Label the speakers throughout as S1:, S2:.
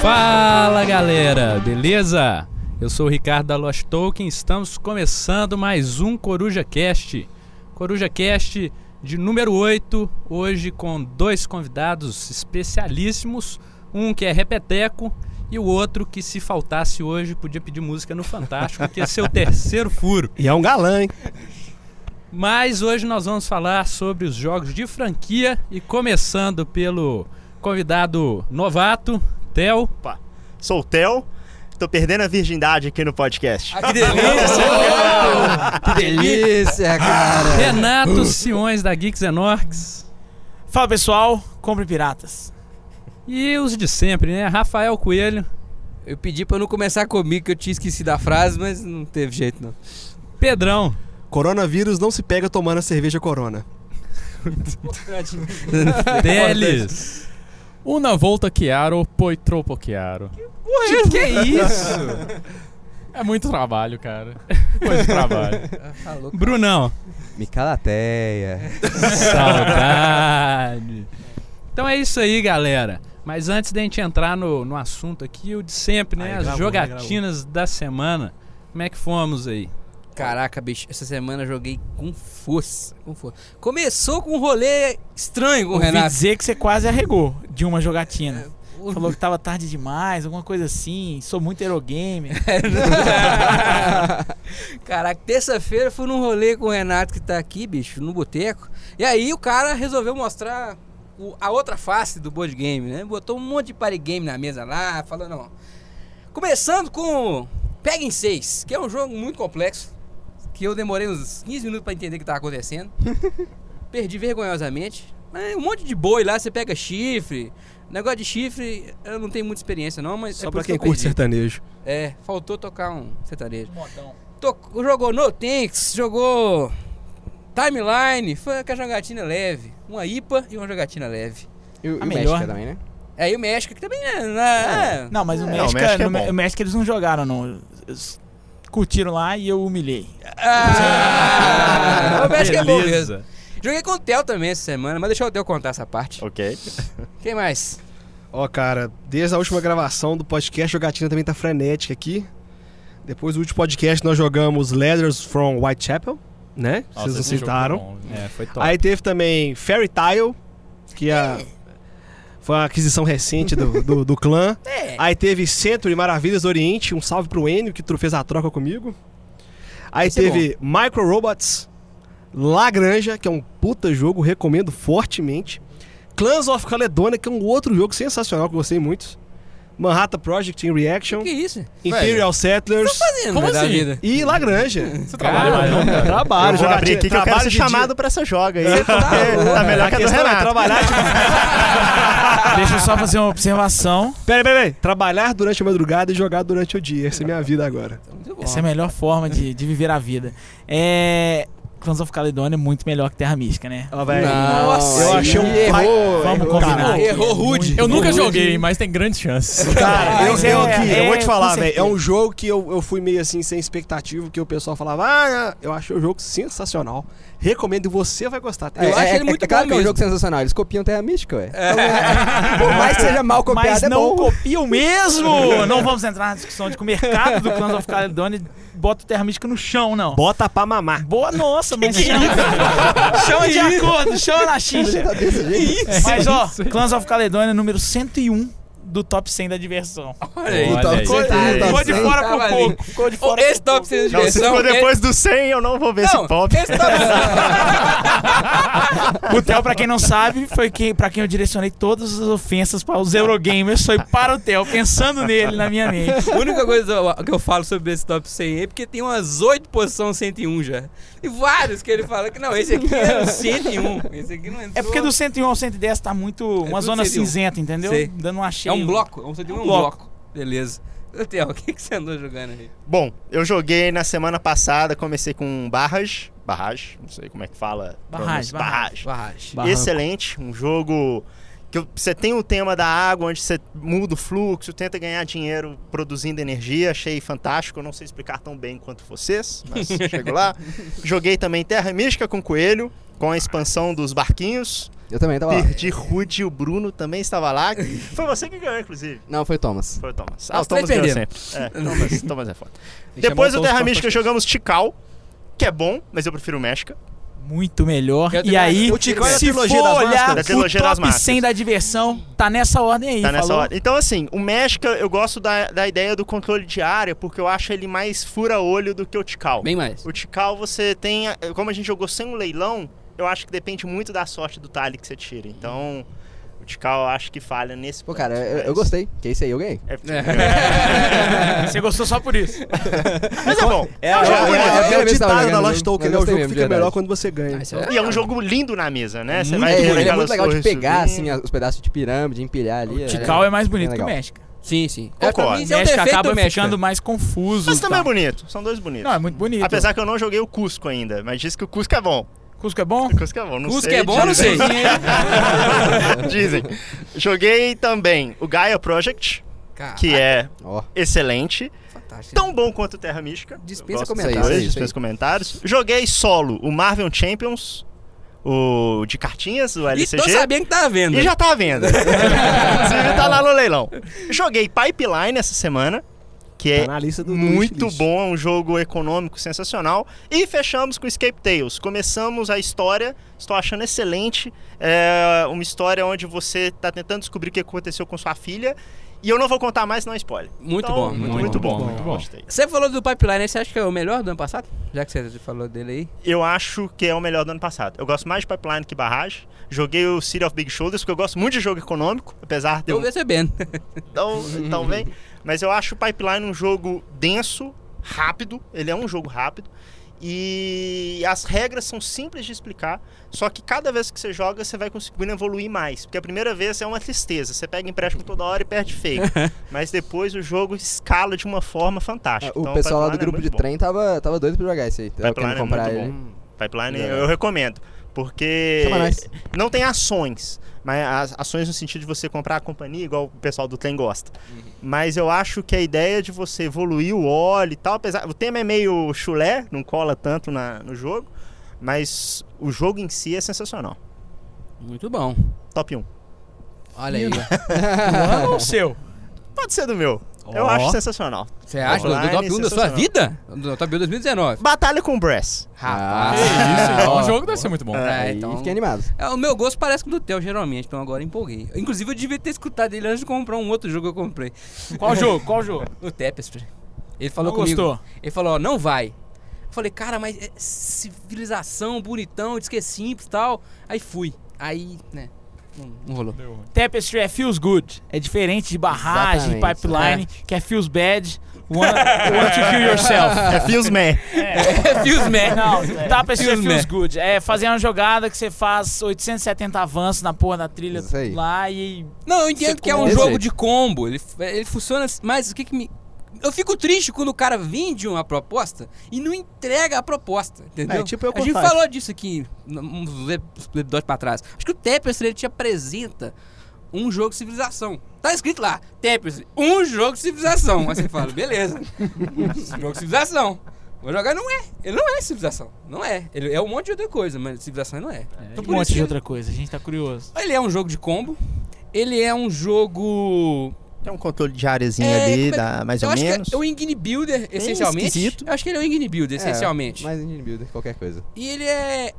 S1: Fala galera, beleza? Eu sou o Ricardo da Lost Token, estamos começando mais um Coruja Cast. Coruja Cast de número 8, hoje com dois convidados especialíssimos, um que é repeteco e o outro que se faltasse hoje podia pedir música no Fantástico, que esse é o terceiro furo.
S2: E é um galã, hein?
S1: Mas hoje nós vamos falar sobre os jogos de franquia e começando pelo convidado novato, Theo.
S3: Opa, sou o Theo, tô perdendo a virgindade aqui no podcast.
S4: que delícia, cara! Que delícia, cara!
S1: Renato Simões da Geeks and Orcs.
S5: Fala pessoal, compre piratas.
S1: E os de sempre, né? Rafael Coelho,
S4: Eu pedi pra não começar comigo, que eu tinha esquecido a frase, mas não teve jeito, não.
S1: Pedrão.
S2: Coronavírus não se pega tomando a cerveja corona.
S1: Deles.
S6: Una volta chiaro, poi troppo chiaro. Tipo,
S4: Que, que é isso?
S6: É muito trabalho, cara. Muito trabalho.
S4: Falou.
S1: Brunão.
S4: Micalateia.
S1: Saudade. Então é isso aí, galera. Mas antes da gente entrar no, no assunto aqui, o de sempre, né?
S2: Aí,
S1: As
S2: gravou,
S1: jogatinas da semana. Como é que fomos aí?
S4: Caraca, bicho, essa semana eu joguei com força, com força. Começou com um rolê estranho com o
S5: Ouvi
S4: Renato.
S5: dizer que você quase arregou de uma jogatina.
S4: O-
S5: Falou que tava tarde demais, alguma coisa assim. Sou muito aerogame. Tá
S4: Caraca, terça-feira eu fui num rolê com o Renato que tá aqui, bicho, no boteco. E aí o cara resolveu mostrar o- a outra face do board game, né? Botou um monte de party game na mesa lá, falando, ó. Começando com Pega em 6, que é um jogo muito complexo, que eu demorei uns 15 minutos pra entender o que tava acontecendo. Perdi vergonhosamente. Mas um monte de boi lá, você pega chifre. Negócio de chifre, eu não tenho muita experiência não, mas
S2: Só
S4: é por
S2: pra
S4: isso que
S2: quem
S4: eu
S2: curte
S4: perdi.
S2: sertanejo.
S4: É, faltou tocar um sertanejo.
S5: Modão.
S4: Toc- jogou No Thanks, jogou Timeline, foi com a jogatina leve. Uma IPA e uma jogatina leve.
S7: E o,
S5: A
S7: e o
S5: melhor,
S7: México também, né?
S4: Aí o México que também né, na-
S5: Não, mas o
S3: Não, o
S5: México,
S3: México é
S5: no Me-
S3: bom.
S5: o México eles não jogaram, não. Eles curtiram lá e eu humilhei.
S4: Ah, o México é bom mesmo.
S1: Beleza.
S4: Joguei com o Theo também essa semana, mas deixa o Theo contar essa parte.
S3: Ok.
S4: Quem mais?
S2: Ó, cara, desde a última gravação do podcast, a jogatina também tá frenética aqui. Depois do último podcast, nós jogamos Letters from Whitechapel, né?
S6: Nossa,
S2: Vocês não
S6: esse jogo
S2: citaram.
S6: foi bom, viu?
S1: É, foi top.
S2: Aí teve também Fairy Tile, que a- foi uma aquisição recente do, do, do clã.
S4: É.
S2: Aí teve Century Maravilhas do Oriente, um salve pro Enio que tro- fez a troca comigo. Aí
S4: Esse é
S2: teve Micro Robots, Lagranja, que é um puta jogo, recomendo fortemente. Clans of Caledônia, que é um outro jogo sensacional que eu gostei muito. Manhattan Project in Reaction,
S4: Que isso?
S2: Imperial Settlers
S4: Fazendo né,
S6: Como
S4: da
S6: assim?
S4: vida.
S2: e Lagranja.
S6: Você trabalha mais, não,
S4: né?
S6: cara?
S2: Trabalho,
S3: eu vou
S2: jogatina-
S3: abrir aqui que eu quero
S2: Ah, trabalho
S3: ser
S2: de dia.
S3: chamado pra essa joga aí.
S4: Tá,
S3: tá melhor
S2: A
S3: que a do
S2: questão é
S3: Renato.
S2: trabalhar de
S5: Deixa eu só fazer uma observação.
S2: Peraí, peraí, peraí. Trabalhar durante a madrugada e jogar durante o dia. Essa é minha vida agora.
S4: muito bom.
S5: Essa é a melhor forma de, de viver a vida. É. Clans of Caledonia é muito melhor que Terra Mística, né?
S2: Ó, velho.
S4: Nossa,
S2: Eu achei um pai.
S5: Vamos combinar. aqui.
S4: errou rude.
S6: Eu nunca
S4: Rude.
S6: joguei, mas tem grandes chances.
S2: Cara, eu,
S5: Mas
S2: eu,
S5: é-
S2: aqui, eu vou
S5: é,
S2: te falar,
S5: com
S2: velho. É
S5: certeza.
S2: um jogo que eu, eu fui meio assim, sem expectativa, que o pessoal falava, ah, eu achei o jogo sensacional. Recomendo e você vai gostar. tá?
S4: Eu acho ele muito
S7: é claro
S4: bom
S7: que é um
S4: mesmo. É.
S7: jogo sensacional. Eles copiam Terra Mística, ué. Então, por mais que seja mal copiado,
S5: Mas
S7: é
S5: não
S7: bom.
S5: copiam mesmo! não vamos entrar na discussão de que o mercado do Clans of Caledonia bota o Terra Mística no chão, não.
S2: Bota pra mamar.
S5: Boa nossa, mas chama, chama de acordo, chama na xixa.
S7: Tá desse jeito.
S5: Mas ó, Clans of Caledonia número 101 do top 100 da diversão.
S4: Olha aí.
S7: O
S1: Olha aí.
S7: top 100 tá no top
S5: Ficou de
S7: 100.
S5: fora
S4: Tava
S5: pro
S4: ali.
S5: pouco. Ficou de fora
S4: Esse
S5: pro pouco.
S4: top 100 de
S3: Não, se
S4: diversão,
S3: for
S4: esse-
S3: depois do 100, eu não vou ver
S4: Não,
S3: esse pop.
S4: esse top- é
S5: O Theo, pra quem não sabe, foi quem, pra quem eu direcionei todas as ofensas para os Eurogamers. Foi para o Theo, pensando nele na minha mente.
S4: A única coisa que eu falo sobre esse top 100 aí é porque tem umas 8 posições 101 já. E vários que ele fala que não, esse aqui é o 101. Esse aqui não entrou. um
S5: É porque do 101 ao 110 tá muito. Uma
S4: tudo
S5: zona
S4: 101.
S5: cinzenta, entendeu?
S4: Sei.
S5: Dando uma cheia.
S4: É um bloco. É um 101 é um bloco.
S5: bloco.
S4: Beleza. Ô, Theo, o que, que você andou jogando aí?
S3: Bom, eu joguei na semana passada, comecei com Barrage. Barrage, não sei como é que fala.
S5: Barrage,
S3: Pronúncia.
S5: Barrage.
S3: Barrage.
S4: Barragem.
S7: Barranco.
S3: Excelente, um jogo que eu- você tem o tema da água, onde você muda o fluxo, tenta ganhar dinheiro produzindo energia, achei fantástico, eu não sei explicar tão bem quanto vocês, mas chego lá. Joguei também Terra Mística com Coelho, com a expansão dos barquinhos,
S7: Eu também tava lá.
S3: Perdi Rude, o Bruno também estava lá. Foi você que ganhou, inclusive.
S7: Não, foi o Thomas.
S3: Foi o Thomas.
S4: Ah, os três
S3: ganhou
S4: perderam.
S3: sempre. É, Thomas, Thomas é foda.
S7: Ele
S3: Depois do
S7: chamou todos
S3: Terra
S7: pra
S3: Mística
S7: podcast.
S3: jogamos Tikal, que é bom, mas eu prefiro o México.
S5: Muito melhor.
S4: Eu
S5: E
S4: também
S5: aí,
S4: acho. O
S2: Tigrão é da
S5: se for
S2: trilogia das
S5: olhar
S2: máscaras.
S3: Da
S5: o
S3: trilogia das
S5: top
S3: máscaras.
S5: 100 da diversão, tá nessa ordem aí,
S3: Tá nessa
S5: falou?
S3: hora. Então, assim, o México eu gosto da, da ideia do controle de área, porque eu acho ele mais fura-olho do que o Tikal.
S4: Bem mais.
S3: O Tikal você tem. a- Como a gente jogou sem o leilão, eu acho que depende muito da sorte do talhe que você tira. Então, o Tikal eu acho que falha nesse
S7: Pô,
S3: ponto,
S7: cara, eu,
S4: É
S3: mas-
S7: eu gostei. Que isso aí, eu ganhei.
S3: É,
S5: Você gostou só por isso.
S3: mas é bom.
S2: É,
S3: É um
S2: o
S3: jogo
S7: eu-
S3: bonito.
S7: eu- eu- eu-
S2: ditado
S7: eu-
S2: da
S7: eu-
S2: Lost
S7: eu-
S2: Token,
S7: eu
S2: né? O jogo
S7: gostei tá mesmo,
S2: fica
S7: verdade.
S2: melhor quando você ganha.
S4: Ah, isso é-
S3: E é um jogo lindo na mesa, né? Você
S5: Muito
S3: vai
S7: É,
S3: por
S7: ele é
S3: aquelas
S7: muito legal de
S3: torres
S7: pegar,
S3: subindo.
S7: assim, a- os pedaços de pirâmide, empilhar ali.
S5: O
S7: é-
S5: Tikal é mais bonito
S7: É
S5: que o
S7: legal.
S5: México.
S4: Sim, sim.
S3: Concordo.
S4: pra mim,
S5: O
S4: isso é um
S5: México
S4: defeito do
S5: acaba
S4: México.
S5: ficando mais confuso.
S3: Mas
S5: e
S3: também é
S5: tal.
S3: bonito. São dois bonitos.
S5: Não, é muito bonito.
S3: Apesar que eu não joguei o Cusco ainda, mas diz que o Cusco é bom.
S5: Cusco é bom? é.
S3: O Cusco é bom, não
S4: Cusco
S3: sei.
S4: é bom, eu não sei.
S3: dizem. Dizem. Joguei também o Gaia Project,
S4: Cara,
S3: que é
S7: Ó,
S3: excelente.
S4: fantástico.
S3: tão bom quanto o Terra Mística.
S4: Dispensa
S3: Eu gosto dos
S4: comentários,
S3: dois,
S7: isso aí.
S3: dispensa comentários. Joguei solo o Marvel Champions, o de cartinhas, o
S4: e tô
S3: LCG.
S4: sabendo que tá vendo.
S3: E, já tá à venda. Inclusive tá lá no leilão. Joguei Pipeline essa semana, que é
S2: Tá na lista do do
S3: muito
S2: wishlist.
S3: bom, é um jogo econômico sensacional. E fechamos com Escape Tales. Começamos a história, estou achando excelente. É uma história onde você está tentando descobrir o que aconteceu com sua filha. E eu não vou contar mais, não é spoiler.
S4: Muito
S3: Então,
S4: bom,
S3: muito,
S4: muito
S3: bom.
S6: bom, muito bom.
S3: Gostei.
S4: Você falou do Pipeline, você acha que é o melhor do ano passado? Já que você falou dele aí.
S3: Eu acho que é o melhor do ano passado. Eu gosto mais de Pipeline que Barragem. Joguei o City of Big Shoulders, porque eu gosto muito de jogo econômico, apesar de
S4: Eu
S3: eu
S4: vou recebendo.
S3: então, então vem. Mas eu acho o Pipeline um jogo denso, rápido. Ele é um jogo rápido. E as regras são simples de explicar, só que cada vez que você joga, você vai conseguindo evoluir mais. Porque a primeira vez é uma tristeza, você pega empréstimo toda hora e perde feio. Mas depois o jogo escala de uma forma fantástica.
S7: o
S3: Então,
S7: pessoal lá do
S3: Pipeline é
S7: grupo
S3: muito
S7: de
S3: bom.
S7: trem tava, tava doido pra jogar esse aí. Tava
S3: Pipeline
S7: querendo
S3: é
S7: comprar
S3: muito
S7: ele.
S3: Pipeline
S7: Legal.
S3: eu recomendo, porque
S7: Chama nós.
S3: não tem ações, mas as ações no sentido de você comprar a companhia, igual o pessoal do trem gosta. Mas eu acho que a ideia de você evoluir o óleo e tal, apesar. O tema é meio chulé, não cola tanto na- no jogo, mas o jogo em si é sensacional.
S4: Muito bom.
S3: Top 1.
S4: Olha aí.
S5: Não, não o seu.
S3: Pode ser do meu. Eu
S5: Ó.
S3: acho sensacional.
S4: Você acha do, do
S3: Online,
S4: top 1 da sua
S3: sensacional.
S4: vida? Do top 1 2019.
S3: Batalha com o Brass.
S4: Rapaz.
S6: Que isso, então.
S7: Ah,
S5: É um
S7: Ó,
S6: o jogo deve ser muito bom.
S4: É,
S7: Aí
S4: então-
S7: fiquei animado.
S4: É, O meu gosto parece com o do Theo, geralmente, então agora empolguei. Inclusive, eu devia ter escutado ele antes de comprar um outro jogo que eu comprei.
S5: Qual jogo? Qual jogo?
S4: O Tapestry. Ele falou
S5: Não
S4: comigo.
S5: gostou?
S4: Ele falou, ó, não vai. Eu falei, cara, mas é civilização, bonitão, diz que é simples e tal. Aí fui. Aí, né, não, não rolou.
S6: Deu ruim.
S5: Tapestry é feels good. É diferente de barragem,
S7: Exatamente.
S5: pipeline, que é feels bad. Want, want to kill yourself.
S3: É Feels Man.
S4: Fios merda.
S5: Não, Tapestry é
S4: Feels
S5: feels
S4: bad.
S5: good. É fazer uma jogada que você faz 870 avanços na porra da trilha
S7: Isso aí.
S5: lá e.
S4: Não, eu entendo que é um
S7: Desse
S4: jogo
S7: jeito.
S4: de combo. Ele, ele funciona. assim, Mas o que que me. Eu fico triste quando o cara vende uma proposta e não entrega a proposta, entendeu?
S2: É, tipo eu
S4: a gente
S2: confesso.
S4: falou disso aqui n- uns episódios pra trás. Acho que o Tapestry ele te apresenta um jogo de civilização. Tá escrito lá, Tapestry, um jogo de civilização. Aí você fala, beleza, jogo de civilização. Vou jogar, não é. Ele não é civilização. Não é. Ele é um monte de outra coisa, mas civilização ele não é. Então,
S5: Um
S4: por isso
S5: monte
S4: que
S5: de
S4: ele-
S5: outra coisa. A gente tá curioso.
S4: Ele é um jogo de combo. Ele é um jogo
S3: Tem um controle de áreazinha
S4: É,
S3: ali,
S4: como é-
S3: dá mais
S4: eu
S3: ou
S4: acho
S3: menos.
S4: que é o Engine Builder, essencialmente.
S3: esquisito.
S4: Eu acho que ele é o Engine Builder, essencialmente.
S7: É, mais engine builder, qualquer coisa.
S4: E ele é.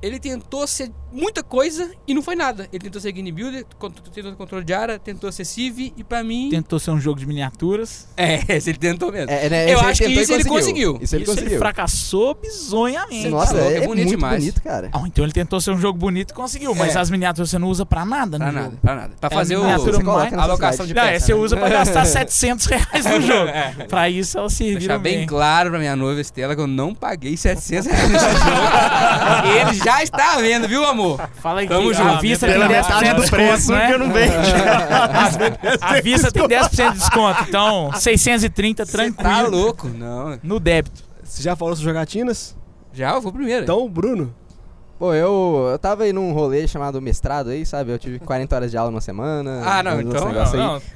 S4: Ele tentou ser muita coisa e não foi nada. Ele tentou ser Engine Builder, con- tentou controle de área, tentou ser Civ e pra mim.
S5: Tentou ser um jogo de miniaturas.
S4: É, esse ele tentou mesmo.
S7: É, né,
S4: Eu
S7: esse ele
S4: acho que
S7: tentou e
S4: isso ele conseguiu.
S7: Isso ele
S5: Isso
S7: conseguiu.
S5: fracassou bizonhamente.
S7: Nossa,
S4: Tá louco,
S7: é,
S4: é bonito
S7: muito
S4: demais.
S7: bonito, cara.
S5: Ah, então ele tentou ser um jogo bonito e conseguiu, mas
S4: É.
S5: as miniaturas você não usa pra nada,
S4: Pra
S5: no
S4: nada,
S5: jogo.
S4: pra nada. Pra
S5: É
S4: fazer o.
S5: miniatura
S7: Você coloca
S5: mais-
S7: na sua
S4: alocação
S7: cidade.
S4: de
S5: Não,
S4: peça,
S5: é, você
S4: né?
S5: usa pra gastar 700 reais no jogo.
S4: É.
S5: Pra isso ela serviu
S4: Deixar bem
S5: bem.
S4: claro pra minha noiva Estela que eu não paguei 700 reais nesse jogo. ele já está vendo, viu, amor?
S5: Fala que
S4: Tamo junto.
S5: a vista tem
S3: Pela
S5: 10%
S3: metade
S5: de
S3: do
S5: desconto,
S3: preço
S5: né?
S3: que eu não vejo.
S5: A vista tem 10% de desconto, então 630
S4: Você
S5: tranquilo
S4: tá louco? Não.
S5: no débito.
S2: Você já falou suas jogatinas?
S3: Então
S4: Já eu vou primeiro.
S2: Então, Bruno,
S7: Pô, eu, eu tava aí num rolê chamado mestrado aí, sabe? Eu tive 40 horas de aula numa semana.
S4: Ah, não,
S7: uns
S4: então
S6: Não,
S7: negócios aí.
S6: não, tá de boa.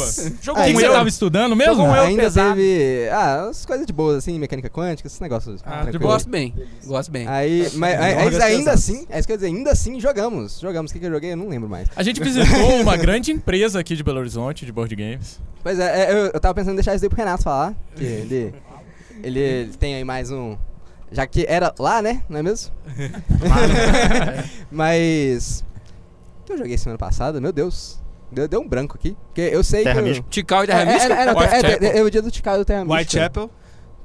S7: Mas.
S5: Jogo
S6: O
S7: Aí
S6: que, que
S5: com
S6: você
S5: eu.
S6: tava estudando mesmo?
S1: um
S5: Jogo com eu
S7: ainda
S5: pesado.
S7: teve. Ah, as coisas de boas, assim, mecânica quântica, esses negócios.
S6: Ah,
S7: tranquilos.
S6: de boa.
S4: Gosto bem. Gosto bem.
S3: É,
S7: Aí, mas, aí-
S2: drogas
S7: aí- ainda
S2: pesadas.
S7: assim, é isso que eu ia dizer, ainda assim jogamos. Jogamos. O que, que eu joguei? Eu não lembro mais.
S6: A gente visitou uma grande empresa aqui de Belo Horizonte, de board games.
S7: Pois é, é, eu, eu tava pensando em deixar isso aí pro Renato falar. Que ele, ele, ele tem aí mais um. Já que era lá, né? Não é mesmo? Mas. O que eu joguei semana passada? Meu Deus. Deu, deu um branco aqui. Porque eu sei
S3: Terra
S7: que.
S3: Mística.
S7: Eu,
S4: Tical e
S7: é,
S4: Terra Mística?
S7: é, é, não, é,
S6: Whitechapel.
S7: é, é o dia do Chicago Terra Mística.
S2: Whitechapel,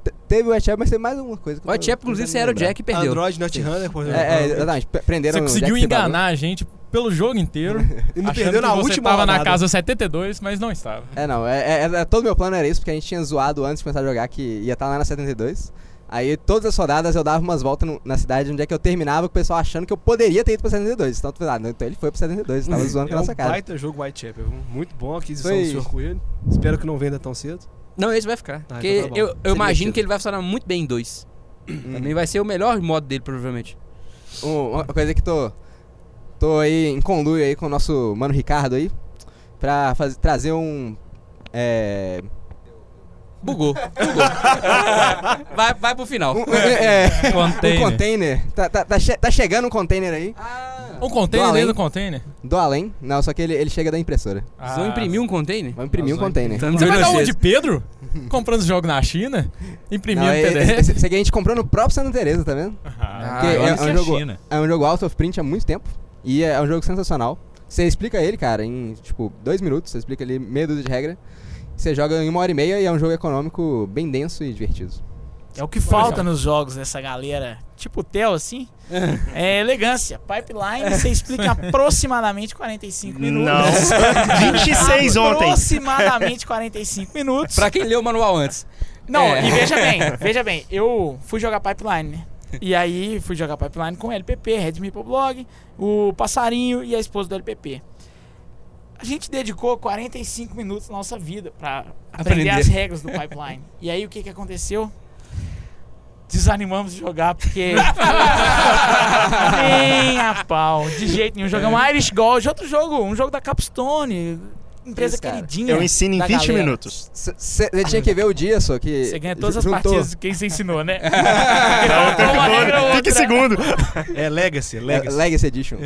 S7: Te- Teve o Whitechapel, mas teve mais alguma coisa. que eu-
S4: Whitechapel,
S7: eu não
S4: inclusive, você
S7: lembro.
S4: era o Jack e perdeu.
S2: Android, Nut Hunter, por exemplo.
S7: É, é, exatamente. P- Prenderam
S6: Você
S7: o Jack
S6: conseguiu
S7: Sebadoh.
S6: enganar a gente pelo jogo inteiro.
S2: E me
S6: achando
S2: perdeu na
S6: que você
S2: última
S6: tava na
S2: rodada.
S6: casa 72, mas não estava.
S7: É, não. É, é, era- todo meu plano era isso, porque a gente tinha zoado antes de começar a jogar que ia estar lá na 72. Aí todas as rodadas eu dava umas voltas no- na cidade onde é que eu terminava, com o pessoal achando que eu poderia ter ido pra 72. Então, tu falou, ah, não, então ele foi pra 72, tava zoando com
S2: É
S7: a
S2: um
S7: nossa cara.
S2: baita jogo Whitechapel. viu? Muito bom a aquisição
S7: Foi-
S2: do senhor Coelho. Espero que não venda tão cedo.
S4: Não, esse vai ficar. porque
S2: então tá bom.
S4: eu,
S2: Seria
S4: eu imagino
S2: divertido.
S4: que ele vai funcionar muito bem em dois. Também vai ser o melhor modo dele, provavelmente.
S7: Um- uma coisa que tô. Tô aí em conluio aí com o nosso mano Ricardo aí. Pra faz- trazer um. É.
S4: Bugou. Bugou. vai, vai pro final.
S7: Um, é,
S6: Container.
S7: um container. Tá, tá- tá che- tá chegando um container aí.
S5: É.
S6: Um container
S7: Do
S6: dentro do
S7: além.
S6: container?
S7: Do além. Não, só que ele, ele chega da impressora.
S5: Ah.
S4: Vocês vão imprimir um container?
S7: Vai imprimir um
S6: Nós vamos
S7: container.
S4: Tamo
S6: Você vai
S4: doido
S6: dar
S4: a
S6: uma
S4: vocês.
S6: de Pedro? Comprando os jogos na China?
S5: um
S6: Imprimindo
S7: Não, é, esse-
S6: PDF?
S7: esse, esse aqui a gente comprou no próprio Santa Teresa, tá vendo?
S6: Ah,
S7: Porque
S6: agora
S7: é- é
S6: isso
S7: um jogo-
S6: China.
S7: É um jogo out of print há muito tempo e é um jogo sensacional. Você explica ele, cara, em tipo dois minutos, você explica ali meia dúzia de regra. Você joga em uma hora e meia e é um jogo econômico bem denso e divertido.
S5: É o que falta nos jogos dessa galera, tipo o Theo, assim. é elegância. Pipeline, você explica aproximadamente 45 minutos.
S3: Não. 26 ontem.
S5: Aproximadamente 45 minutos.
S4: Pra quem leu o manual antes.
S5: Não,
S4: É.
S5: e veja bem, veja bem, eu fui jogar Pipeline, né? E aí fui jogar Pipeline com o LPP, Red Meeple Blog, o Passarinho e a esposa do LPP. A gente dedicou 45 minutos da nossa vida pra aprender,
S4: Aprender.
S5: as regras do Pipeline. E aí o que que aconteceu? Desanimamos de jogar porque. Nem a pau, de jeito nenhum. Jogamos Irish Gold, outro jogo, um jogo da Capstone, empresa
S7: Isso, cara.
S5: queridinha.
S3: Eu ensino em
S5: da
S3: 20
S5: galera.
S3: minutos.
S7: Você tinha que ver o dia só que.
S5: Você ganha todas as
S7: ju- juntou.
S5: partidas de quem você ensinou, né? Faltou uma regra ou
S3: Fique
S5: outra.
S3: segundo.
S2: É Legacy,
S7: Legacy, Legacy Edition.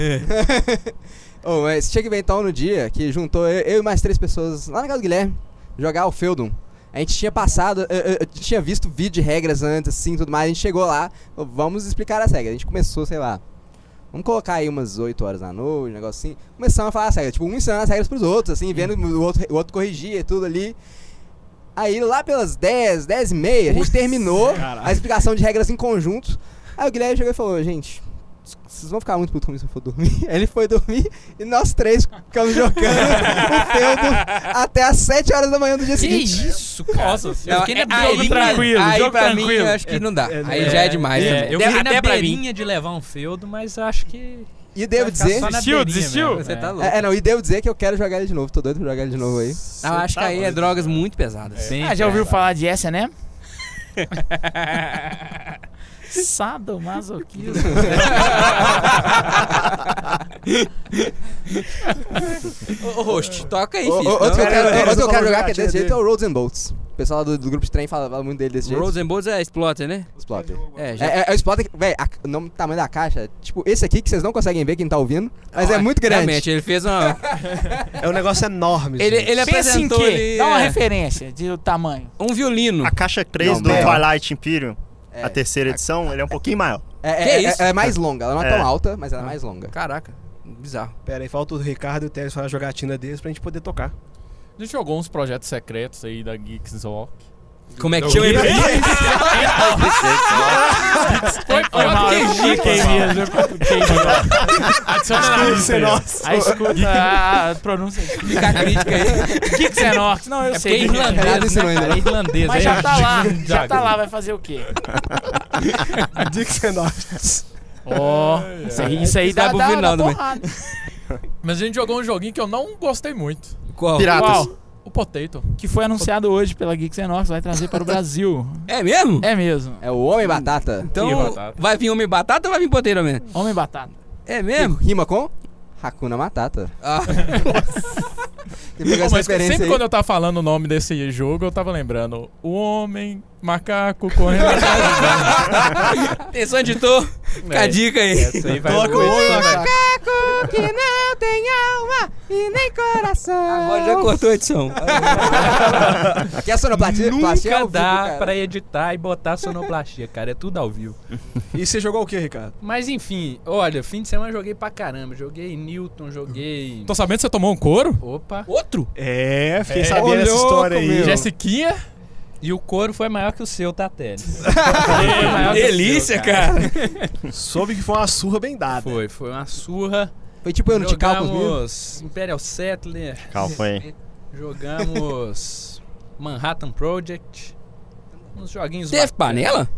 S7: oh, mas tinha que ver então no dia que juntou eu, eu e mais três pessoas lá na casa do Guilherme jogar o Feudum. A gente tinha passado, eu, eu- eu tinha visto vídeo de regras antes, assim, tudo mais. A gente chegou lá, falou, vamos explicar as regras. A gente começou, sei lá, vamos colocar aí umas 8 horas da noite, um negócio assim. Começamos a falar as regras, tipo, um ensinando as regras pros outros, assim, vendo o outro, o outro corrigir e tudo ali. Aí lá pelas 10, 10 e meia, a gente terminou a explicação de regras em conjunto. Aí o Guilherme chegou e falou, gente, vocês vão ficar muito putos comigo se eu for dormir. Aí ele foi dormir e nós três ficamos jogando o feudo até as 7 horas da manhã do dia
S4: Que
S7: seguinte.
S4: isso, cara.
S6: Nossa,
S4: Não,
S5: fiquei na
S4: É, aí-
S5: jogo tranquilo,
S4: aí
S5: jogo
S4: pra
S5: tranquilo.
S4: mim eu acho que não dá.
S2: É,
S4: aí já é demais.
S6: é,
S4: também.
S6: eu
S4: De-
S6: fiquei na
S4: até pra mim.
S6: beirinha de levar um feudo, mas acho que.
S7: E devo
S6: vai ficar
S7: dizer.
S6: só na
S5: Desistiu,
S6: beirinha
S5: desistiu?
S6: mesmo,
S4: Você
S6: é.
S4: tá louco.
S7: É, é, não, e devo dizer que eu quero jogar ele de novo. Tô doido pra jogar ele de novo aí.
S4: eu acho que aí é drogas muito pesadas.
S1: É.
S6: Bem
S5: Ah, já ouviu
S6: pesado.
S5: falar de essa, né? Sadomasoquismo.
S4: Ô, ô, host, toca aí,
S7: O- o-
S4: filho.
S7: Outro que eu
S4: senão-
S7: quero,
S2: Pera, pera,
S7: outro que eu
S2: só
S7: quero
S2: vou
S7: jogar
S2: jogar
S7: que é desse
S2: a
S7: jeito
S2: tia
S7: é o Roads and Bolts. O pessoal do, do grupo de trem fala, fala muito dele desse jeito.
S4: Roads and Bones é Exploter, né?
S7: Exploter.
S4: É, já.
S7: É, é, é o Exploter, que- véi, a- o nome- tamanho da caixa, é tipo, esse aqui que vocês não conseguem ver quem tá ouvindo, mas é muito grande.
S4: Realmente, ele fez uma.
S2: É um negócio enorme.
S4: Ele,
S2: gente.
S4: ele
S5: Pensa em
S4: apresentou
S5: quê?
S4: ali,
S5: Dá uma
S4: é,
S5: referência de o tamanho.
S4: um violino.
S3: A caixa 3
S7: Não,
S3: do
S7: maior.
S3: Twilight Imperium,
S7: É.
S3: a terceira edição, ele é um pouquinho maior.
S7: É, é,
S4: Que
S7: é-
S4: isso?
S7: é mais longa, ela não é,
S3: É.
S7: tão alta, mas ela é mais longa.
S4: Caraca, bizarro.
S2: Pera aí, falta o Ricardo e o Teles falar a jogatina deles pra gente poder tocar.
S6: A gente jogou uns projetos secretos aí da Geeks Walk.
S4: Como é que chama ele?
S5: Foi, foi
S6: mal, eu fiquei mesmo,
S5: Adiciona na lista.
S2: Xenorx.
S5: Aí escuta a a pronúncia.
S4: Fica a crítica aí.
S5: Que Xenorx? Não, eu
S6: É porque
S5: sei.
S6: é
S5: que-
S6: irlandês.
S7: Nada ensinou ainda, né?
S6: É irlandês,
S5: Mas
S6: é
S5: já tá lá, já
S6: Jago.
S5: tá lá, vai fazer o quê?
S2: Dixenox.
S5: Ó, isso aí- isso aí dá,
S4: Dá-
S5: dá,
S4: dá-
S5: dá
S4: dá
S5: porrada.
S6: Mas a gente jogou um joguinho que eu não gostei muito.
S7: né?
S4: Qual?
S3: Piratas.
S5: Qual?
S6: O Potato.
S5: que foi anunciado hoje pela Geeks Enox, vai trazer para o Brasil.
S4: É mesmo?
S5: É mesmo.
S7: É o Homem Batata.
S4: Então,
S6: E batata.
S4: vai vir homem batata ou vai vir poteiro mesmo?
S5: Homem Batata.
S4: É
S7: Que
S4: mesmo?
S7: Rima com Hakuna Matata.
S4: Ah,
S7: Tem que pegar
S6: Ô,
S7: essa
S6: mas sempre
S7: referência aí.
S6: quando eu tava falando o nome desse jogo, eu tava lembrando. O homem, macaco, correndo.
S4: atenção, editor. Fica a dica aí.
S6: Essa aí vai
S2: Toca o olho, macaco.
S7: que não tem alma e nem coração.
S4: Agora já cortou a edição.
S7: Aqui é a sonoplastia. plastia é
S1: Nunca
S7: ao vivo,
S1: dá
S7: cara.
S1: pra editar e botar sonoplastia, cara. É tudo ao vivo.
S2: E você jogou o que, Ricardo?
S1: Mas enfim, olha, fim de semana eu joguei pra caramba. Joguei Newton, joguei.
S6: Tô sabendo que você tomou um couro?
S1: Opa!
S4: Outro?
S2: É, fiquei
S6: É.
S2: sabendo
S7: Ô,
S2: essa
S7: louco,
S2: história aí.
S7: meu.
S2: Já-
S6: Jessiquinha?
S1: E o couro foi maior que o seu, tá, Tênis? Foi maior que o seu,
S4: Delícia, cara.
S2: Soube que foi uma surra bem dada.
S1: Foi, foi uma surra.
S7: Foi tipo eu no Tical com os meninos.
S1: Jogamos Imperial Settler,
S3: Calma aí.
S1: jogamos Manhattan Project. Uns joguinhos
S4: Teve
S1: bacanas.
S4: panela?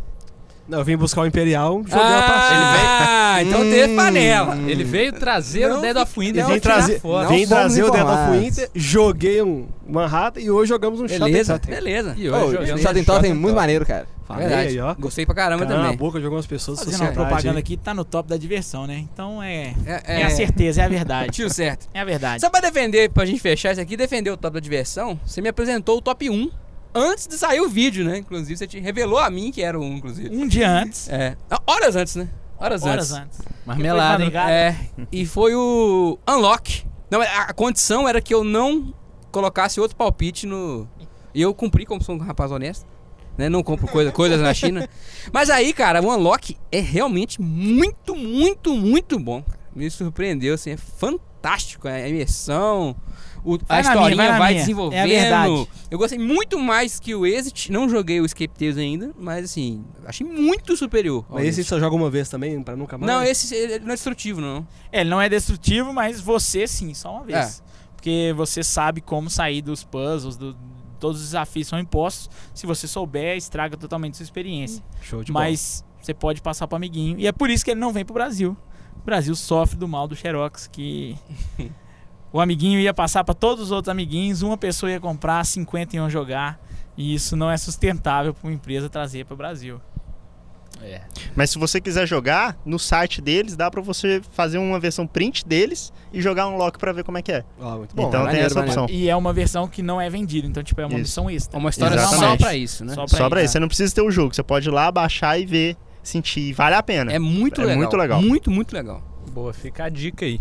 S2: Não, eu vim buscar o Imperial, joguei uma partida.
S4: Ah, então teve
S7: Hum.
S4: panela.
S1: Ele veio trazer
S4: Não,
S1: o Dead of Winter
S2: Ele
S1: pra
S2: vem
S1: tirar
S2: trazer,
S1: foto.
S2: vem
S7: fomos
S2: trazer o Dead of
S7: informados.
S2: Winter, joguei um Manhattan e hoje jogamos um
S4: Beleza,
S2: Shot and Tell.
S4: beleza.
S1: E hoje
S7: Oh,
S1: jogamos
S7: Shot and Totem, muito
S1: Totem.
S7: maneiro, cara.
S2: Falei aí, ó.
S4: Gostei pra caramba
S2: Cala a
S4: também.
S2: boca, jogou umas pessoas
S5: Fazendo uma
S2: sociedade.
S5: propaganda
S2: aí.
S5: aqui, tá no top da diversão, né? Então é.
S4: É,
S5: É, a certeza, é a verdade.
S4: Tiro certo.
S5: É a verdade.
S4: Só pra defender, pra gente fechar isso aqui, defender o top da diversão, você me apresentou o top 1 antes de sair o vídeo, né? Inclusive, você te revelou a mim que era o 1, inclusive.
S5: Um dia antes.
S4: É. Ah, Horas antes, né? Horas,
S5: Horas
S4: antes.
S5: antes.
S1: Marmelada, hein?
S5: Foi de madrugada.
S4: É. E foi o Unlock. Não, a a condição era que eu não colocasse outro palpite no. E eu cumpri, como sou um rapaz honesto. Né? Não compro coisa, coisas na China. Mas aí, cara, o Unlock é realmente muito, muito, muito bom. cara. Me surpreendeu, assim, é fantástico. A imersão, o- a
S5: Vai na minha,
S4: historinha
S5: vai na
S4: vai
S5: minha.
S4: desenvolvendo.
S5: É a verdade.
S4: Eu gostei muito mais que o Exit. Não joguei o Escape Tales ainda, mas assim, achei muito superior. ao
S2: Mas esse
S4: Exit.
S2: só joga uma vez também, pra nunca mais?
S4: Não, esse ele não é destrutivo, não.
S5: É, ele não é destrutivo, mas você sim, só uma vez.
S2: É.
S5: Porque você sabe como sair dos puzzles, do- todos os desafios são impostos. Se você souber, estraga totalmente sua experiência.
S2: Hum. Show de bola.
S5: mas você pode passar pro amiguinho. E é por isso que ele não vem pro Brasil. O Brasil sofre do mal do Xerox, que o amiguinho ia passar para todos os outros amiguinhos, uma pessoa ia comprar, 50 iam jogar. E isso não é sustentável para uma empresa trazer para o Brasil.
S1: É.
S3: Mas se você quiser jogar, no site deles dá pra você fazer uma versão print deles e jogar um lock pra ver como é que é.
S2: Ó, muito bom.
S3: então tem
S4: maneiro,
S3: essa opção.
S5: E é uma versão que não é vendida, então tipo é uma
S3: Isso.
S5: missão extra.
S4: É uma história só
S3: Exatamente.
S4: pra isso, né?
S5: Só pra,
S3: Só pra
S5: isso.
S3: isso, você não precisa ter o jogo, você pode ir lá, baixar e ver, sentir, vale a pena.
S4: É muito
S3: É
S4: legal.
S3: muito legal.
S4: Muito, muito legal.
S1: Boa, fica a dica aí.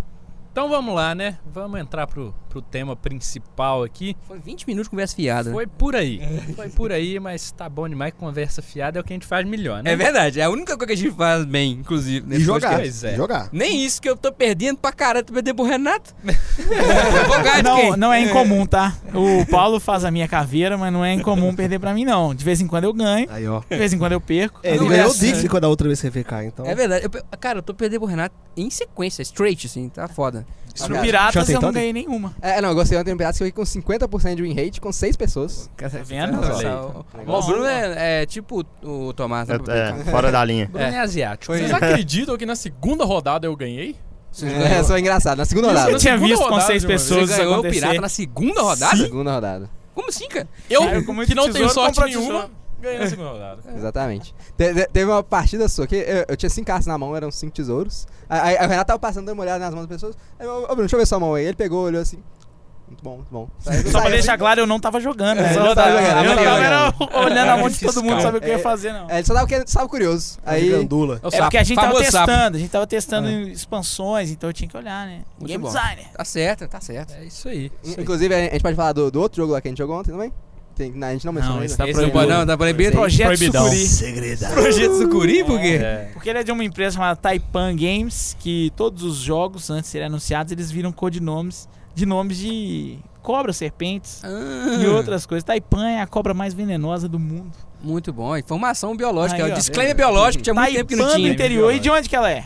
S1: Então vamos lá, né? Vamos entrar pro, pro tema principal aqui.
S4: Foi 20 minutos de conversa fiada.
S1: Foi por aí. Foi por aí, mas tá bom demais. Conversa fiada é o que a gente faz melhor, né?
S4: É verdade, é a única coisa que a gente faz bem, inclusive.
S7: E
S4: nesse
S7: jogar.
S4: podcast.
S1: Pois é.
S7: e jogar.
S4: Nem isso que eu tô perdendo pra caralho, tu perdeu pro Renato. Vou ganhar de quem?
S5: Não, não é incomum, tá? O Paulo faz a minha caveira, mas não é incomum perder pra mim, não. De vez em quando eu ganho,
S2: Aí, ó.
S5: de vez em quando eu perco.
S2: É, ele
S4: Não,
S2: ganhou o
S4: essa-
S2: Dixie quando a outra vez você veio cá, então.
S4: É verdade. eu pe- cara, eu tô perdendo pro Renato em sequência, straight, assim, tá foda.
S5: No
S7: Cara,
S2: já
S5: Piratas eu
S2: tentou?
S5: não ganhei nenhuma.
S7: É, não, eu gostei ontem no Piratas que eu fiquei com 50% de win rate com 6 pessoas.
S5: Tá vendo?
S7: Olha aí.
S4: Só- Ó, o Bruno é, é tipo o Tomás.
S3: É-
S4: né?
S3: é, fora da linha.
S1: Bruno é, asiático.
S7: Foi-
S6: Vocês acreditam que na segunda rodada eu ganhei?
S7: É, só engraçado. Na segunda
S5: Eu
S7: rodada.
S5: tinha
S6: segunda
S5: visto com
S6: rodada
S5: seis
S6: de uma vez.
S5: pessoas
S4: Você
S5: isso
S4: ganhou o
S5: acontecer.
S4: Pirata né? na segunda rodada?
S7: Segunda rodada.
S4: Como assim, cara?
S6: Eu,
S5: Cara, com muito
S6: que não tenho
S5: tesouro,
S6: sorte
S5: compra
S6: nenhuma,
S5: tesouro.
S6: ganhei na segunda rodada.
S7: Exatamente. Te- te- teve uma partida sua que eu, eu tinha cinco cartas na mão, eram cinco tesouros. Aí, aí o Renato tava passando, dando uma olhada nas mãos das pessoas. Aí, eu, ô Bruno, deixa eu ver sua mão aí. Ele pegou, olhou assim. Muito bom, muito bom. Saiu-
S5: Só pra
S7: saiu.
S5: deixar claro, eu não tava jogando. né?
S7: É,
S5: Eu
S7: não
S5: não
S7: tava
S5: tava,
S7: jogando, não
S5: eu
S7: tava
S5: tava era olhando a mão de todo
S1: Fiscal.
S5: mundo, sabe o que eu ia
S7: É,
S5: fazer, não.
S7: É, ele só tava, querendo- tava curioso.
S4: Tá
S2: Aí,
S7: Aí.
S2: gandula.
S4: o
S5: É porque a gente tava
S4: famoso sapo.
S5: testando, a gente tava testando
S7: É.
S5: expansões, então eu tinha que olhar, né?
S4: Muito
S5: Game
S4: bom.
S5: designer.
S4: Tá certo, tá certo.
S1: É isso aí.
S7: in- Inclusive, a gente pode falar do, do outro jogo lá que a gente jogou ontem também? Tem, não, a gente não mencionou
S5: Não,
S7: ainda.
S5: esse tá
S4: Esse não
S5: proibido.
S4: pode não, tá proibido.
S5: Projeto Sucuri.
S2: Segredado.
S4: Projeto Sucuri, por quê?
S1: É.
S5: Porque ele é de uma empresa chamada Taipan Games, que todos os jogos, antes de serem anunciados, eles viram codinomes de nomes de cobras, serpentes
S4: Ah.
S5: e outras coisas. Taipan é a cobra mais venenosa do mundo.
S4: Muito bom. Informação biológica.
S5: Aí,
S4: é
S5: ó.
S4: um disclaimer biológico, tinha muito tempo que não
S5: Taipan do
S4: tinha. né?
S5: interior. E de onde que ela é?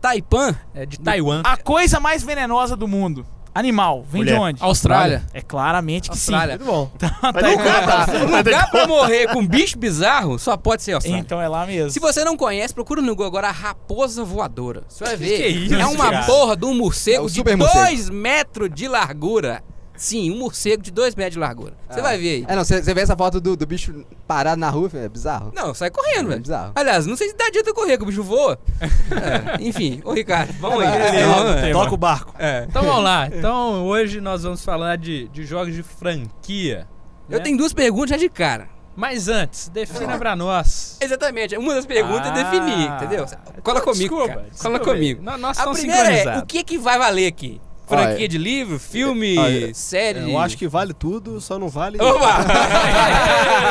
S4: Taipan?
S1: É de Taiwan.
S5: A coisa mais venenosa do mundo. Animal. Vem de
S3: Mulher.
S5: onde?
S4: Austrália.
S5: É claramente que Então, assim,
S4: Austrália.
S2: Muito bom.
S3: Vai ter que contar. Vai ter que
S4: Lugar pra morrer com bicho bizarro só pode ser
S5: sim.
S4: Austrália.
S5: Então é lá mesmo.
S4: Se você não conhece, procura no Google agora a raposa voadora. Você vai ver.
S1: que é isso,
S4: uma
S1: cara?
S4: porra de um morcego
S7: É o
S4: de
S7: super morcego.
S4: 2 metros de largura. Sim, um morcego de 2 metros de largura. Você
S7: Ah.
S4: vai ver aí.
S7: É, não, você vê essa foto do, do bicho parado na rua, é bizarro.
S4: Não, sai correndo,
S7: É
S4: velho.
S7: bizarro.
S4: Aliás, não sei se dá adianta correr, que o bicho voa. É, enfim, ô Ricardo, vamos aí.
S6: É, logo o tema.
S2: Toca o barco.
S4: É.
S1: Então vamos lá. Então hoje nós vamos falar de, de jogos de franquia.
S4: Eu tenho duas perguntas já de cara.
S1: Mas antes, defina pra nós.
S4: Exatamente, uma das perguntas é
S1: Ah.
S4: definir, entendeu? Cola
S1: Pô,
S4: comigo,
S1: desculpa,
S4: cara.
S1: desculpa.
S4: Cola comigo.
S1: Nó- Nós
S4: A
S1: estamos
S4: primeira é,
S1: sincronizados.
S4: o que que vai valer aqui? Franquia de livro, filme,
S7: olha,
S4: série?
S2: É, Eu acho que vale tudo, só não vale.
S4: Opa!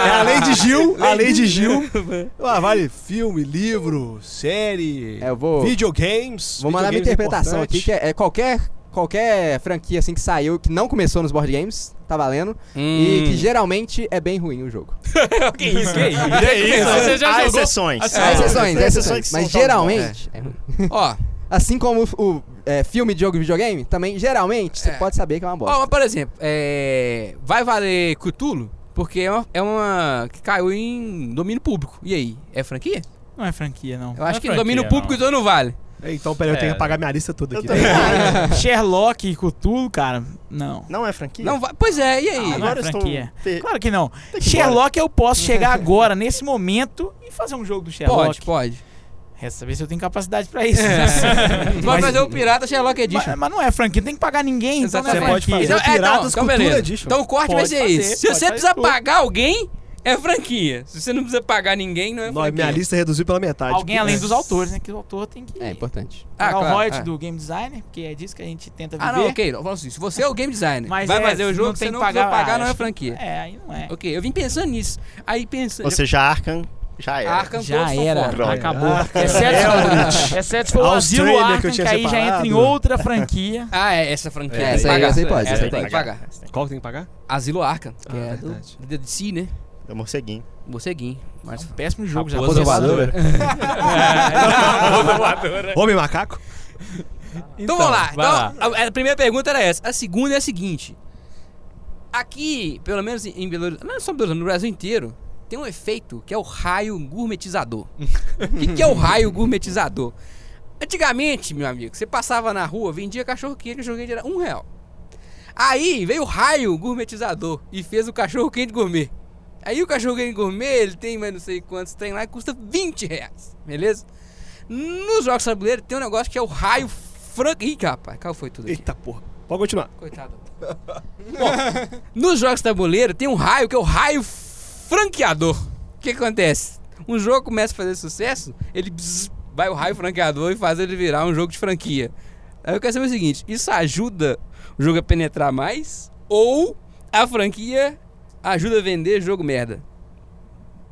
S2: É a lei de Gil, a lei de Gil. Ah, vale filme, livro, série,
S7: É, eu vou-
S2: videogames.
S7: Vou mandar minha
S2: videogames é
S7: interpretação
S2: importante.
S7: aqui, que é, é qualquer, qualquer franquia assim que saiu, que não começou nos board games, tá valendo.
S4: Hum.
S7: E que geralmente é bem ruim o jogo.
S4: que isso, que isso?
S1: Você já
S3: Há
S1: jogou?
S3: exceções.
S7: Há
S3: Tem
S7: exceções, há
S3: exceções
S7: exceções.
S3: que são
S7: Mas
S3: tão
S7: geralmente é ruim.
S4: Ó,
S7: Assim como o, o, é, filme, jogo e videogame, também geralmente você
S4: É.
S7: pode saber que é uma
S4: ó,
S7: bosta.
S4: mas por exemplo, é, vai valer Cthulhu? Porque é uma, é uma que caiu em domínio público. E aí, é franquia?
S5: Não é franquia, não.
S4: Eu acho
S1: é
S4: que
S1: franquia,
S4: domínio público
S1: não.
S4: então não vale.
S2: Então, peraí, eu tenho que pagar minha lista toda
S3: Eu
S2: aqui.
S3: também.
S5: Sherlock e Cthulhu, cara, não.
S3: Não é franquia?
S4: Não vai. Pois é, e aí?
S5: não
S3: Agora
S5: é
S3: estou
S5: franquia.
S3: pe-
S5: Claro que não.
S3: Tem que ir embora.
S5: Sherlock eu posso chegar agora, nesse momento, e fazer um jogo do
S1: Ah,
S5: Sherlock.
S4: Pode, pode. É.
S5: Resta saber se eu tenho capacidade pra isso.
S4: Pode fazer o Pirata Sherlock Edition.
S5: Mas, mas não é franquia, tem que pagar ninguém. Então não é
S2: Você pode
S5: franquia.
S2: fazer.
S4: Então, é,
S2: Piratas
S4: então, então,
S2: Cultura
S4: beleza.
S2: Edition.
S4: Então o corte
S5: Pode
S4: vai ser
S5: fazer,
S4: isso. Se
S5: pode
S4: você
S5: fazer
S4: precisa
S5: tudo.
S4: pagar alguém, é franquia. Se você não precisa pagar ninguém, não é
S2: Não,
S4: franquia.
S2: minha lista reduziu pela metade.
S5: Alguém
S2: porque-
S5: além dos autores, né? Que o autor tem que
S7: É importante.
S5: pagar o
S4: claro,
S5: royalty
S4: é.
S5: do game designer, porque é disso que a gente tenta viver.
S4: Ah, não, ok. Não, vamos assim, se você é o game designer,
S5: Mas
S4: vai
S5: é,
S4: fazer o
S5: não
S4: jogo,
S5: tem
S4: você não
S5: que
S4: pagar,
S5: pagar,
S4: precisa pagar, não é
S5: acho.
S4: franquia.
S5: É, aí não é.
S4: Ok, eu vim pensando nisso. Aí pensando...
S3: Ou seja, Arkham já era.
S4: Arkham todos
S5: Já
S4: são
S5: era,
S4: fora.
S5: acabou.
S2: Ah,
S5: É Exceto, exceto se for o
S2: Australia
S5: Asilo
S2: que eu
S5: Arkham, que,
S2: tinha
S5: aí já entra em
S2: separado.
S5: outra franquia.
S4: Ah, é, essa franquia.
S7: É,
S4: tem que
S7: essa aí-
S4: pagar.
S7: essa aí pode,
S4: Essa
S7: essa aí
S4: tem que
S7: pode.
S4: pagar.
S2: Qual que tem que pagar?
S4: Asilo Arkham, que
S2: Ah,
S4: é do,
S2: verdade.
S4: do DC, né?
S3: É o morceguinho.
S4: Morceguinho. Mas...
S5: Péssimo jogo já.
S1: Raposa
S5: aconteceu.
S1: voadora.
S2: Homem macaco?
S4: Então, vamos lá.
S1: vai
S4: Então, A, a primeira pergunta era essa. A segunda é a seguinte. Aqui, pelo menos em- em Belo Horizonte, não é só em Belo Horizonte, no Brasil inteiro, tem um efeito que é o raio gourmetizador. O que, que é o raio gourmetizador? Antigamente, meu amigo, você passava na rua, vendia cachorro quente, cachorro quente era um real. Aí veio o raio gourmetizador e fez o cachorro quente gourmet. Aí o cachorro quente gourmet, ele tem mais não sei quantos tem lá e custa 20 reais, beleza? Nos jogos de tabuleiro tem um negócio que é o raio franco. Ih, rapaz, qual foi tudo aqui?
S2: Eita porra. Pode continuar.
S4: Coitado. Bom, nos jogos de tabuleiro tem um raio que é o raio franqueador. O que que acontece? Um jogo começa a fazer sucesso, ele bzz, vai o raio franqueador e faz ele virar um jogo de franquia. Aí eu quero saber o seguinte: isso ajuda o jogo a penetrar mais? Ou a franquia ajuda a vender jogo merda?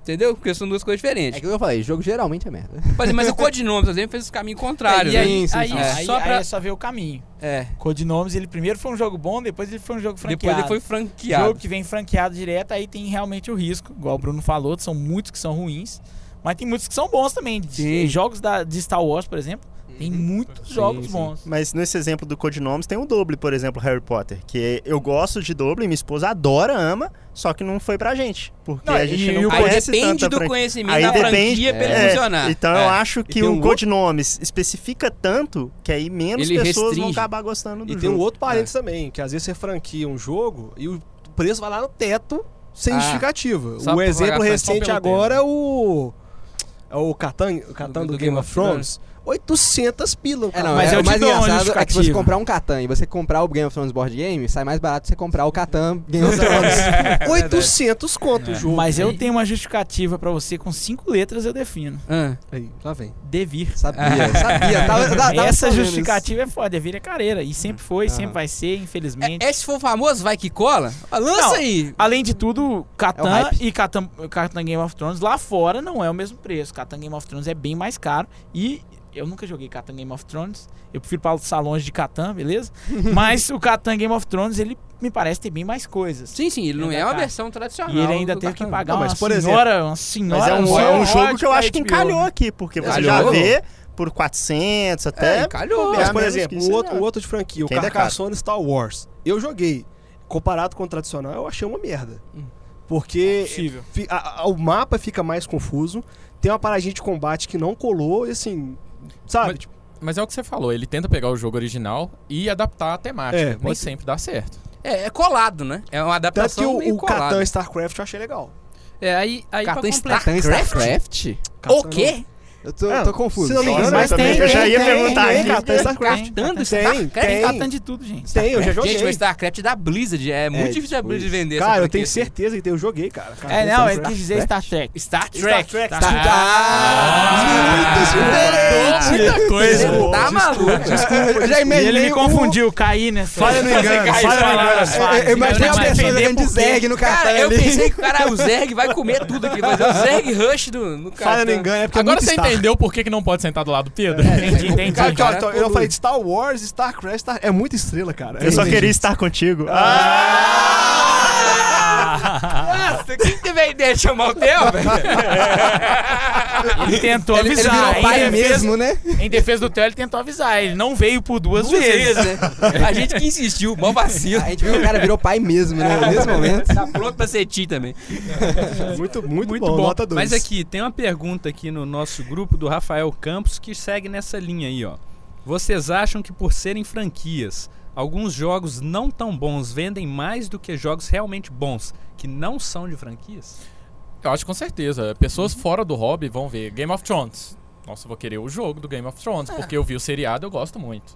S4: Entendeu? Porque são duas coisas
S7: É
S4: diferentes.
S7: aquilo que eu falei, jogo geralmente é merda.
S4: Mas, mas o codinome, por exemplo, fez o caminho contrário.
S1: E
S4: né?
S1: aí,
S7: Sim, sim,
S1: aí
S7: sim.
S5: Aí,
S1: só
S5: aí
S1: pra...
S5: é só ver o caminho.
S4: É.
S5: Codinomes, ele primeiro foi um jogo bom, depois ele foi um jogo franqueado.
S4: Depois ele foi franqueado.
S5: Jogo que vem franqueado direto, aí tem realmente o risco, igual o Bruno falou, são muitos que são ruins, mas tem muitos que são bons também. De-
S4: Sim.
S5: Jogos da, de Star Wars, por exemplo, tem muitos jogos
S7: sim.
S5: bons.
S3: Mas nesse exemplo do Codinomes tem o Doble, por exemplo, Harry Potter. Que eu gosto de Doble, minha esposa adora, ama, só que não foi pra gente. Porque
S5: Não,
S3: a gente
S5: e- e
S3: não
S5: o-
S4: Aí
S3: conhece
S4: depende
S3: tanta
S4: do
S3: franquia.
S4: conhecimento
S3: Aí
S4: da
S3: depende-
S4: franquia pra ele
S3: É,
S4: funcionar.
S3: Então
S4: É.
S3: eu acho que
S2: tem um
S3: o
S2: outro-
S3: Codinomes especifica tanto que aí menos
S4: Ele
S3: pessoas vão
S4: restringe.
S3: acabar gostando do
S2: E tem
S3: jogo.
S2: um outro parênteses também, que às vezes você franquia um jogo e o preço vai lá no teto sem
S4: Ah, só
S2: justificativa. O
S4: pra pagar
S2: exemplo
S4: só
S2: recente
S4: pelo
S2: agora é o. É o Catan, o Catan
S4: Do-
S2: do,
S4: do
S2: Game, of Thrones. 800 pila,
S7: É,
S2: cara.
S7: não,
S5: Mas
S7: é,
S5: eu
S7: o
S5: te
S7: mais
S5: dou uma
S7: engraçado é que se você
S5: justificativa.
S7: comprar um Catan e você comprar o Game of Thrones Board Game, sai mais barato você comprar o Catan Game of Thrones.
S2: 800 conto o jogo.
S5: Mas eu tenho uma justificativa pra você, com cinco letras eu defino.
S4: Ah.
S2: Aí, lá vem.
S5: Devir.
S7: sabia, sabia. Tava, tava- tava
S5: Essa
S7: sabendo
S5: justificativa é foda, devir é careira. E sempre foi, sempre
S7: Aham.
S5: vai ser,
S4: É,
S5: infelizmente.
S4: Esse foi o famoso vai que cola? Ah, Lança
S5: Não.
S4: aí.
S5: Além de tudo,
S7: É o
S5: Catan
S7: hype.
S5: e Catan, Catan Game of Thrones lá fora não é o mesmo preço. Catan Game of Thrones é bem mais caro e eu nunca joguei Catan Game of Thrones. Eu prefiro passar longe de Catan, beleza? Mas o Catan Game of Thrones, ele me parece ter bem mais coisas.
S4: Sim, sim, ele não é uma versão tradicional.
S5: tá. E ele ainda
S4: do
S5: teve que
S4: Catan.
S5: pagar
S2: Não,
S5: uma,
S2: mas, por exemplo-
S5: senhora, uma senhora,
S3: Mas é um, é um
S5: senhora
S3: jogo que eu
S5: pra
S3: acho que
S5: HBO.
S3: encalhou aqui, porque você já
S4: Calhou.
S3: vê por 400 até.
S4: É, calhou.
S3: É,
S2: Mas, por
S3: menos
S2: exemplo,
S3: que
S2: o
S3: isso,
S2: outro,
S3: né?
S2: o outro de franquia, o
S3: Que ainda é caro.
S2: Carcassonne Star Wars. Eu joguei. Comparado com o tradicional, eu achei uma merda.
S4: Hum.
S2: Porque
S5: Possível.
S2: fi- a- a- o mapa fica mais confuso, tem uma paradinha de combate que não colou, e assim, sabe?
S6: Mas- Mas é o que você falou, ele tenta pegar o jogo original e adaptar a temática.
S2: É,
S6: Nem
S2: pode-
S6: sempre dá certo.
S4: É, é colado, né? É uma
S2: Tanto que
S4: adaptação
S2: o,
S4: meio
S2: o Catan
S4: colada.
S2: StarCraft eu achei legal.
S1: É, aí, aí pra
S4: Cartão
S1: completar.
S7: Tem StarCraft?
S4: O quê?
S7: Eu tô,
S2: Ah,
S7: tô confuso.
S2: Se não me engano,
S3: Mas
S2: eu também-
S3: tem,
S2: eu já
S3: tem,
S2: ia
S3: tem,
S2: perguntar
S3: tem
S2: aqui. Catan StarCraft.
S5: Tem,
S4: Tanto
S2: Tem,
S5: Tem
S2: tem.
S5: catando de tudo, gente.
S2: É Tem, eu já joguei.
S4: Gente, o StarCraft é da Blizzard. É muito difícil a
S7: tipo
S4: Blizzard
S7: isso.
S4: vender essa
S2: Cara, eu tenho
S4: franquia.
S2: certeza que tem, eu joguei, cara. Catan
S5: É, não, ele
S2: StarCraft.
S5: quis dizer Star Trek.
S4: Star Trek.
S2: Star Trek.
S5: Tá.
S2: Star-
S7: Ah, muito diferente.
S1: Muita coisa.
S4: Você tá maluco?
S7: Eu já
S5: E
S7: imaginei
S5: ele me
S7: o-
S5: confundiu, caí né? nessa.
S2: Falha no engano,
S5: Caí,
S2: falha no
S5: falha,
S2: engano.
S5: falha.
S7: Eu- Eu eu imaginei as
S1: Vai
S7: pessoas
S1: defender
S7: jogando de Zerg no cartão
S4: Cara, eu
S7: ali.
S4: pensei que o cara, o Zerg vai comer tudo aqui. Mas é o Zerg Rush do, no cara.
S2: Falha no engano, é porque é
S6: Agora
S2: muito
S6: você
S2: Star.
S6: entendeu por que, que não pode sentar do lado do Pedro?
S5: Entendi, entendi.
S2: Cara, que, ó,
S4: Cara,
S2: então, eu falei de Star Wars, StarCraft, Star... é muita estrela, cara.
S3: Eu só queria estar contigo.
S4: Nossa, quem teve a ideia de chamar o Theo, velho?
S5: Ele tentou
S7: Ele, ele
S5: avisar.
S7: virou pai
S5: em, defesa,
S7: mesmo, né?
S5: em defesa do Theo, ele tentou avisar. Ele não veio por duas,
S4: Duas
S5: vezes.
S4: vezes, né? A gente que insistiu, mó vacilo.
S7: A gente viu que o cara virou pai mesmo, né? No mesmo momento.
S4: Tá pronto pra ser ti também.
S2: Muito, muito,
S1: Muito
S2: bom,
S1: bom.
S2: nota 2.
S1: Mas aqui, tem uma pergunta aqui no nosso grupo do Rafael Campos que segue nessa linha aí, ó. Vocês acham que por serem franquias, alguns jogos não tão bons vendem mais do que jogos realmente bons, que não são de franquias?
S6: Eu acho com certeza. Pessoas fora do hobby vão ver Game of Thrones. Nossa, eu vou querer o jogo do Game of Thrones, porque eu vi o seriado eu gosto muito.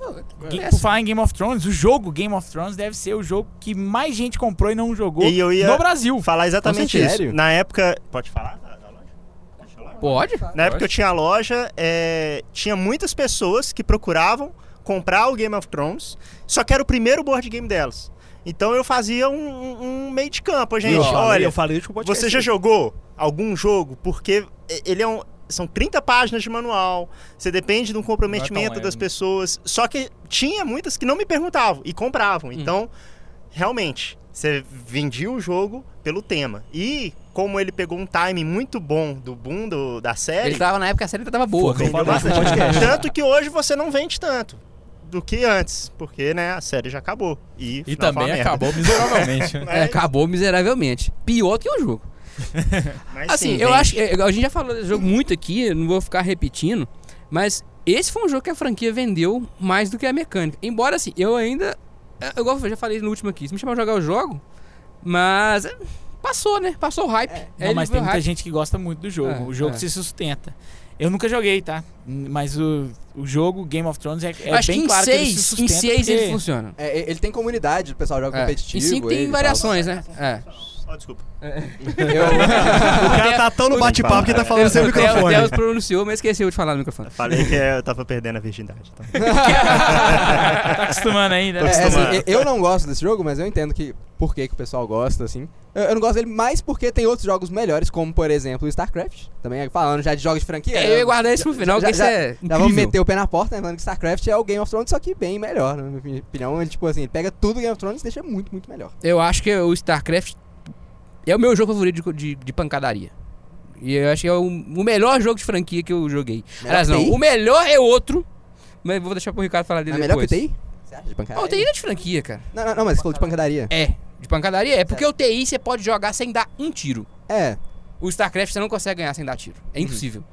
S5: Ga-
S3: É.
S5: Por falar em Game of Thrones, o jogo Game of Thrones deve ser o jogo que mais gente comprou e não jogou
S3: E eu ia-
S5: no Brasil.
S3: Falar exatamente
S7: Nossa,
S3: isso.
S7: sério?
S3: Na época. Pode falar? da- da loja? Pode falar?
S4: Pode?
S3: Na época que eu tinha a loja, é, tinha muitas pessoas que procuravam comprar o Game of Thrones, só que era o primeiro board game delas. Então eu fazia um, um- um meio de campo, gente.
S2: eu falei,
S3: Olha,
S2: eu falei isso com o podcast.
S3: você já jogou algum jogo? Porque ele é um. São 30 páginas de manual, você depende do comprometimento
S6: leve.
S3: das pessoas. Só que tinha muitas que não me perguntavam e compravam. Então, realmente, você vendia o jogo pelo tema. E como ele pegou um timing muito bom do boom do- da série,
S4: Ele tava na época, a série tava boa.
S2: Pô, eu falo
S3: Bastante.
S2: bastante podcast.
S3: Tanto que hoje você não vende tanto do que antes, porque né, a série já acabou. E,
S6: E
S3: o final foi uma
S6: também
S3: merda.
S6: acabou miseravelmente. né?
S4: É, acabou miseravelmente. Pior do que o jogo.
S3: Mas
S4: Assim,
S3: sim,
S4: eu
S3: vende.
S4: acho que. A gente já falou desse jogo muito aqui, eu não vou ficar repetindo. Mas esse foi um jogo que a franquia vendeu mais do que a mecânica. Embora, assim, eu ainda. é, Igual eu já falei no último aqui, se me chamar pra jogar o jogo, mas. é, Passou, né? Passou o hype. É,
S5: Não, mas
S4: ele
S5: tem
S4: viu o
S5: muita
S4: hype.
S5: gente que gosta muito do jogo.
S4: É,
S5: o jogo
S4: é.
S5: se sustenta. Eu nunca joguei, tá? N- Mas o, o jogo Game of Thrones é, é
S4: Acho que
S5: bem
S4: em
S5: claro que ele se
S4: seis, em
S5: sustenta.
S4: seis ele
S5: porque-
S4: funciona.
S7: É, ele tem comunidade, o pessoal joga
S4: É.
S7: competitivo.
S4: Em cinco tem
S7: ele
S4: variações, né? É.
S3: Ó, desculpa.
S7: fala- Eu- é,
S2: O cara tá tão no bate-papo que tá falando sem o
S4: O Theo-
S2: microfone.
S4: O Theo pronunciou, mas esqueceu de falar no microfone.
S3: Falei que eu tava perdendo a virgindade. Então.
S5: tá acostumando ainda.
S7: É,
S5: né?
S7: é, assim,
S3: acostumado.
S7: eu eu não gosto desse jogo, mas eu entendo que por que, que o pessoal gosta, assim. Eu, eu não gosto dele mais porque tem outros jogos melhores, como por exemplo o StarCraft. Também falando já de jogos de franquia.
S4: É, eu ia guardar isso pro final,
S7: já-
S4: porque isso
S7: já-
S4: é
S7: Já vamos
S4: incrível.
S7: meter o pé na porta, né? Falando que StarCraft é o Game of Thrones, só que bem melhor, na minha opinião. Ele, tipo assim, ele pega tudo do Game of Thrones e deixa muito, muito melhor.
S4: Eu acho que o StarCraft é o meu jogo favorito de, de- de pancadaria. E eu acho que é o, o melhor jogo de franquia que eu joguei.
S7: Melhor
S4: Aliás,
S7: que
S4: não,
S7: TI?
S4: o melhor é outro, mas vou deixar pro Ricardo falar
S7: É
S4: dele
S7: melhor
S4: depois.
S7: que o TI? Você acha de pancadaria?
S4: Não, o TI não é de franquia, cara.
S7: Não, não, não, mas você falou de pancadaria.
S4: É, de pancadaria é, porque o TI você pode jogar sem dar um tiro.
S7: É.
S4: O StarCraft você não consegue ganhar sem dar tiro. É impossível.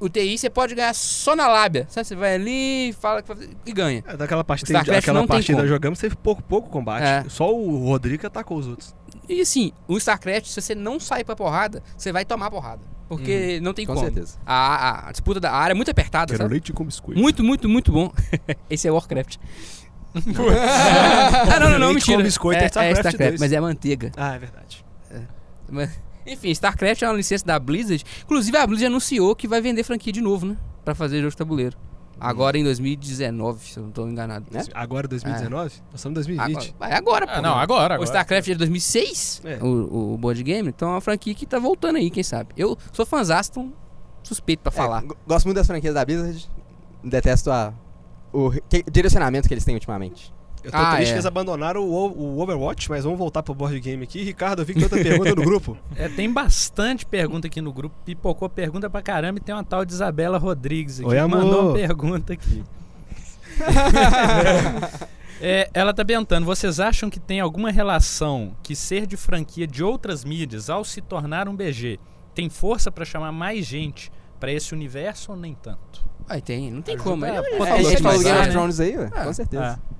S4: O, o TI você pode ganhar só na lábia. Sabe, você vai ali, fala que vai fazer- e ganha.
S2: É, Daquela partida,
S4: StarCraft
S2: aquela
S4: não tem
S2: partida
S4: como.
S2: jogamos, teve pouco, pouco combate.
S4: É.
S2: Só o Rodrigo atacou os outros.
S4: E assim, o StarCraft, se você não sair pra porrada, você vai tomar porrada. Porque
S2: Uhum.
S4: não tem
S7: Com
S4: como.
S7: certeza.
S4: A, a- a disputa da área é muito apertada,
S2: Quero
S4: sabe?
S2: leite com biscoito.
S4: Muito, muito, muito bom. Esse é Warcraft. ah, não, não, não,
S2: Leite
S4: mentira.
S2: com biscoito é
S4: é,
S2: StarCraft dois.
S4: mas é manteiga.
S2: Ah, é verdade.
S4: Mas- Enfim, StarCraft é uma licença da Blizzard. Inclusive, a Blizzard anunciou que vai vender franquia de novo, né? Pra fazer jogo de tabuleiro. Agora em 2019, se eu não tô enganado.
S2: É?
S7: Né?
S2: Agora 2019? Nós estamos em
S4: É. Agora,
S2: 2020.
S4: vai agora, pô.
S6: Ah, não,
S4: O
S6: agora, agora.
S4: StarCraft é de 2006,
S2: É.
S4: o, o board game. Então é uma franquia que tá voltando aí, quem sabe. Eu sou fãzasto, então suspeito pra falar.
S7: É, go- gosto muito das franquias da Blizzard. Detesto a, o re- que- direcionamento que eles têm ultimamente.
S2: Eu tô
S4: Ah,
S2: triste
S4: é.
S2: que eles abandonaram o, o Overwatch, mas vamos voltar pro board game aqui. Ricardo, eu vi que tem outra pergunta no grupo.
S1: É, tem bastante pergunta aqui no grupo. Pipocou pergunta pra caramba e tem uma tal de Isabela Rodrigues aqui
S2: Oi,
S1: que
S2: amor.
S1: mandou uma pergunta aqui. É, ela tá perguntando: vocês acham que tem alguma relação que ser de franquia de outras mídias ao se tornar um BG tem força pra chamar mais gente pra esse universo ou nem tanto?
S4: Aí tem, não tem
S1: Ajuda
S4: como. É,
S1: a
S4: é,
S7: É, a gente
S1: demais,
S7: falou do Game
S1: né?
S7: of Thrones aí, ué,
S4: Ah,
S7: com certeza.
S1: Ah.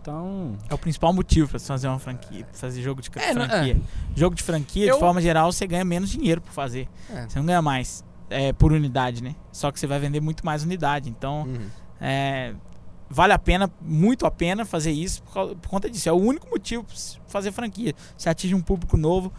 S1: Então,
S5: É o principal motivo pra você fazer uma franquia, pra fazer jogo de ca-
S4: É, não-
S5: franquia. Jogo de franquia,
S6: Eu-
S5: de forma geral, você ganha menos dinheiro por fazer.
S4: É.
S5: Você não ganha mais é, por unidade, né? Só que você vai vender muito mais unidade. Então,
S7: Uhum.
S5: é, vale a pena, muito a pena fazer isso por, causa- por conta disso. É o único motivo pra se fazer franquia. Você atinge um público novo.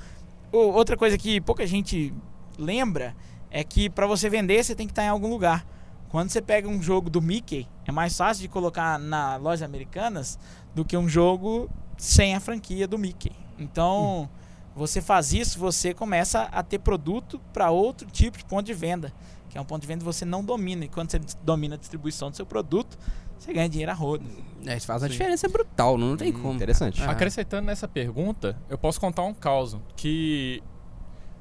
S5: O- outra coisa que pouca gente lembra é que pra você vender, você tem que estar em algum lugar. Quando você pega um jogo do Mickey, é mais fácil de colocar na lojas americanas do que um jogo sem a franquia do Mickey. Então, você faz isso, você começa a ter produto para outro tipo de ponto de venda, que é um ponto de venda que você não domina. E quando você domina a distribuição do seu produto, você ganha dinheiro a rodo.
S4: É, isso faz uma
S6: Sim.
S4: diferença brutal, não, não tem como.
S5: É.
S7: Interessante.
S4: Ah.
S6: Acrescentando nessa pergunta, eu posso contar um caos que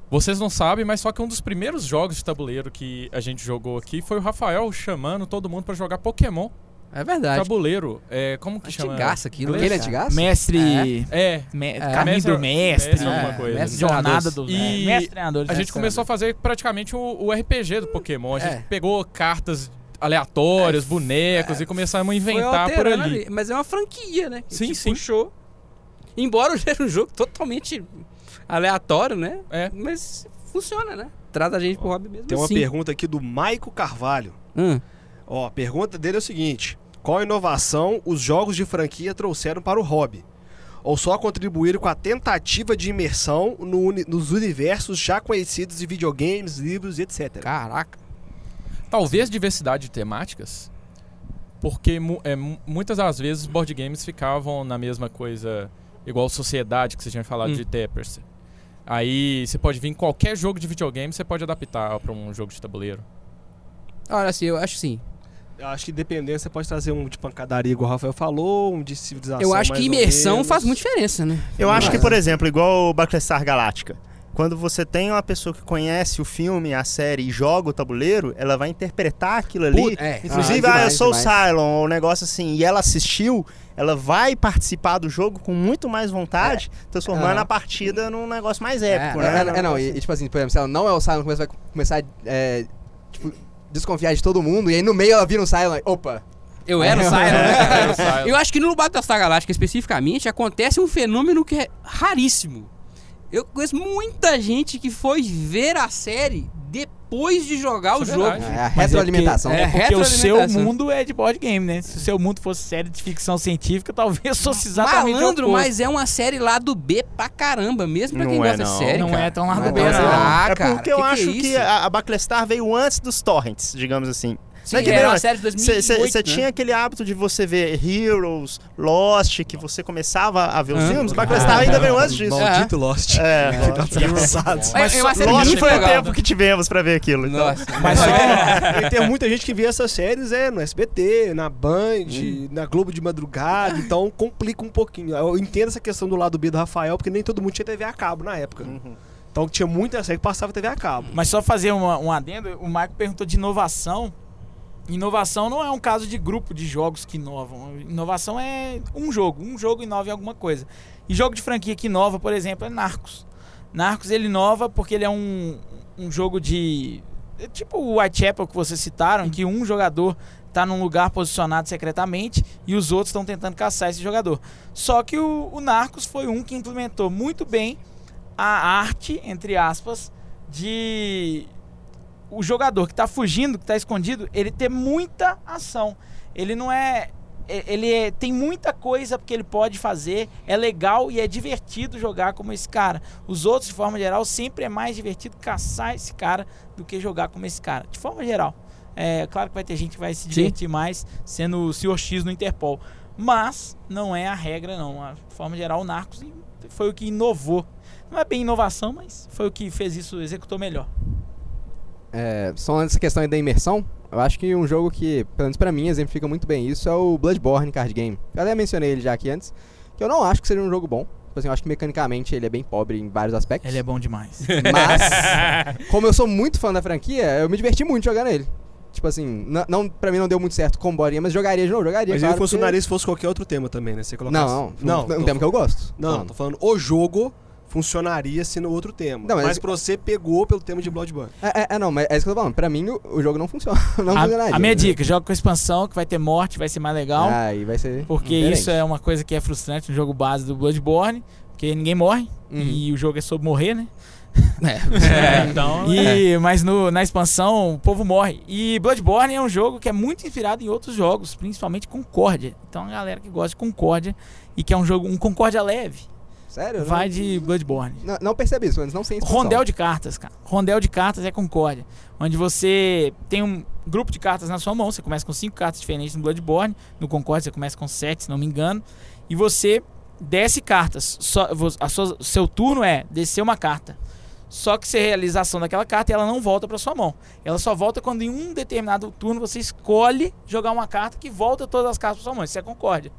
S6: vocês não sabem, mas só que um dos primeiros jogos de tabuleiro que a gente jogou aqui foi o Rafael chamando todo mundo pra jogar Pokémon
S4: É verdade.
S6: tabuleiro. É, como que chama?
S4: Antigaça aquilo.
S7: Ele é de gás?
S5: Mestre.
S6: É.
S5: me-
S4: É.
S5: Caminho do
S6: Mestre-
S5: mestre.
S6: mestre
S5: né?
S6: alguma coisa.
S4: mestre
S5: Jornada
S4: treinadores.
S5: do
S6: E
S5: é, mestre treinador.
S6: A gente começou a fazer praticamente o, o RPG do Pokémon. A gente
S4: É.
S6: pegou cartas
S5: É.
S6: aleatórias, bonecos e começamos a
S4: Foi
S6: inventar por
S4: alterando
S6: ali.
S4: Mas é uma franquia, né? Que
S6: Sim,
S4: te
S6: sim.
S4: Puxou. Embora seja um jogo totalmente aleatório, né?
S6: É.
S4: Mas funciona, né? Trata a gente pro hobby mesmo
S2: Tem uma
S4: assim.
S2: pergunta aqui do Maico Carvalho.
S4: Hum.
S2: Ó, a pergunta dele é o seguinte: qual inovação os jogos de franquia trouxeram para o hobby? Ou só contribuíram com a tentativa de imersão no uni- nos universos já conhecidos de videogames, livros e etc.
S4: Caraca.
S6: Talvez diversidade de temáticas, porque mu- é, mu- muitas das vezes board games ficavam na mesma coisa, igual sociedade que você tinha falado
S4: Hum.
S6: de Tapers. Aí você pode vir em qualquer jogo de videogame, você pode adaptar pra um jogo de tabuleiro.
S4: Olha assim, eu acho sim.
S2: Eu acho que dependendo, você pode trazer um de pancadaria, igual o Rafael falou, um de civilização.
S4: eu acho que
S2: mais ou
S4: imersão
S2: menos.
S4: faz muita diferença, né?
S3: Eu acho que,
S4: Mas-
S3: por exemplo, igual o Battlestar Galáctica. Quando você tem uma pessoa que conhece o filme, a série e joga o tabuleiro, ela vai interpretar aquilo ali.
S4: Puta, é.
S3: Inclusive,
S7: Ah,
S3: ah, eu
S7: demais,
S3: sou o
S7: demais.
S3: Cylon, ou um negócio assim, e ela assistiu, ela vai participar do jogo com muito mais vontade, transformando
S4: Aham.
S3: a partida num negócio mais
S7: É,
S3: épico,
S7: é,
S3: né?
S7: é, não, e, e, tipo assim, por exemplo, se ela não é o Silent, começa- vai começar é, tipo, desconfiar de todo mundo, e aí no meio ela vira um Silent. Opa!
S4: ah, Eu era o
S3: é.
S4: Cylon,
S6: Era o
S4: né?
S6: Cylon.
S4: Eu acho que no Battlestar Galáctica especificamente acontece um fenômeno que é raríssimo. Eu conheço muita gente que foi ver a série depois de jogar o
S6: Isso é
S4: jogo.
S6: verdade.
S7: É a retroalimentação.
S4: É,
S5: Porque o seu
S4: retroalimentação.
S5: mundo é de board game, né? Se o seu mundo fosse série de ficção científica, talvez fosse exatamente o
S4: Malandro,
S5: oposto.
S4: mas é uma série lá do B pra caramba, mesmo pra
S3: Não
S4: quem
S3: é,
S4: gosta de
S3: não.
S4: série.
S5: Não
S4: cara.
S5: é tão lá
S7: Não
S5: do
S7: é
S5: B,
S7: tão
S5: não.
S7: lá.
S4: Ah,
S3: é
S4: cara,
S3: porque
S4: que
S3: eu
S4: que é
S3: acho que,
S4: isso?
S3: a, a Baclestar veio antes dos torrents, digamos assim.
S4: Sim,
S3: é que
S4: era
S3: veio
S4: uma
S3: antes.
S4: série de 2008,
S3: Você
S4: né?
S3: tinha aquele hábito de você ver Heroes, Lost, que você começava a ver os
S4: Hã?
S3: filmes, Baclestar ainda veio antes disso.
S2: Maldito Lost.
S3: É,
S2: Engraçado.
S4: né? É, é uma série
S3: Lost
S4: muito
S3: foi o
S4: legal.
S3: tempo que tivemos pra ver aquilo. então.
S4: Nossa.
S7: É.
S2: Mas só, e tem muita gente que vê essas séries é no SBT, na Band,
S7: Hum.
S2: na Globo de madrugada, então complica um pouquinho. Eu entendo essa questão do lado B do Rafael, porque nem todo mundo tinha TV a cabo na época.
S7: Uhum.
S2: Então tinha muita série que passava TV a cabo.
S5: Mas só fazer uma- um adendo, o Marco perguntou de inovação. Inovação não é um caso de grupo de jogos que inovam. Inovação é um jogo, um jogo inova em alguma coisa. E jogo de franquia que inova, por exemplo, é Narcos. Narcos ele inova porque ele é um, um jogo de. é Tipo o Whitechapel que vocês citaram, em que um jogador tá num lugar posicionado secretamente e os outros estão tentando caçar esse jogador. Só que o, o Narcos foi um que implementou muito bem a arte, entre aspas, de o jogador que tá fugindo, que tá escondido, ele ter muita ação. Ele não é. e- Ele é- tem muita coisa que ele pode fazer, é legal e é divertido jogar como esse cara. Os outros, de forma geral, sempre é mais divertido caçar esse cara do que jogar como esse cara, de forma geral. É claro que vai ter gente que vai se divertir mais sendo o Sr. X no Interpol, mas não é a regra, não. A- De forma geral, o Narcos foi o que inovou. Não é bem inovação, mas foi o que fez isso, executou melhor.
S7: É, só essa questão aí da imersão, eu acho que um jogo que, pelo menos pra mim, exemplifica muito bem isso é o Bloodborne Card Game. Eu até mencionei ele já aqui antes, que eu não acho que seja um jogo bom. Tipo assim, eu acho que mecanicamente ele é bem pobre em vários aspectos.
S5: Ele é bom demais.
S7: Mas, como eu sou muito fã da franquia, eu me diverti muito jogando ele. Tipo assim, n- não, pra mim não deu muito certo com bolinha, mas jogaria de novo, jogaria.
S2: Mas
S7: claro,
S2: ele um funcionaria se fosse qualquer outro tema também, né? Você
S7: porque-
S2: colocasse...
S7: Não, não,
S2: não. então
S7: um
S2: tô-
S7: tema que eu gosto.
S2: Não, tô falando o jogo funcionaria se no outro tema.
S7: Não, mas-
S2: mas pra você pegou pelo tema de Blood Bank.
S7: É, é- é, não, mas é isso que eu tô falando. Pra mim, o, o jogo não funciona. Não
S5: A,
S7: funcionaria.
S5: a minha dica, joga com expansão, que vai ter morte, vai ser mais legal.
S7: Ah, e vai ser.
S5: Porque
S7: diferente.
S5: isso é uma coisa que é frustrante no jogo base do Bloodborne, porque ninguém morre
S7: Uhum.
S5: e o jogo é sobre morrer, né?
S6: É, então.
S5: E, Mas no- na expansão o povo morre. E Bloodborne é um jogo que é muito inspirado em outros jogos, principalmente Concórdia. Então a galera que gosta de Concórdia e que é um jogo, um Concórdia leve,
S7: Sério? eu não-
S5: vai de Bloodborne.
S7: Não, não percebi isso, mas não sem expansão.
S5: Rondel de cartas, cara. Rondel de cartas é concórdia. Onde você tem um grupo de cartas na sua mão, você começa com cinco cartas diferentes no Bloodborne, no Concórdia você começa com sete, se não me engano, e você desce cartas. Só, vo- a sua- seu turno é descer uma carta. Só que se a realização daquela carta, ela não volta para sua mão. Ela só volta quando em um determinado turno você escolhe jogar uma carta que volta todas as cartas para sua mão. Isso é concórdia.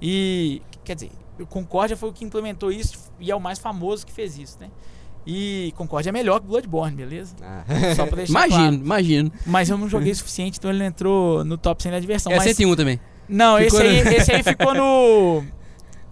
S5: E, quer dizer, o Concórdia foi o que implementou isso e é o mais famoso que fez isso, né? E Concórdia é melhor que Bloodborne, beleza?
S7: Ah.
S5: Só pra deixar
S4: Imagino,
S5: claro.
S4: imagino.
S5: Mas eu não joguei o suficiente, então ele não entrou no top 100 da diversão.
S4: é
S5: mas...
S4: 101 também.
S5: Não, esse
S4: Ficou
S5: aí,
S4: no-
S5: esse aí ficou no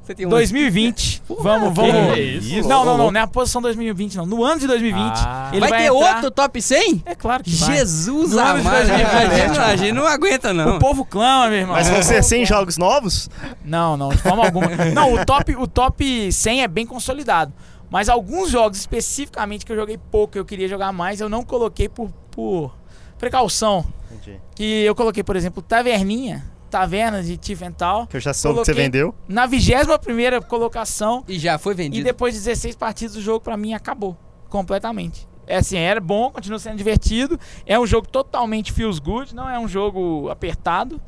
S4: 101.
S5: 2020. vamos,
S6: Que
S5: vamos.
S6: isso?
S5: Não, não, não, não é a posição 2020, não. No ano de 2020.
S1: Ah.
S5: ele
S4: vai, ter
S5: entrar-
S4: outro top 100?
S5: É claro que vai. é
S4: Jesus
S5: No ano de
S4: amado.
S5: 2020.
S4: Imagina, a gente não aguenta não.
S5: O povo clama, meu irmão.
S3: Mas é vão ser 100 jogos novos?
S5: Não, não, de forma alguma. Não, o top, o top 100 é bem consolidado. Mas alguns jogos especificamente que eu joguei pouco, eu queria jogar mais, eu não coloquei por, por precaução.
S3: Entendi.
S5: Que eu coloquei, por exemplo, Taverninha, Taverna de Tivental,
S3: Que eu já soube que você
S5: Coloquei-
S3: vendeu.
S5: na 21ª colocação.
S4: E já foi vendido.
S5: E depois de 16 partidas, o jogo pra mim acabou completamente. É assim, era bom, continua sendo divertido. É um jogo totalmente feels good, não é um jogo apertado.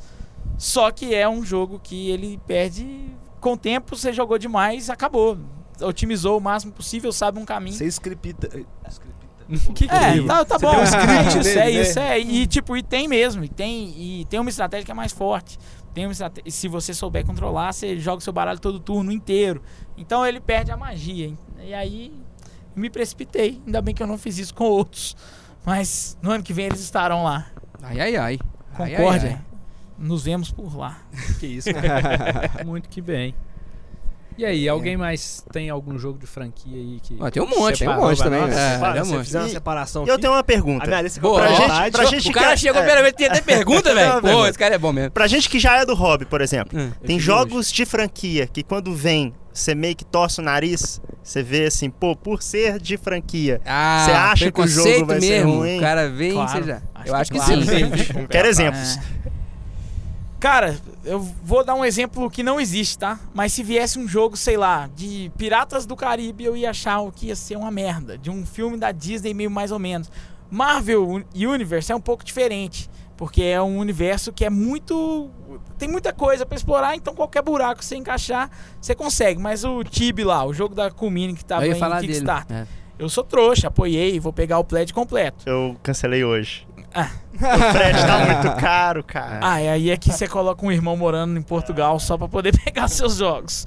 S5: Só que é um jogo que ele perde com o tempo, você jogou demais, acabou. Otimizou o máximo possível, sabe um caminho.
S2: Você escripta.
S1: que que
S5: É, tá, tá bom.
S2: tem um script
S5: é isso,
S2: dele,
S5: é
S2: né?
S5: isso. É. E tipo, e tem mesmo. E tem, e tem uma estratégia que é mais forte. Tem uma estrate- e Se você souber controlar, você joga o seu baralho todo turno inteiro. Então ele perde a magia. hein? E aí me precipitei. Ainda bem que eu não fiz isso com outros. Mas no ano que vem eles estarão lá.
S4: Ai, ai, ai. Ai, ai,
S5: Concórdia.
S4: ai.
S5: Nos vemos por lá.
S2: Que isso, né?
S1: Muito que bem. E aí, alguém mais tem algum jogo de franquia aí que.
S4: Ó, tem um monte, tem um
S1: separou
S4: monte
S1: pra
S4: também.
S1: nós?
S7: né?
S4: É,
S2: Fala,
S4: dá um
S2: se
S4: monte.
S2: fizer uma
S3: E-
S2: separação
S3: E eu
S2: aqui,
S3: tenho uma pergunta.
S2: a minha lista
S4: Boa,
S3: pra,
S4: ó.
S3: gente, pra, gente
S4: Tipo,
S3: que
S4: O cara
S3: é-
S4: chegou
S3: é,
S4: pela vez, tem até pergunta, velho.
S3: Não,
S4: Pô,
S3: velho.
S4: esse cara é bom mesmo.
S3: pra gente que já é do hobby, por exemplo.
S4: Hum.
S3: Tem jogos de franquia que quando vem, você meio que torce o nariz, você vê assim, pô, por ser de franquia.
S4: Ah,
S3: Você acha que o jogo
S4: preconceito
S3: vai ser
S4: mesmo.
S3: ruim?
S4: O cara vem,
S5: Claro.
S4: seja.
S5: Acho
S4: Eu
S5: que tá
S4: acho que,
S5: claro.
S4: sim.
S3: Quero exemplos.
S5: É. Cara, eu vou dar um exemplo que não existe, tá? Mas se viesse um jogo, sei lá, de Piratas do Caribe, eu ia achar o que ia ser uma merda. De um filme da Disney, meio mais ou menos. Marvel Un- Universe é um pouco diferente. Porque é um universo que é muito. Tem muita coisa pra explorar, então qualquer buraco que você encaixar, você consegue. Mas o Tibi lá, o jogo da Kumini que tava
S4: eu ia
S5: em
S4: falar dele.
S5: tá Kickstarter.
S4: É.
S5: Eu sou trouxa, apoiei, vou pegar o pledge completo.
S3: Eu cancelei hoje.
S5: Ah.
S3: O prédio tá muito caro, cara.
S5: Ah, e aí é que você coloca um irmão morando em Portugal só pra poder pegar seus jogos.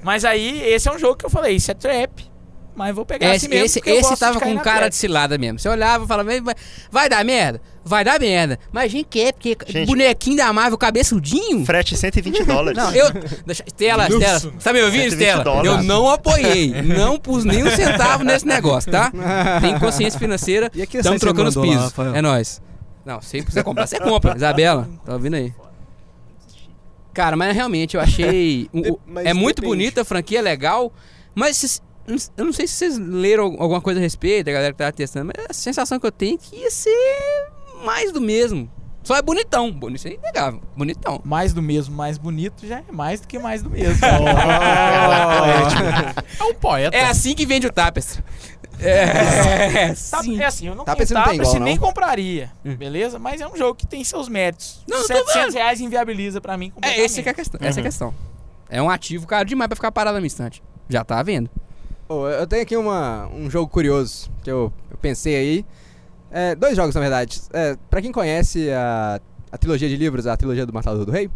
S5: mas aí, esse é um jogo que eu falei, isso é trap. Mas vou pegar
S4: Esse,
S5: assim mesmo.
S4: esse,
S5: porque eu
S4: esse
S5: gosto de
S4: tava
S5: cair
S4: com um
S5: na
S4: cara
S5: trap.
S4: de cilada mesmo. Você olhava e falava, "Vai- vai dar merda? Vai dar merda. Mas a gente quer, porque
S3: Gente.
S4: bonequinho da Marvel, cabeçudinho.
S3: Frete 120 dólares.
S4: Não, eu. Deixa, Estela, Estela. Tá me ouvindo,
S3: 120
S4: Estela?
S3: dólares.
S4: Eu não apoiei. Não pus nem um centavo nesse negócio, tá? Tem consciência financeira.
S2: E a questão
S4: Estamos
S2: que você
S4: trocando os
S2: mandou lá,
S4: pisos.
S2: Rafael?
S4: é nóis. Não, se você comprar, você compra. Isabela, tá ouvindo aí? Cara, mas realmente eu achei. o- o-
S2: De- mas
S4: é muito
S2: depende.
S4: bonita, a franquia é legal. Mas se- eu não sei se vocês leram al- alguma coisa a respeito, a galera que tava testando, mas a sensação que eu tenho é que ia ser mais do mesmo. Só é bonitão. Bonito isso é inegável. Bonitão.
S5: Mais do mesmo, mais bonito, já é mais do que mais do mesmo. Tá,
S6: É um poeta.
S4: É assim que vende o Tapestry. É, é
S5: Tá-
S4: sim. Hum.
S5: é assim, eu não
S7: Tá
S5: tenho
S7: pensando que não tem
S5: Tapestry,
S7: igual,
S5: nem
S7: não?
S5: compraria, beleza? Mas é um jogo que tem seus méritos.
S4: Não, eu tô
S5: 700 reais inviabiliza pra mim
S4: É, esse que é a questão. Essa é a
S3: Uhum.
S4: questão. É um ativo caro demais pra ficar parado na minha estante. Já tá vendo.
S7: Ô, eu tenho aqui uma, um jogo curioso que eu, eu pensei aí. É, dois jogos, na verdade. É, pra quem conhece a, a trilogia de livros, a trilogia do Matador do Rei.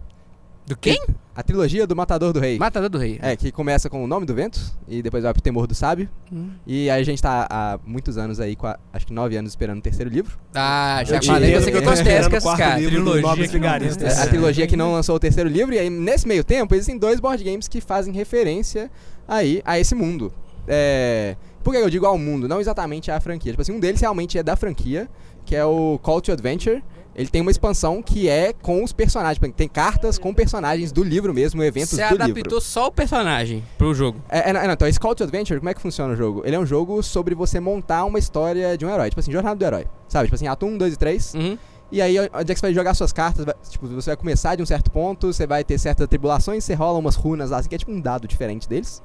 S4: Do quem?
S7: A trilogia do Matador do Rei.
S4: Matador do Rei.
S7: É, que começa com o nome do vento e depois vai pro Temor do Sábio.
S4: Hum.
S7: E aí a gente tá há muitos anos aí, qua- acho que nove anos esperando o terceiro livro.
S4: Ah, já
S2: Eu te
S4: falei pra
S2: entendo,
S4: você que
S2: eu
S4: eu
S2: tô
S4: tô
S2: esperando
S4: com
S2: o
S4: esses
S2: quarto
S4: caras.
S2: livro.
S1: Trilogia
S2: dos nobres
S1: que não
S2: vigaristas.
S1: deu
S7: É,
S1: certo.
S7: a trilogia que não lançou o terceiro livro. E aí, nesse meio tempo, existem dois board games que fazem referência aí a esse mundo. é, por que eu digo ao mundo? Não exatamente à franquia. Tipo assim, um deles realmente é da franquia, que é o Call to Adventure. Ele tem uma expansão que é com os personagens. tipo, Tem cartas com personagens do livro mesmo, eventos
S4: Você
S7: do
S4: adaptou
S7: livro.
S4: só o personagem pro jogo.
S7: É, é, não, é, não, então, esse Call to Adventure, como é que funciona o jogo? Ele é um jogo sobre você montar uma história de um herói. Tipo assim, jornada do herói. Sabe? Tipo assim, ato 1, 2 e 3.
S4: Uhum.
S7: E aí, onde é que você vai jogar suas cartas? vai- tipo, você vai começar de um certo ponto, você vai ter certas tribulações, você rola umas runas lá, assim, que é tipo um dado diferente deles.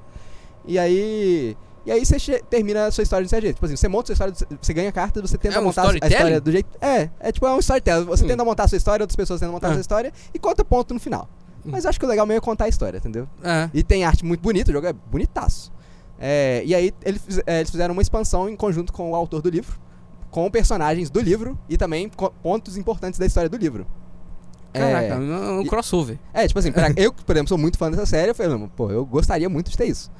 S7: E aí. E aí você che- termina a sua história de um certo jeito. Tipo assim, você monta sua história, do- você ganha cartas, você tenta
S4: É um
S7: montar a- a história
S4: storytelling?
S7: do jeito. É, é tipo é um storytelling. Você
S4: Hum.
S7: tenta montar a sua história, outras pessoas tentam montar a
S4: Ah.
S7: sua história e conta ponto no final.
S4: Hum.
S7: Mas eu acho que o legal mesmo é contar a história, entendeu?
S4: Ah.
S7: E tem arte muito bonita, o jogo é bonitaço. É, e aí ele fiz- é, eles fizeram uma expansão em conjunto com o autor do livro, com personagens do livro e também co- pontos importantes da história do livro.
S4: Caraca,
S7: É,
S4: um, um
S7: E-
S4: crossover.
S7: é, tipo assim, pra- eu, por exemplo, sou muito fã dessa série, eu falei, "Não, pô, eu gostaria muito de ter isso.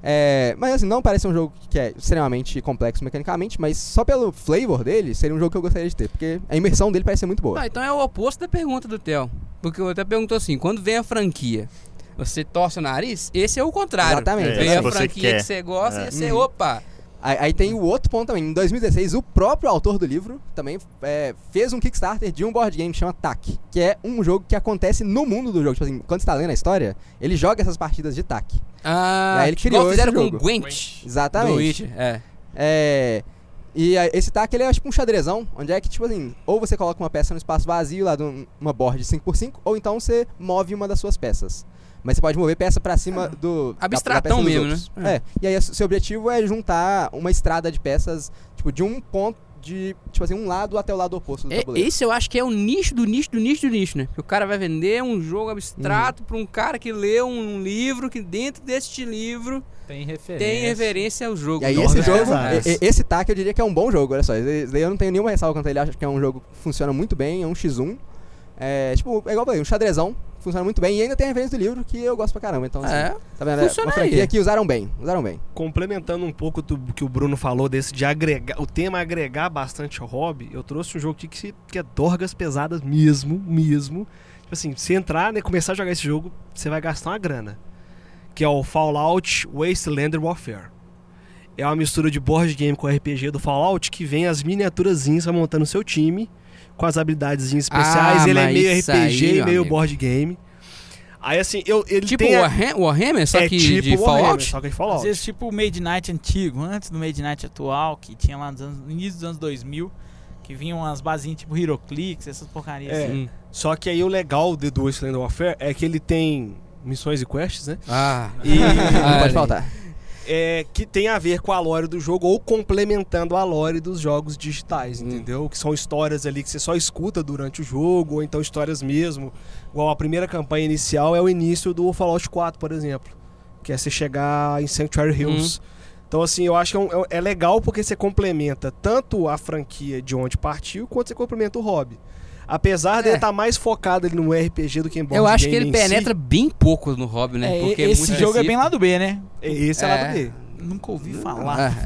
S7: É, mas assim, não parece um jogo que é extremamente complexo mecanicamente, mas só pelo flavor dele, seria um jogo que eu gostaria de ter, porque a imersão dele parece ser muito boa.
S4: Ah, então é o oposto da pergunta do Theo. Porque o Theo perguntou assim: quando vem a franquia, você torce o nariz? Esse é o contrário.
S7: Exatamente.
S4: Vem
S7: É,
S4: a
S3: você
S4: franquia
S3: quer.
S4: que você gosta
S3: É.
S4: e você,
S7: Uhum.
S4: opa!
S7: Aí, aí tem o outro ponto também. Em 2016, o próprio autor do livro também é, fez um Kickstarter de um board game que chama TAC, que é um jogo que acontece no mundo do jogo. Tipo assim, quando você tá lendo a história, ele joga essas partidas de TAC.
S4: Ah,
S7: E aí
S4: igual
S7: ele criou
S4: fizeram
S7: esse
S4: com
S7: jogo.
S4: o Gwent.
S2: Tá
S7: Exatamente.
S4: Do Witcher, é.
S7: É. E a- esse tac ele é tipo um xadrezão, onde é que, tipo assim, ou você coloca uma peça no espaço vazio lá de um- uma board de 5x5, ou então você move uma das suas peças. Mas você pode mover peça pra cima do. da- da
S4: É. Abstratão
S7: peça dos
S4: mesmo,
S7: outros.
S4: né?
S7: É. E aí o seu objetivo é juntar uma estrada de peças, tipo, de um ponto de. Tipo assim, um lado até o lado oposto do
S4: É,
S7: tabuleiro.
S4: Esse eu acho que é o nicho do nicho do nicho do nicho, né? Porque o cara vai vender um jogo abstrato
S2: Uhum.
S4: pra um cara que lê um livro que dentro deste livro
S1: Tem referência.
S4: tem é referência ao jogo.
S7: E aí
S1: Nossa,
S7: esse jogo,
S1: é,
S7: e- e- esse TAC eu diria que é um bom jogo, olha só. Esse- esse daí Eu não tenho nenhuma ressalva quanto a ele, acho que é um jogo que funciona muito bem, é um X1. É, tipo, é igual eu falei, um xadrezão, funciona muito bem. E ainda tem a referência do livro que eu gosto pra caramba, então assim,
S4: É,
S7: tá vendo? É
S4: funciona
S7: uma franquia
S4: aí.
S7: que usaram bem, usaram bem.
S2: Complementando um pouco do que o Bruno falou desse de agregar, o tema agregar bastante ao hobby, eu trouxe um jogo aqui que, se- que é dorgas pesadas mesmo, mesmo. Tipo assim, se entrar, né, começar a jogar esse jogo, você vai gastar uma grana. Que é o Fallout Wastelander Warfare. É uma mistura de board game com RPG do Fallout que vem as miniaturazinhas pra montar no seu time, com as habilidades especiais.
S4: Ah,
S2: Ele é
S4: mas
S2: meio
S4: isso
S2: RPG
S4: aí,
S2: e
S4: meu
S2: meio
S4: amigo.
S2: board game. Aí assim, eu, ele
S4: tipo
S2: tem. a-
S4: Warha- Warhammer, só
S2: é
S4: que
S2: tipo
S4: de
S2: Warhammer,
S4: Fallout.
S2: Só que de
S5: Às
S2: Fallout.
S5: vezes, tipo o Made in Night antigo, antes do Made in Night atual, que tinha lá nos anos, no início dos anos 2000, que vinham umas basinhas tipo Heroclix, essas porcarias
S2: É.
S5: assim.
S4: Hum.
S2: Só que aí o legal de do Wasteland Warfare é que ele tem missões e quests, né?
S4: Ah,
S2: E
S7: Não
S4: olha aí.
S7: pode faltar.
S2: é, que tem a ver com a lore do jogo ou complementando a lore dos jogos digitais,
S4: Hum.
S2: entendeu? Que são histórias ali que você só escuta durante o jogo, ou então histórias mesmo. Igual a primeira campanha inicial é o início do Fallout 4, por exemplo. Que é você chegar em
S4: Uhum.
S2: Sanctuary Hills. Então, assim, eu acho que é, um- é um- é legal porque você complementa tanto a franquia de onde partiu, quanto você complementa o hobby. Apesar de
S4: É.
S2: ele estar mais focado ali no RPG do que em board
S4: Eu acho que
S2: game
S4: ele
S2: em si,
S4: penetra bem pouco no hobby, né?
S5: É,
S4: Porque é
S5: esse
S4: muito
S5: jogo é bem
S4: específico.
S5: lá do B, né? é.
S2: Esse é,
S4: É.
S2: lá do dele.
S5: Nunca ouvi
S4: Ah,
S5: falar.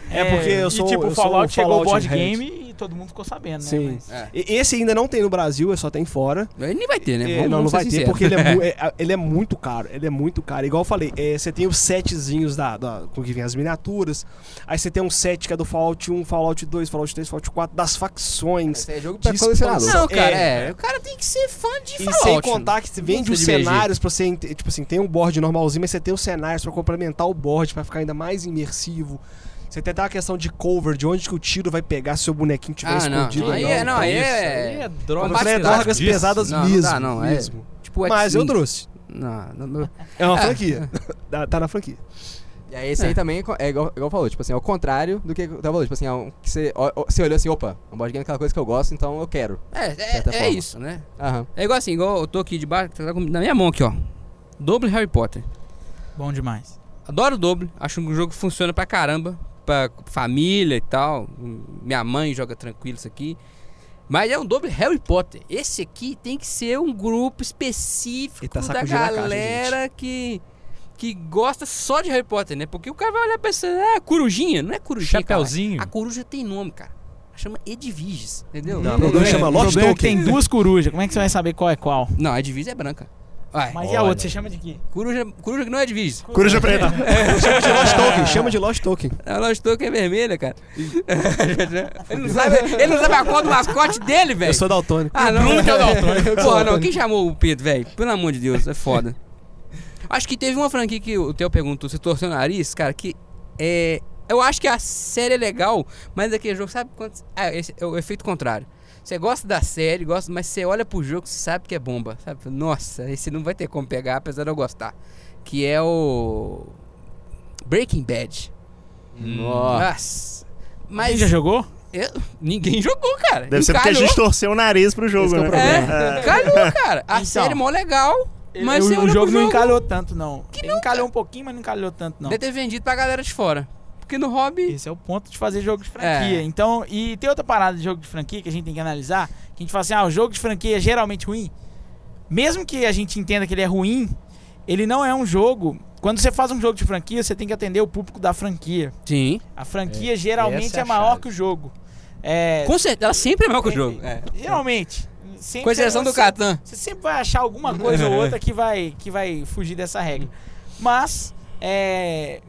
S2: É, porque eu sou-
S5: E tipo,
S2: eu
S5: o
S2: sou
S5: Fallout chegou
S2: Fallout
S5: o board
S2: head.
S5: game e todo mundo ficou sabendo, né?
S2: Sim.
S5: Mas-
S2: E- Esse ainda não tem no Brasil, só tem fora.
S4: é. Ele nem vai ter, né?
S2: É,
S4: Vamos-
S2: não, não
S4: vamos ser
S2: vai ter,
S4: sinceros.
S2: porque ele é, mu- é, a- ele é muito caro. Ele é muito caro. Igual eu falei, é, você tem os setzinhos da, da- com que vem as miniaturas. Aí você tem um set que é do Fallout 1, Fallout 2, Fallout 3, Fallout 4, das facções.
S7: Esse é jogo
S2: pra
S7: pra colecionador.
S2: colecionador.
S4: Não, cara,
S2: É.
S4: é, O cara tem que ser fã de
S2: E
S4: Fallout.
S2: sem
S4: né?
S2: contar que você
S4: Vamos
S2: vende os
S4: se divergir.
S2: cenários pra você. ent- Tipo assim, tem um board normalzinho, mas você tem os cenários pra complementar o board, pra ficar ainda mais imersivo. Você tem até uma questão de cover, de onde que o tiro vai pegar se o bonequinho tiver
S4: Ah, não.
S2: escondido. ou
S4: Aí é- não, aí é-
S1: Aí é
S2: Como
S1: droga.
S2: eu falei, é
S1: pesada.
S2: drogas pesadas
S4: Não, não
S2: mesmo.
S4: dá, não, é.
S2: mesmo.
S4: Tipo,
S2: Mas eu
S4: X-Wing.
S2: trouxe.
S4: Não, não, não.
S2: É uma franquia. Tá- tá na franquia.
S7: E aí esse aí também é co- é igual, igual falou, tipo assim, é o contrário do que eu tava falando. Tipo assim, é um, que você, ó- ó, você olhou assim, opa, um board game é aquela coisa que eu gosto, então eu quero.
S4: É,
S7: certa
S4: é, é
S7: forma.
S4: isso, né?
S7: Aham.
S4: É igual assim, igual eu tô aqui debaixo, tá com- na minha mão aqui, ó. Doble Harry Potter.
S5: Bom demais.
S4: Adoro o doble, acho um jogo que funciona pra caramba, pra família e tal. Hum, Minha mãe joga tranquilo isso aqui. Mas é um doble Harry Potter. Esse aqui tem que ser um grupo específico
S2: Ele tá
S4: da
S2: sacudindo a caixa,
S4: galera que que gosta só de Harry Potter, né? Porque o cara vai olhar pra você, ah, corujinha, não é corujinha. cara.
S1: Chapeuzinho.
S4: A coruja tem nome, cara. Chama Edviges, entendeu?
S2: Não, o problema chama
S5: O
S2: Lost
S5: problema é que
S2: Token.
S5: tem duas corujas, como é que você vai saber qual é qual?
S4: Não, Edviges é branca. Vai.
S5: Mas e a
S6: Olha.
S5: outra? Você chama de quê?
S4: Coruja, coruja que não é de virgem.
S3: Coruja preta.
S2: Chama de Lost Token, chama de Lost Token.
S4: A Lost Token é vermelha, cara. ele, não sabe, ele não sabe a cor do mascote dele, velho.
S2: Eu sou daltônico.
S4: Ah, não.
S6: Bruno que é daltônico.
S4: Porra, não. Quem chamou o Pedro, velho? Pelo amor de Deus, é foda. Acho que teve uma franquia que o Theo perguntou, você torceu o nariz, cara, que é... Eu acho que a série é legal, mas aquele jogo, sabe quantos... Ah, esse é o efeito contrário. Você gosta da série, gosta, mas você olha pro jogo, você sabe que é bomba. Sabe? Fala, Nossa, esse não vai ter como pegar, apesar de eu gostar. Que é o... Breaking Bad. Nossa.
S5: Quem
S4: Mas
S5: já jogou?
S4: eu- ninguém jogou, cara.
S3: Deve ser porque a
S4: Encalhou.
S3: gente torceu o nariz pro jogo,
S2: Esse que é o
S3: né?
S4: É, calhou, cara. A
S5: Então.
S4: série é mó legal, mas
S5: Eu-
S4: você
S5: o,
S4: olha
S5: jogo
S4: pro
S5: não
S4: jogo,
S5: encalhou tanto, não.
S4: Que
S5: Ele
S4: não,
S5: encalhou um pouquinho, mas não encalhou tanto, não.
S4: deve ter vendido pra galera de fora. Porque no hobby...
S5: Esse é o ponto de fazer jogo de franquia.
S4: É.
S5: Então, e tem outra parada de jogo de franquia que a gente tem que analisar, que a gente fala assim, ah, o jogo de franquia é geralmente ruim. Mesmo que a gente entenda que ele é ruim, ele não é um jogo. Quando você faz um jogo de franquia, você tem que atender o público da franquia.
S4: Sim.
S5: A franquia geralmente
S1: essa
S5: é,
S1: é a
S5: maior
S1: chave.
S5: que o jogo. É,
S4: Com certeza, ela sempre é maior que o jogo. É.
S5: geralmente. Sempre,
S4: Com exceção do
S5: você-
S4: Catan.
S5: Você sempre vai achar alguma coisa ou outra que vai, que vai fugir dessa regra. Mas, é.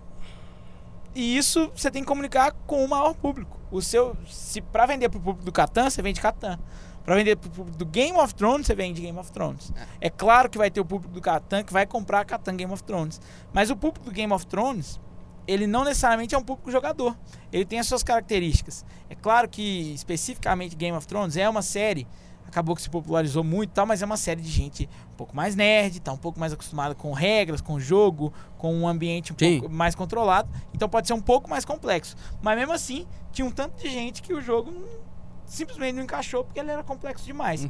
S5: E isso você tem que comunicar com o maior público. O seu. Se pra vender pro público do Catan, você vende Catan. Pra vender pro público do Game of Thrones, você vende Game of Thrones. É claro que vai ter o público do Catan que vai comprar Catan Game of Thrones. Mas o público do Game of Thrones, ele não necessariamente é um público jogador. Ele tem as suas características. É claro que, especificamente, Game of Thrones é uma série acabou que se popularizou muito e tal, mas é uma série de gente um pouco mais nerd, tá um pouco mais acostumada com regras, com jogo, com um ambiente um
S4: Sim.
S5: pouco mais controlado, então pode ser um pouco mais complexo. Mas mesmo assim, tinha um tanto de gente que o jogo hum, simplesmente não encaixou porque ele era complexo demais.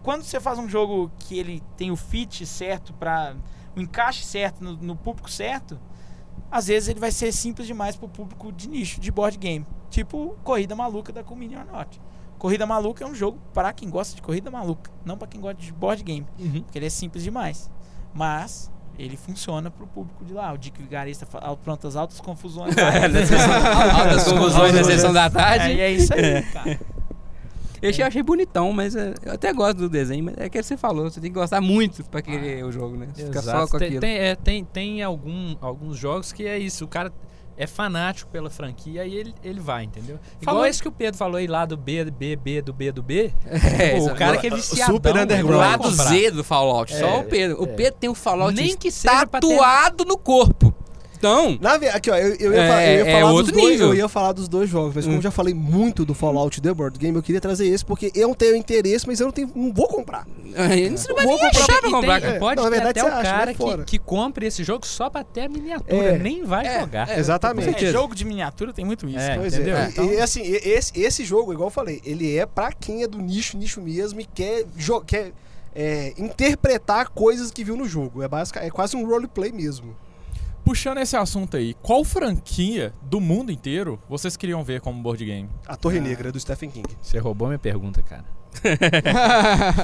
S5: Quando você faz um jogo que ele tem o fit certo para o encaixe certo no, no público certo, às vezes ele vai ser simples demais pro público de nicho de board game, tipo Corrida Maluca da Comini or Not. Corrida Maluca é um jogo para quem gosta de corrida maluca, não para quem gosta de board game, porque ele é simples demais. Mas ele funciona pro público de lá. O Dick Vigarista fa- apronta as altas confusões. lá.
S4: Altas conclusões na sessão da
S5: É, e
S4: tarde.
S5: é isso aí, cara.
S4: Eu achei- achei bonitão, mas é, eu até gosto do desenho, mas é que você falou, você tem que gostar muito pra querer o jogo, né? Você fica só
S1: Exato.
S4: com
S1: tem,
S4: aquilo.
S1: tem, é, tem, tem algum, alguns jogos que é isso, o cara é fanático pela franquia e ele, ele vai, entendeu?
S4: Falou-
S1: Igual isso que o Pedro falou aí lá do B, B, B, do B, do B.
S4: É,
S1: Pô,
S4: exato.
S1: o cara que é
S2: O
S1: viciadão.
S2: super
S1: ele
S4: O
S2: underground.
S1: vai
S4: lado
S1: comprar.
S4: Z do Fallout,
S1: É,
S4: só o Pedro. O
S1: é.
S4: Pedro tem o Fallout
S1: Nem que seja pra ter-
S4: tatuado no corpo. Então,
S2: Na ve- aqui, ó, eu, eu ia,
S4: É,
S2: fa- eu ia
S4: é
S2: falar
S4: outro
S2: dos dois,
S4: nível. Hum.
S2: eu ia falar dos dois jogos, mas como eu já falei muito do Fallout The Board Game, eu queria trazer esse porque eu tenho interesse, mas eu não tenho, não vou comprar.
S4: você não vai
S2: Vou
S4: nem
S2: comprar
S4: achar
S1: E
S4: pra
S1: tem-
S4: comprar, cara.
S2: É,
S1: pode
S2: na
S1: ter
S2: verdade,
S1: até
S2: você
S1: o
S2: acha,
S1: cara
S2: né, fora.
S1: que, que compre esse jogo só pra ter a miniatura,
S2: É.
S1: nem vai
S4: É,
S1: jogar.
S4: é.
S2: Exatamente.
S5: É, jogo de miniatura tem muito isso.
S1: É,
S5: cara.
S2: Pois
S1: entendeu?
S2: é. E-
S1: Então-
S2: E, assim, e- esse, esse jogo, igual eu falei, ele é pra quem é do nicho, nicho mesmo e quer, jo- quer é, interpretar coisas que viu no jogo. É, basica, é quase um roleplay mesmo.
S6: Puxando esse assunto aí, qual franquia do mundo inteiro vocês queriam ver como board game?
S2: A Torre Negra do Stephen King.
S1: Você roubou minha pergunta, cara.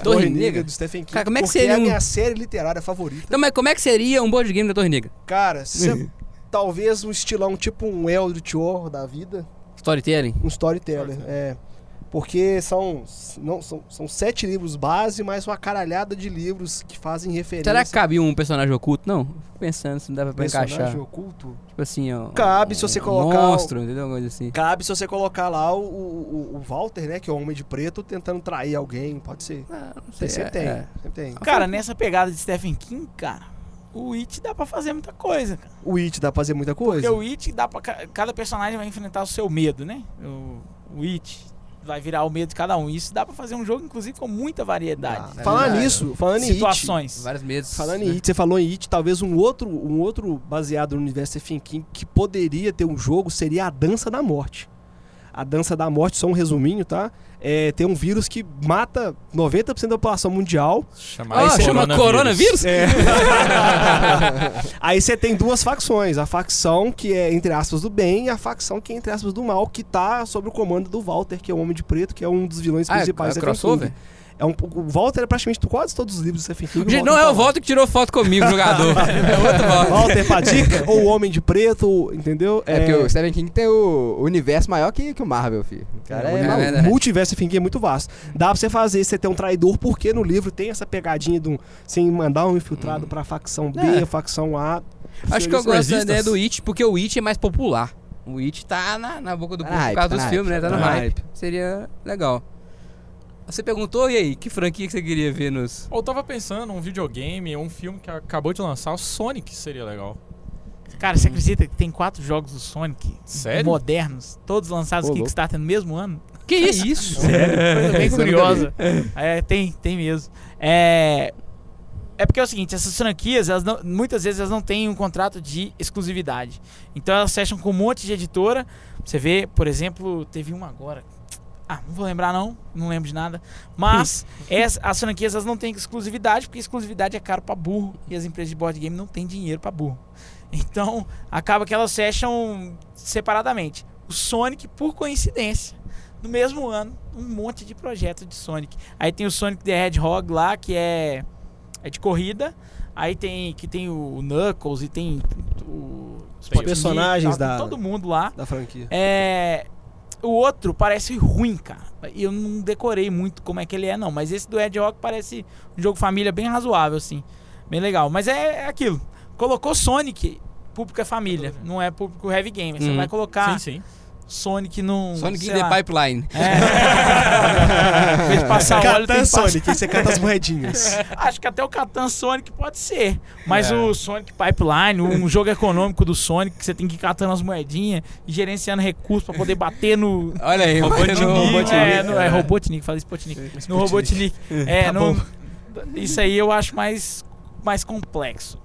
S4: Torre Negra?
S2: do Stephen King.
S4: Cara, como é que
S2: porque
S4: seria
S2: é a
S4: um-
S2: minha série literária favorita.
S4: Então, mas como é que seria um board game da Torre Negra?
S2: Cara, se- talvez um estilão tipo um Eldritch Horror da vida,
S4: Storytelling?
S2: um storyteller, é. Porque são, não, são, são sete livros base, mais uma caralhada de livros que fazem referência
S4: Será que cabia um personagem oculto? Não? Fico pensando se não dava pra
S2: personagem
S4: encaixar.
S2: oculto?
S4: Tipo assim, ó.
S2: Cabe se você colocar o-
S4: Monstro, entendeu? Alguma coisa assim.
S2: Cabe se você colocar lá o, o, o Walter, né? Que é o homem de preto, tentando trair alguém. Pode ser.
S4: Ah, não sei,
S2: Você sempre
S4: é,
S2: tem.
S4: é.
S2: Sempre tem.
S5: Cara, nessa pegada de Stephen King, cara, o It dá pra fazer muita coisa, cara.
S2: O It dá pra fazer muita
S5: Porque
S2: coisa.
S5: o It dá pra. ca- Cada personagem vai enfrentar o seu medo, né? O, o It vai virar o medo de cada um. Isso dá pra fazer um jogo, inclusive, com muita variedade.
S2: Ah, falando
S4: É verdade.
S2: nisso, falando em It.
S5: situações.
S4: Vários medos.
S2: Falando em It, você falou em It, talvez um outro, um outro baseado no universo Stephen King que poderia ter um jogo seria a Dança da Morte. A Dança da Morte, só um resuminho, tá? É, tem um vírus que mata 90% da população mundial.
S6: Chamar
S4: Ah,
S6: esse
S4: chama Ah, coronavírus?
S2: É, Aí você tem duas facções, a facção que é entre aspas do bem e a facção que é entre aspas do mal, que tá sob o comando do Walter, que é o Homem de Preto, que é um dos vilões
S4: Ah, é,
S2: principais
S4: é
S2: da Stephen
S4: crossover?
S2: King. É um, pouco- o Walter é praticamente quase todos os livros do Stephen King.
S4: Gente, não é o
S2: tá lá.
S4: voto que tirou foto comigo, jogador. é outro voto.
S2: Walter Padica ou o Homem de Preto, entendeu?
S7: É porque o Stephen King tem o universo maior que, que o Marvel, filho. O cara é,
S4: É,
S2: Não,
S7: maluco.
S4: verdade.
S2: multiverso thinking é muito vasto. Dá pra você fazer você ter um traidor, porque no livro tem essa pegadinha de um, sem mandar um infiltrado pra facção B,
S4: É.
S2: facção A.
S4: Acho que eu gosto da
S6: Resistance.
S4: ideia do It, porque o It é mais popular. O It tá na, na boca do
S7: Tá
S4: povo
S7: na
S4: por
S7: hype,
S4: causa
S7: tá
S4: dos
S7: na
S4: filmes, né?
S7: hype,
S4: Tá
S7: tá
S4: na
S7: na
S4: hype. Seria legal. Você perguntou, e aí, que franquia que você queria ver nos.
S6: Eu tava pensando, um videogame, um filme que acabou de lançar, o Sonic seria legal.
S5: Cara,
S7: Uhum.
S5: você acredita que tem quatro jogos do Sonic
S6: Sério?
S5: modernos, todos lançados
S7: Ô,
S5: no
S7: louco. É,
S5: Kickstarter no tá mesmo ano?
S4: Que isso? É? isso?
S5: Coisa bem
S7: Isso eu nunca vi.
S5: curiosa. É, tem, tem mesmo. É, é porque é o seguinte, essas franquias, elas não- muitas vezes elas não têm um contrato de exclusividade. Então elas fecham com um monte de editora. Você vê, por exemplo, teve uma agora. Ah, não vou lembrar não, não lembro de nada. Mas essa- as franquias elas não têm exclusividade, porque exclusividade é caro pra burro e as empresas de board game não têm dinheiro pra burro. Então, acaba que elas fecham separadamente. O Sonic, por coincidência, no mesmo ano, um monte de projeto de Sonic. Aí tem o Sonic the Hedgehog lá, que é, é de corrida. Aí tem que tem o Knuckles e tem o Spotnik,
S2: personagens
S5: tal, tem
S2: da-
S5: todo mundo lá.
S2: Da franquia.
S5: É, o outro parece ruim, cara. E Eu não decorei muito como é que ele é, não. Mas esse do Ed Rock parece um jogo família bem razoável, assim. Bem legal. Mas é, é aquilo. Colocou Sonic, público é família. Não é público heavy game. Você
S4: Uhum.
S5: vai colocar
S6: Sim, sim.
S5: Sonic num.
S4: Sonic in
S5: Um sei
S4: the
S5: lá.
S4: Pipeline.
S5: É. Fez passar o óleo, tem
S2: Catan
S5: que passar-
S2: Sonic, aí você canta as moedinhas.
S5: Acho que até o Catan Sonic pode ser. Mas o Sonic Pipeline, um jogo econômico do Sonic, que você tem que ir catando as moedinhas e gerenciando recursos pra poder bater no.
S4: Olha
S7: É,
S4: aí,
S6: Robotnik,
S4: mano,
S6: né?
S4: Robotnik.
S5: É, no, é Robotnik, fala Spotnik. No Robotnik. É, no- Isso aí eu acho mais, mais complexo.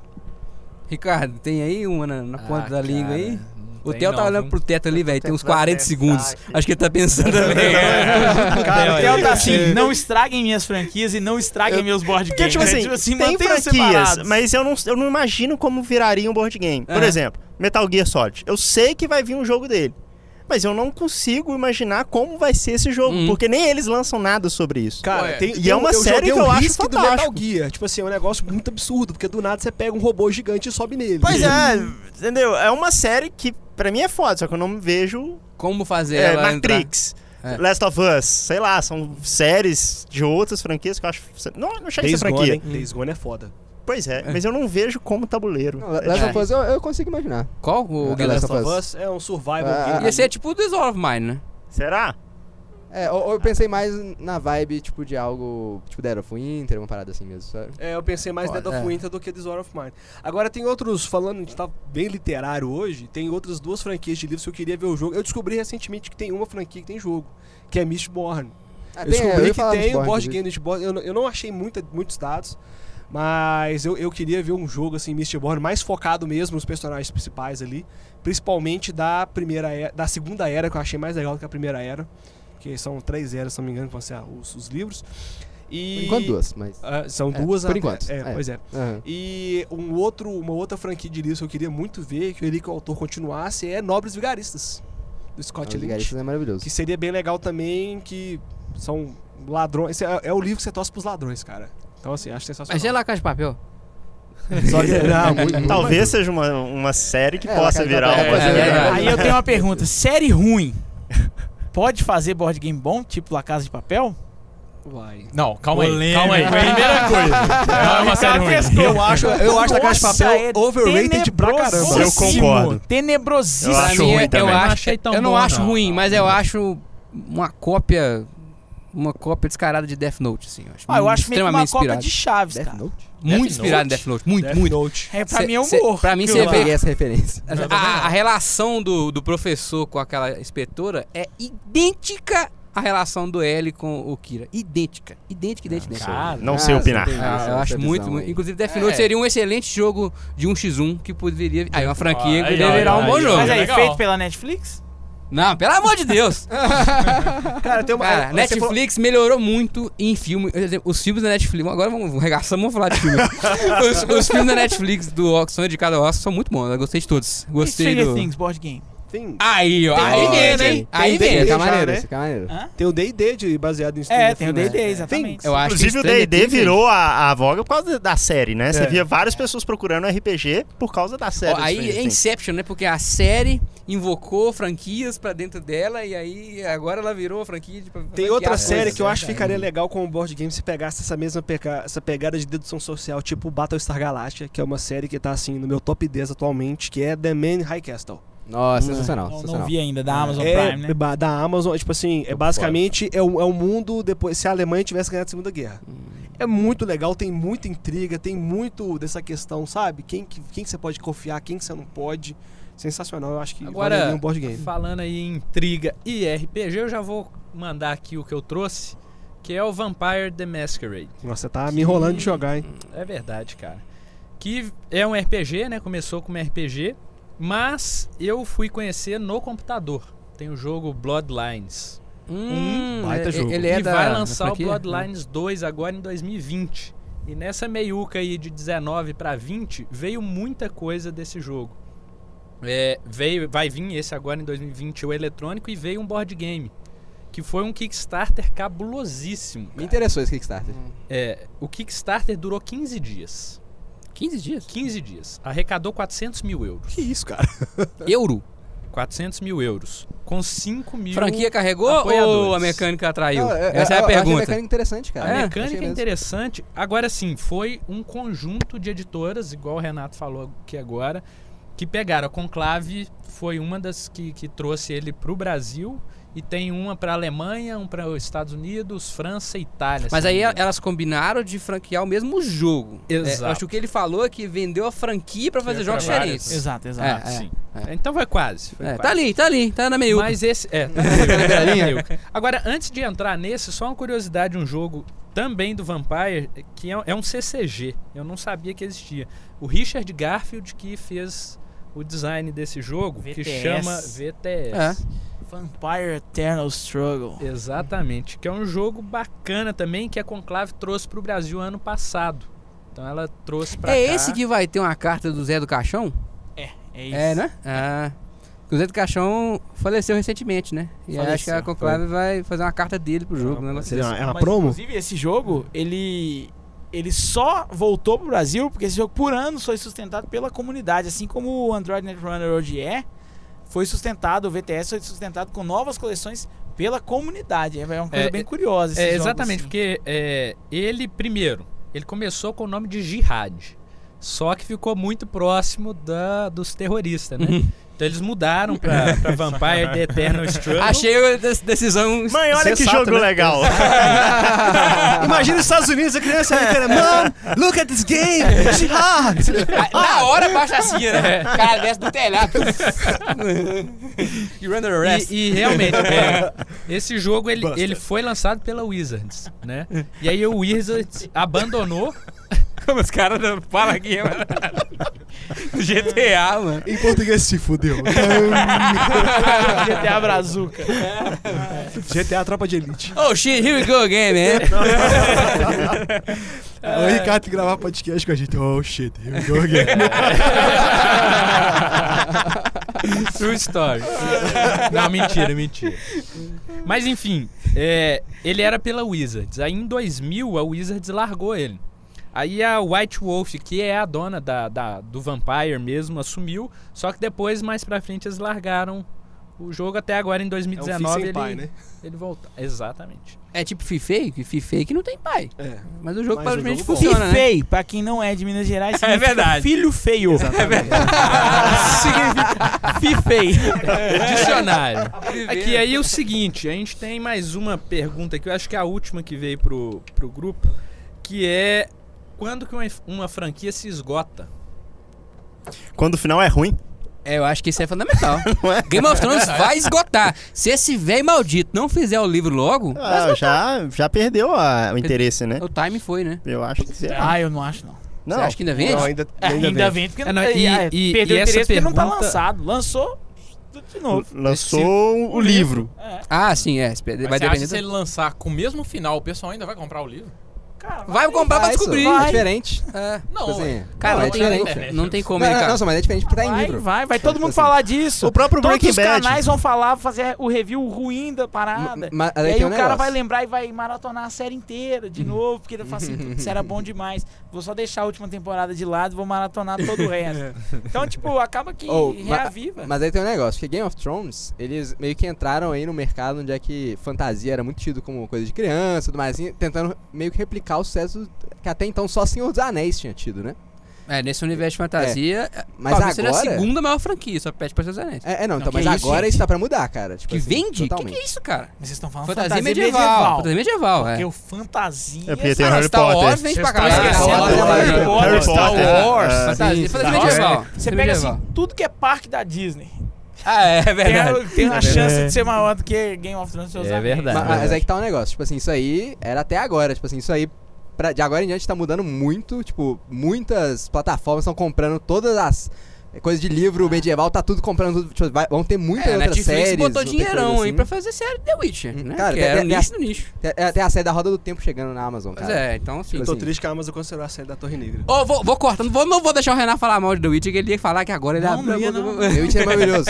S4: Ricardo, tem aí uma na, na
S2: Ah,
S4: ponta da língua aí? O Theo
S1: Theo
S4: tá olhando pro teto ali, velho, tem uns
S3: tentando
S4: 40
S7: é,
S3: pensar
S4: segundos.
S3: aqui.
S4: Acho que ele tá pensando
S5: Cara,
S4: também.
S5: o
S1: olha aí.
S5: Theo tá assim, não estraguem minhas franquias e não estraguem meus board
S3: Porque,
S5: games.
S3: tipo assim,
S5: É,
S3: tem
S5: mantenham
S3: franquias,
S5: separados.
S3: mas eu não, eu não imagino como viraria um board game. Por
S4: É.
S3: exemplo, Metal Gear Solid. Eu sei que vai vir um jogo dele, mas eu não consigo imaginar como vai ser esse jogo,
S4: Uhum.
S3: porque nem eles lançam nada sobre isso.
S2: Cara,
S6: Ué.
S2: tem,
S3: E
S2: tem
S3: é
S2: um-
S3: uma
S2: eu
S3: série
S2: joguei
S3: que
S2: o
S3: eu acho
S2: Risk do Metal
S3: fantástico.
S2: Gear. Tipo assim, é um negócio muito absurdo, porque do nada você pega um robô gigante e sobe nele.
S3: Pois é, entendeu? É uma série que pra mim é foda, só que eu não vejo
S4: Como fazer
S3: é,
S4: ela entrar?
S3: Matrix.
S4: É.
S3: Last of Us, sei lá, são séries de outras franquias que eu acho. Não, não chega a ser
S2: Days Gone,
S3: franquia.
S2: hein? Days Gone é foda.
S3: Pois é, mas eu não vejo como tabuleiro.
S7: Não,
S3: É
S7: Last
S3: difícil.
S7: of Us, eu, um eu consigo imaginar.
S4: Qual? O
S7: É,
S4: Guilherme?
S7: Last
S2: Last
S7: of
S2: of
S7: Us.
S2: Us é um survival
S7: Ah,
S2: game.
S4: Ia ser tipo o Desol of Mine, né?
S3: Será?
S7: É, ou, ou eu pensei mais na vibe, tipo, de algo, tipo, Dead of Winter, uma parada assim mesmo, sabe?
S2: É, eu pensei mais
S7: Olha,
S2: Dead of
S7: é.
S2: Winter do que This War of Mine. Agora tem outros, falando, a gente tá bem literário hoje, tem outras duas franquias de livros que eu queria ver o jogo. Eu descobri recentemente que tem uma franquia que tem jogo, que é Mistborn. eu
S7: Ah, tem- eu
S2: descobri
S7: ia
S2: que
S7: falar do
S2: tem o
S7: Bloodborne,
S2: board
S7: inclusive.
S2: game de board, eu, não- eu não achei muita, muitos dados, mas eu, eu queria ver um jogo assim, Mistborn, mais focado mesmo nos personagens principais ali, principalmente da primeira era, da segunda era, que eu achei mais legal do que a primeira era, que são três eras, se não me engano, que vão ser ah, os, os livros. E...
S7: Por enquanto duas, mas...
S2: Ah, são
S7: É,
S2: duas
S7: por
S2: a-
S7: enquanto.
S2: É,
S7: É.
S2: pois é.
S7: Aham.
S2: E um outro, uma outra franquia de livros que eu queria muito ver, que eu queria que o autor continuasse, é Nobres Vigaristas, do Scott
S7: Ah, os
S2: Lynch.
S7: Vigaristas é maravilhoso.
S2: Que seria bem legal também, que são ladrões. esse É, é o livro que você torce pros ladrões, cara. Então, assim, acho sensacional.
S4: Mas é lá Casa de Papel.
S2: Só que- não, muito- muito
S3: Talvez seja uma, uma série que
S7: É,
S3: possa
S7: ela
S3: virar
S7: acaba-
S3: uma coisa
S4: é,
S3: melhor.
S4: verdade.
S5: Aí eu tenho uma pergunta: série ruim pode fazer board game bom, tipo La Casa de Papel?
S2: Vai.
S6: Não, calma aí,
S1: Polêmica.
S6: calma aí. Primeira coisa. Não é uma série ruim.
S2: Eu acho, eu acho da Casa de
S5: Nossa,
S2: Papel
S5: é
S2: overrated pra caramba.
S5: tenebrosíssimo,
S3: Eu concordo.
S5: Tenebrosíssimo.
S3: Eu acho ruim
S4: eu
S6: também.
S4: acho-
S1: Não achei tão
S4: eu não
S1: bom,
S4: acho
S1: não.
S4: ruim, mas eu acho uma cópia. Uma cópia descarada de Death Note, assim. Eu acho,
S5: Ah, eu acho meio que uma
S4: extremamente
S5: cópia
S4: inspirado.
S5: de Chaves,
S7: Death
S5: cara.
S7: Note?
S4: Muito
S6: Death
S4: inspirado em
S6: Note?
S4: Death Note. Muito,
S2: Death
S4: muito.
S2: Note.
S5: É, pra
S4: Cê-
S5: mim é um
S4: cê-
S5: horror.
S4: Pra mim,
S5: aquilo
S4: você
S5: lá.
S4: vê
S7: Peguei essa referência.
S4: A, a relação do, do professor com aquela inspetora é idêntica à relação do L com o Kira. Idêntica. Idêntica, idêntica, idêntica.
S5: Cara,
S3: Não sei
S7: Ah,
S3: opinar.
S7: você tem
S4: Ah,
S7: essa-
S4: eu
S7: essa
S4: acho muito,
S7: visão
S4: muito.
S7: aí.
S4: Inclusive, Death
S6: É.
S4: Note seria um excelente jogo de 1x1 que poderia. Aí, uma franquia
S6: Aí,
S4: que poderia
S6: ó,
S4: virar um
S6: aí,
S4: bom
S6: ó.
S4: jogo.
S5: Mas aí,
S6: legal.
S5: feito pela Netflix?
S4: Não, pelo amor de Deus!
S2: Cara, tem uma.
S4: Cara,
S2: você falou-
S4: Netflix melhorou muito em filme. Por exemplo, Os filmes da Netflix. Agora vamos regaçamos, vamos falar de filme. os, os filmes da Netflix do Oxfam, de cada Oxfam, são muito bons. Eu gostei de todos.
S5: E
S4: Gostei
S5: Stranger
S4: do.
S5: Things, board game.
S2: Things.
S4: Aí, ó.
S5: Tem
S4: Aí
S5: D&D,
S4: vendo,
S5: né?
S4: hein? Aí
S2: Tem
S4: vendo.
S2: D&D.
S7: Fica
S2: já,
S7: maneiro,
S2: né?
S4: tá
S7: fica maneiro.
S2: Tem o D&D de- baseado em
S5: É,
S2: Stranger
S5: tem o
S2: Things,
S5: D&D,
S2: né?
S5: exatamente.
S4: Eu acho
S3: Inclusive o
S4: que Stranger
S3: D&D
S4: Things é-
S3: virou a, a voga por causa da série, né? Você
S2: É.
S3: via várias pessoas procurando RPG por causa da série. assim,
S4: Ó,
S3: do
S4: aí
S3: Stranger
S4: é
S3: Things.
S4: Inception, né? Porque a série invocou franquias pra dentro dela e aí agora ela virou franquia de
S5: é
S2: Tem outra série
S5: né,
S2: que eu acho que ficaria legal com o board game se pegasse essa mesma peca- essa pegada de dedução social, tipo Battlestar Galactica, que é uma série que tá assim no meu top 10 atualmente, que é The Man in High Castle.
S7: Nossa, sensacional,
S5: Não, não
S7: sensacional.
S5: vi ainda, da Amazon
S2: é,
S5: Prime, né?
S2: ba- Da Amazon, é tipo assim, é basicamente é um, é um mundo depois se a Alemanha tivesse ganhado a Segunda Guerra. É muito legal, tem muita intriga, tem muito dessa questão, sabe? Quem que, quem que você pode confiar, quem que você não pode. Sensacional, eu acho que
S1: Agora-
S2: valeria um board game.
S1: Falando aí em intriga e RPG, eu já vou mandar aqui o que eu trouxe, que é o Vampire the Masquerade.
S2: Nossa, você tá me enrolando de jogar, hein?
S1: É verdade, cara. Que é um RPG, né? Começou como RPG, mas eu fui conhecer no computador. Tem o jogo Bloodlines.
S4: Hum,
S2: baita
S4: é-
S2: jogo.
S4: Ele é
S1: e
S4: da,
S1: vai
S4: da
S1: lançar o
S4: franquia?
S1: Bloodlines 2 agora em 2020. E nessa meiuca aí de 19 para 20, veio muita coisa desse jogo. É, veio, vai vir esse agora em 2020, o eletrônico, e veio um board game. Que foi um Kickstarter cabulosíssimo.
S7: Me
S1: cara.
S7: interessou esse Kickstarter.
S1: É, o Kickstarter durou 15 dias.
S4: 15 dias.
S1: 15 dias. Arrecadou 400 mil euros.
S2: Que isso, cara?
S4: Euro.
S1: 400 mil euros. Com 5 mil.
S4: Franquia carregou ou
S1: apoiadores.
S4: a mecânica atraiu?
S7: Não,
S4: Essa é
S7: eu
S4: a
S7: achei
S4: pergunta.
S7: mecânica interessante, cara.
S1: A
S4: É,
S7: achei
S1: mecânica é
S7: mesmo.
S1: interessante. Agora sim, foi um conjunto de editoras, igual o Renato falou aqui agora, que pegaram. A Conclave foi uma das que, que trouxe ele para o Brasil. E tem uma para Alemanha, um para os Estados Unidos, França e
S2: é
S1: Itália.
S4: Mas
S1: se não
S4: aí é-
S1: me
S2: assim.
S1: engano.
S4: elas combinaram de franquear o mesmo jogo. É, eu
S1: Exato.
S4: acho que o que ele falou é que vendeu a franquia pra fazer
S6: pra
S4: jogos
S6: várias.
S4: diferentes.
S5: Exato,
S4: É,
S5: exato.
S4: é,
S1: Sim.
S4: é.
S1: Então foi quase. Foi
S4: É,
S1: quase.
S4: tá ali, tá ali, tá na meio.
S1: Mas esse. É, tá na meiuca. Agora, antes de entrar nesse, só uma curiosidade: um jogo também do Vampire, que é, é um CCG. Eu não sabia que existia. O Richard Garfield que fez o design desse jogo, que
S5: VTS.
S1: chama VTS.
S5: Vampire Eternal Struggle.
S1: Exatamente. Que é um jogo bacana também que a Conclave trouxe pro Brasil ano passado. Então ela trouxe pra
S4: É
S1: cá.
S4: esse que vai ter uma carta do Zé do Caixão?
S5: É isso.
S4: É, né? Ah. O Zé do Caixão faleceu recentemente, né? E aí acho que a
S2: Faleceu,
S4: Conclave vai fazer uma carta dele pro jogo. um negócio
S2: É uma, é uma
S5: Mas,
S2: promo?
S5: Inclusive, esse jogo, ele. Ele só voltou pro Brasil porque esse jogo, por anos, foi sustentado pela comunidade. Assim como o Android Netrunner hoje é, foi sustentado, o VTS foi sustentado com novas coleções pela comunidade. É uma coisa
S1: É,
S5: bem
S1: É,
S5: curiosa. esses jogos,
S1: exatamente,
S5: assim.
S1: porque é, ele, primeiro, ele começou com o nome de Jihad. Só que ficou muito próximo da, dos terroristas, né? Então eles mudaram pra, pra Vampire The Eternal Struggle.
S4: Achei a des- decisão.
S3: Mãe, olha que
S2: Sensato,
S3: jogo
S2: né?
S3: legal.
S4: É.
S2: Imagina os Estados Unidos, a criança ali, cara, Mom, look at this game! "Ah." Jihad!
S5: Ah,
S4: Na hora baixa assim, né? O cara desce do telhado. You're under arrest.
S1: E, e realmente, é, esse jogo ele, ele foi lançado pela Wizards, né? E aí o Wizards abandonou.
S4: Como os caras não falam aqui, mano. Do GTA, mano.
S2: em português se fudeu.
S5: GTA Brazuca.
S2: GTA Tropa de Elite.
S4: Oh shit, here we go again, man.
S2: O Ricardo que gravar podcast com a gente. Oh shit, here we go again.
S1: True story. Não, mentira, mentira. Mas enfim, é, ele era pela Wizards. Aí em 2000 a Wizards largou ele. Aí a White Wolf, que é a dona da, da- do Vampire mesmo, assumiu. Só que depois, mais pra frente, eles largaram o jogo. Até
S2: É
S1: agora, em 2019, ele,
S2: um pai, né?
S1: ele voltou. Exatamente.
S4: É tipo Fifei, que Fifei que não tem pai.
S2: É.
S4: Mas o jogo
S2: Mas o
S4: provavelmente
S2: jogo
S4: funciona, né?
S5: feio, pra quem não é de Minas Gerais, significa
S4: verdade.
S5: filho feio. significa fifei. É.
S1: Dicionário.
S4: Fifei.
S1: Aqui aí é o seguinte, a gente tem mais uma pergunta que eu acho que é a última que veio pro, pro grupo, que é quando que uma, uma franquia se esgota?
S3: Quando o final é ruim,
S4: É, eu acho que isso é fundamental.
S3: não é?
S4: Game of Thrones vai esgotar. Se esse velho maldito não fizer o livro logo,
S3: Ah,
S4: tá.
S3: já, já perdeu a- o interesse, né?
S4: o time foi, né?
S3: Eu acho que será.
S5: Ah, eu não acho, não.
S3: não.
S4: Você acha que ainda vende?
S2: Não, ainda,
S5: É, Ainda,
S2: ainda,
S5: ainda
S2: vem.
S5: vem, porque
S1: É, não,
S5: tá-
S1: e- e-
S5: perdeu
S1: e
S5: o
S1: essa
S5: interesse porque não tá
S1: pergunta-
S5: lançado. Lançou de novo.
S3: Lançou um, o livro.
S5: É.
S4: Ah, sim, é. Vai
S6: Mas você acha que
S4: depender.
S6: se ele lançar com o mesmo final, o pessoal ainda vai comprar o livro?
S4: do-
S5: Cara,
S4: Vai comprar pra
S7: Ah, isso
S4: descobrir.
S7: É
S5: Vai.
S7: diferente.
S4: É.
S6: Não,
S7: Tipo assim,
S6: ué.
S4: Cara,
S7: não,
S4: não,
S7: é
S4: tem,
S7: diferente.
S4: como- não tem como,
S7: Não,
S4: hein,
S7: não,
S4: cara.
S7: não, só, mas é diferente porque tá em
S5: vai,
S7: livro.
S5: vai, vai todo
S7: Tipo
S5: mundo
S7: assim.
S5: falar disso.
S3: O próprio
S5: Todos
S3: Breaking
S5: os
S3: Bad.
S5: canais vão falar, fazer o review ruim da parada.
S7: Ma- mas aí
S5: e aí
S7: tem
S5: o
S7: um
S5: cara
S7: negócio.
S5: vai lembrar e vai maratonar a série inteira de novo, porque ele fala assim, isso era bom demais. Vou só deixar a última temporada de lado e vou maratonar todo o resto. Então, tipo, acaba que
S7: Oh, ma-
S5: reaviva.
S7: Mas aí tem um negócio, porque Game of Thrones, eles meio que entraram aí no mercado onde é que fantasia era muito tido como coisa de criança e tudo mais, e tentando meio que replicar o sucesso que até então só Senhor dos Anéis tinha tido, né?
S4: É, nesse universo de fantasia,
S7: Mas
S4: talvez seja
S7: agora-
S4: a segunda maior franquia, só pede pra seus anéis.
S7: É, é, não, então,
S4: é que
S7: mas
S4: isso,
S7: agora
S4: gente?
S7: isso tá pra mudar, cara. Tipo
S4: que
S7: assim,
S4: vende? O que,
S7: Totalmente.
S4: que é isso, cara?
S5: Mas vocês estão falando
S4: Fantasia, medieval. Fantasia medieval, é.
S5: Porque o fantasia...
S3: É porque tem Harry
S4: Star
S3: Potter. tá
S4: Wars vende pra
S6: Vocês
S4: caralho.
S6: estão
S4: Star Wars,
S5: esquecendo
S4: Harry
S5: Harry
S4: Potter,
S5: Potter,
S4: Star
S3: é,
S4: Wars,
S3: é.
S4: fantasia,
S7: Sim,
S4: fantasia
S7: Star
S4: medieval.
S5: Você pega assim, tudo que é parque da Disney.
S4: Ah, é, é
S5: Tem,
S4: verdade.
S5: a- tem uma
S7: É
S5: chance
S7: verdade.
S5: de ser maior do que Game of Thrones. seus
S1: É
S5: amigos.
S1: verdade.
S7: Ma- Mas, é que tá um negócio, tipo assim, isso aí era até agora, tipo assim, isso aí pra- de agora em diante tá mudando muito, tipo, muitas plataformas estão comprando todas as coisas de
S3: Ah.
S7: livro medieval, tá tudo comprando tudo, tipo, vai- vão ter muitas
S4: É, a
S7: outras
S4: Netflix
S7: séries.
S4: botou
S7: vão ter
S4: dinheirão
S7: coisas
S4: aí
S7: assim.
S4: pra fazer série The Witcher, né?
S7: Cara,
S4: que
S7: tem-
S4: era
S7: tem-
S4: nicho no nicho.
S7: Tem, é, tem a série da Roda do Tempo chegando na Amazon,
S4: Pois
S7: cara.
S4: é, então assim...
S2: Eu
S7: Tipo
S2: tô
S7: assim.
S2: triste que a Amazon cancelou a série da Torre Negra.
S4: Ô, vou, vou cortando, vou- não vou deixar o Renan falar mal de The Witcher, que ele ia falar que agora ele
S5: Não,
S4: abriu a
S5: não ia,
S4: boca-
S5: não.
S7: The Witcher é maravilhoso.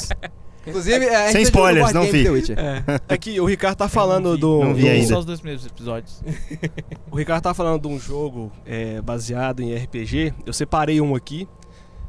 S7: Inclusive, é, a gente
S3: Sem
S7: jogou
S3: spoilers,
S7: board
S3: não
S7: game
S3: vi.
S7: The Witcher.
S4: É.
S2: Aqui, o Ricardo tá falando do.
S3: não vi
S2: do-
S3: ainda.
S5: Só os dois primeiros episódios.
S2: O Ricardo tá falando de um jogo é, baseado em RPG. Eu separei um aqui.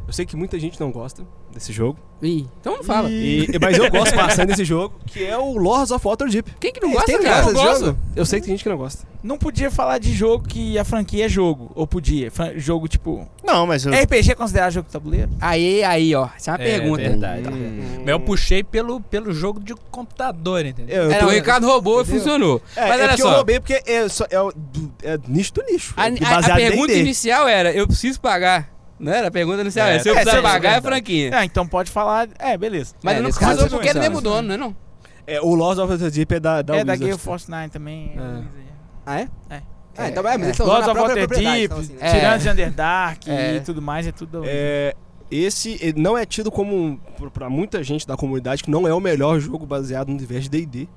S2: Eu sei que muita gente não gosta desse jogo.
S4: Ih, então não fala.
S2: E- mas eu gosto bastante desse jogo, que é o Lords of Waterdeep.
S4: Quem que não
S5: é,
S7: Ei,
S4: gosta,
S7: quem não
S4: cara?
S7: gosta
S4: Eu
S7: desse
S4: gosto.
S7: jogo?
S2: Eu sei que tem gente que não gosta.
S5: Não podia falar de jogo que a franquia é jogo. Ou podia. Fran- jogo tipo.
S3: Não, mas eu,
S5: RPG é considerado jogo de tabuleiro?
S4: Aí, aí, ó. Essa é uma
S1: É
S4: pergunta.
S1: verdade.
S7: Hum.
S1: Mas eu puxei pelo, pelo jogo de computador, entendeu?
S2: Eu
S4: É,
S2: tô-
S4: não, o Ricardo roubou e funcionou.
S2: um É,
S4: Mas
S2: é
S4: olha
S2: porque eu
S4: só.
S2: roubei porque é, só- é, o- do- é nicho do nicho.
S4: A, a- a
S2: baseado em
S4: pergunta
S2: D&D.
S4: inicial era: eu preciso pagar. Não era? A pergunta inicial
S1: É,
S4: era: se eu
S1: é,
S4: precisar
S1: sim,
S4: pagar, é
S1: verdade.
S4: franquia.
S5: Ah, então pode falar. É, beleza.
S4: Mas
S7: É,
S4: ele não
S7: nesse
S4: precisou
S7: caso,
S4: porque era o
S7: funciona.
S4: mesmo dono, não é? Não?
S2: É, o Lords of Waterdeep é da, da
S5: é da
S2: Wizards.
S5: Gale Force 9 também.
S7: Ah, é?
S5: É.
S7: Ah, então é, mas eles estão usando
S5: Lords
S7: a
S5: of
S7: própria propriedade.
S5: Waterdeep,
S7: então, assim, né?
S4: É.
S5: Tirantes de Underdark
S4: É.
S5: e tudo mais, é tudo.
S2: É, esse ele não é tido como, um- pra- pra muita gente da comunidade, que não é o melhor jogo baseado no universo de D&D.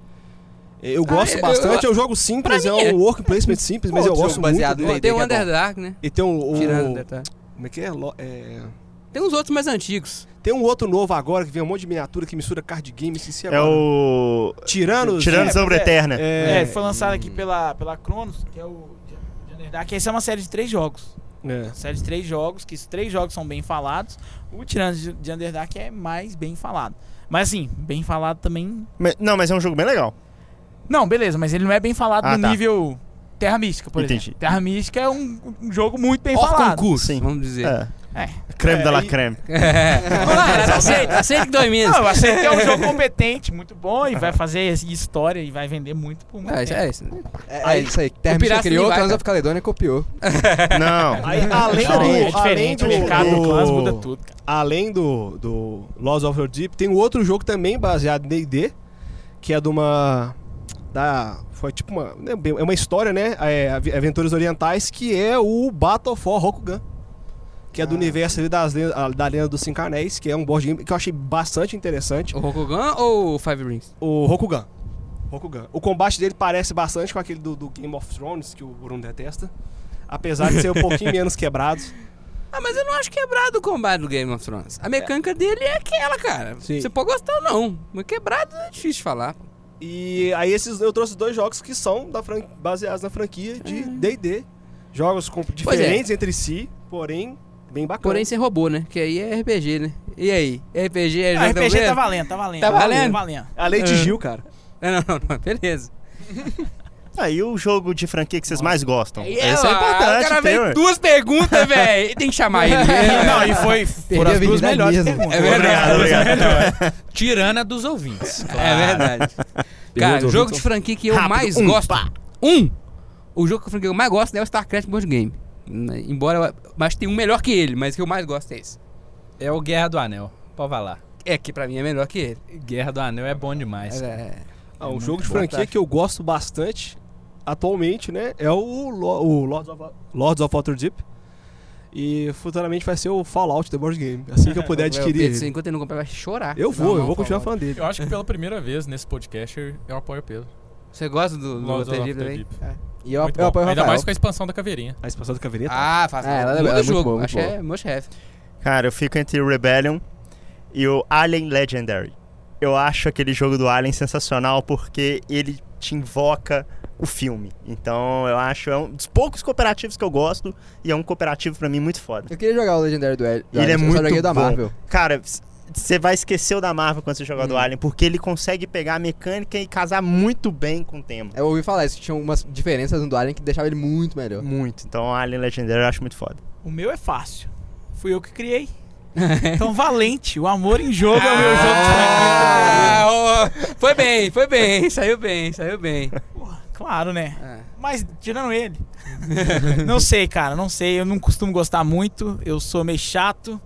S2: É, Eu gosto
S4: Ah, eu-
S2: bastante,
S4: eu-
S2: é um jogo simples,
S4: pra
S2: é
S4: mim é.
S2: um work placement simples, mas eu
S7: Outro
S2: gosto
S7: jogo
S2: muito
S7: baseado
S2: dele.
S7: em
S4: Pô, tem o
S7: que é bom.
S4: Underdark, né?
S2: E tem um, o-
S4: Tirando o Underdark.
S2: como é que é? Lo- é?
S4: Tem uns outros mais antigos.
S2: Tem um outro novo agora, que vem um monte de miniatura que mistura card game, esqueci
S3: é
S2: agora.
S3: o.
S2: Tiranos...
S3: Tirando
S5: é,
S3: Sombra
S5: é.
S3: Eterna.
S5: É,
S2: É,
S5: foi lançado aqui pela, pela Cronos, que é o de Underdark. Essa é uma série de três jogos.
S2: é.
S5: série de três jogos, que os três jogos são bem falados. O Tiranos de de Underdark é mais bem falado. Mas assim, bem falado também.
S3: Mas- não, mas é um jogo bem legal.
S5: Não, beleza, mas ele não é bem falado
S3: Ah,
S5: no
S3: tá.
S5: nível Terra Mística, por
S3: Entendi.
S5: exemplo. Terra Mística é um, um jogo muito bem falado.
S4: Orconcurso,
S3: Sim.
S4: vamos dizer.
S3: É.
S5: É.
S3: Creme
S2: É,
S3: da la
S2: e-
S3: creme.
S4: Vamos lá, Renato, aceita, aceita que dói menos.
S5: Ah, Não, eu achei que é um jogo competente, muito bom, e vai fazer história e vai vender muito por muito
S4: É, isso-
S5: tempo.
S4: é isso.
S7: É, é isso aí.
S4: pirata
S7: Termina criou,
S4: ele vai,
S7: Clans
S4: cara.
S7: of Caledonia copiou.
S3: Não.
S2: Aí, além
S5: Não, é
S2: do... além
S5: diferente,
S2: do,
S5: o mercado do Clans
S2: É
S5: muda tudo, cara.
S2: além do, do Laws of the Deep, tem um outro jogo também baseado em D&D, que é de uma... Da, foi tipo uma... não é bem- É uma história, né? É, Ave- Aventuras Orientais, que é o Battle for Rokugan. Que
S5: Ah.
S2: é do universo ali das, lendas- ah, da Lenda dos Cinco Anéis, que é um board game que eu achei bastante interessante.
S4: O Rokugan ou o Five Rings?
S2: O Rokugan. Rokugan. O combate dele parece bastante com aquele do, do Game of Thrones, que o Bruno detesta. Apesar de ser um pouquinho menos quebrado.
S4: Ah, mas eu não acho quebrado o combate do Game of Thrones. A mecânica dele é aquela, cara.
S2: Sim.
S4: Você pode gostar ou não. Mas quebrado é difícil de falar.
S7: Então.
S2: E aí esses, eu trouxe dois jogos que são da fran- baseados na franquia de D&D. Jogos com- diferentes entre si, porém bem bacana.
S4: Porém, sem robô, né? Que aí é RPG, né? E aí? RPG é
S5: Ah,
S4: jogo
S5: RPG
S4: tabuleiro?
S5: tá valendo, tá valendo.
S4: Tá valendo?
S5: valendo.
S2: A lei de Gil, cara.
S5: É
S4: É, Não, não, não. Beleza.
S3: Aí o jogo de franquia que vocês mais gostam.
S4: Aí
S3: Isso é
S4: lá, O cara
S3: importante,
S4: veio
S3: tem,
S4: duas perguntas, velho. Tem que chamar ele.
S5: Não, e foi
S7: Perdeu
S5: foram as duas
S7: a virgindade
S5: melhores
S7: mesmo.
S5: perguntas.
S4: É
S3: tá
S4: verdade.
S1: Tirana dos ouvintes.
S4: É verdade. Cara, o jogo de franquia que eu
S3: Rápido,
S4: mais
S3: um,
S4: gosto.
S3: pá.
S4: Um! O jogo de franquia que eu mais gosto é o StarCraft Board Game. Né, Embora. eu- Mas tem um melhor que ele, mas o que eu mais gosto é esse.
S1: É o Guerra do Anel. Pode falar.
S4: É que pra mim é melhor que ele.
S1: Guerra do Anel é bom demais.
S4: É,
S2: Ah, um jogo de franquia que eu gosto bastante atualmente, né? É o, Lo- o Lords, of, Lords of Waterdeep. E futuramente vai ser o Fallout The Board Game. Assim que eu puder
S5: É
S2: adquirir.
S4: Pedro, se
S2: ele.
S4: enquanto ele não comprar, vai chorar.
S2: Eu vou,
S4: Não,
S2: eu
S4: não,
S2: vou continuar
S4: por favor.
S2: falando dele.
S6: Eu acho que pela primeira vez nesse podcast eu apoio o Pedro.
S4: Você gosta do, do
S6: Lords of
S4: RPG também?
S6: the Deep.
S7: E eu,
S6: Muito
S7: eu
S6: bom.
S7: apoio o
S6: Ainda
S7: Rafael.
S6: mais com a expansão da caveirinha.
S2: A expansão do Caveirinha tá.
S4: Ah, faz.
S7: É, ela
S4: muda
S7: é legal,
S4: o
S7: é muito
S4: jogo.
S7: boa, muito
S4: Achei
S7: boa.
S4: meu chefe.
S3: Cara, eu fico entre o Rebellion e o Alien Legendary. Eu acho aquele jogo do Alien sensacional porque ele te invoca o filme. Então eu acho é um dos poucos cooperativos que eu gosto e é um cooperativo pra mim muito foda.
S7: Eu queria jogar o Legendary do Ele
S3: Ele é
S7: Eu
S3: muito
S7: só joguei o da
S3: bom.
S7: Marvel.
S3: Cara, você vai esquecer o da Marvel quando você
S4: Hum.
S3: jogar do Alien porque ele consegue pegar a mecânica e casar muito bem com o tema.
S7: Eu ouvi falar isso, que tinha umas diferenças no do Alien que deixava ele muito melhor.
S3: Muito. Então Alien Legendary eu acho muito foda.
S5: O meu é fácil. Fui eu que criei. Então, Valente, o amor em jogo é o meu jogo favorito.
S4: Ah, ô, foi bem, foi bem, saiu bem, saiu bem.
S5: Claro, né?
S4: Ah.
S3: É.
S5: Mas tirando ele. não sei, cara, não sei. Eu não costumo gostar muito. Eu sou meio chato.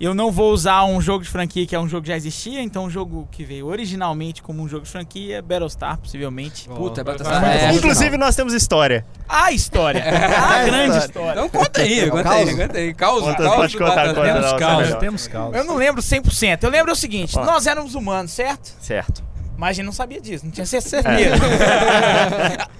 S5: Eu não vou usar um jogo de franquia que é um jogo que já existia, então um jogo que veio originalmente como um jogo de franquia, Battlestar, possivelmente.
S4: Puta,
S6: Vai,
S4: Battlestar
S6: vai,
S4: é
S6: vai.
S3: Inclusive nós temos história.
S5: A história!
S3: É,
S5: A grande história!
S4: Então conta aí,
S7: É o
S4: conta
S7: caos?
S4: aí, conta aí. Causa,
S3: Conta-
S4: causa
S3: pode
S4: do
S3: contar,
S4: Battlestar.
S3: conta.
S1: Temos
S3: não,
S1: caos,
S3: não.
S1: temos caos.
S5: Eu não lembro 100%. Eu lembro o seguinte,
S3: Ó.
S5: nós éramos humanos, certo?
S3: Certo.
S5: Mas a gente não sabia disso, não tinha
S3: É.
S5: certeza.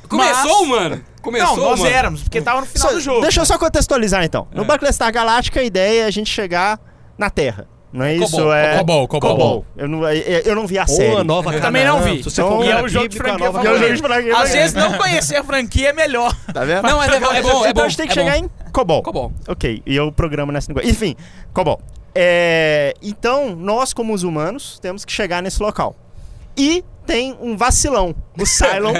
S4: Começou,
S5: Mas-
S4: mano. Começou,
S5: Não, nós
S4: mano.
S5: éramos, porque tava Tá no final
S3: Só-
S5: do jogo.
S3: Deixa eu só contextualizar então. No Battlestar Galáctica a ideia é a gente chegar na Terra. Não é isso?
S4: Cobol,
S3: é.
S6: Cobol, Cobol.
S3: Cobol. Eu não, eu eu não vi a
S2: Ou a
S3: série.
S2: nova
S5: Eu também não
S2: Canaã,
S5: vi.
S2: Se você tá
S3: Então,
S2: for
S3: e é
S2: cara
S5: o jogo de
S2: bíblica, a
S5: franquia
S2: nova
S3: Eu
S2: Canaã.
S3: já ia falar que-
S5: Às vezes não conhecer a franquia é melhor.
S3: Tá vendo?
S4: Não, mas é bom, é bom, é bom.
S3: então a gente tem que
S4: é bom.
S3: chegar em Cobol.
S4: Ficou bom.
S3: Ok, e eu programo nessa linguagem. Enfim, Cobol. É, então, nós como os humanos temos que chegar nesse local. E tem um vacilão, o Cylon,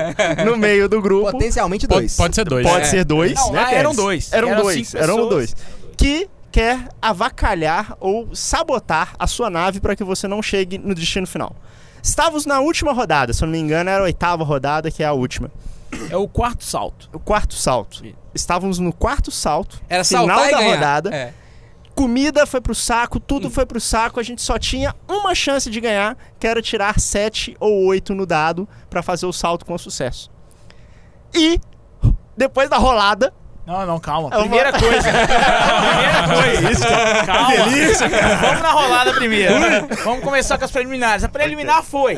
S3: no meio do grupo.
S7: Potencialmente
S6: Pode,
S7: dois.
S6: pode ser dois.
S3: Pode
S6: É.
S3: ser dois,
S5: Não,
S3: né?
S5: lá
S3: Pérez?
S5: eram dois.
S3: Eram,
S5: Eram
S3: dois,
S5: cinco
S3: eram
S5: pessoas.
S3: dois. Que quer avacalhar ou sabotar a sua nave para que você não chegue no destino final. Estávamos na última rodada, se eu não me engano, era a oitava rodada, que é a última.
S5: É o quarto salto.
S3: O quarto salto. Estávamos no quarto salto,
S4: Era
S3: final
S4: saltar e
S3: da
S4: ganhar.
S3: rodada.
S4: É.
S3: Comida foi pro saco, tudo foi pro saco, a gente só tinha uma chance de ganhar, que era tirar 7 ou 8 no dado para fazer o salto com sucesso. E depois da rolada,
S5: Não, não, calma.
S3: É uma-
S5: Primeira coisa. Primeira coisa. Calma. Vamos na rolada primeiro. Vamos começar com as preliminares. A preliminar foi.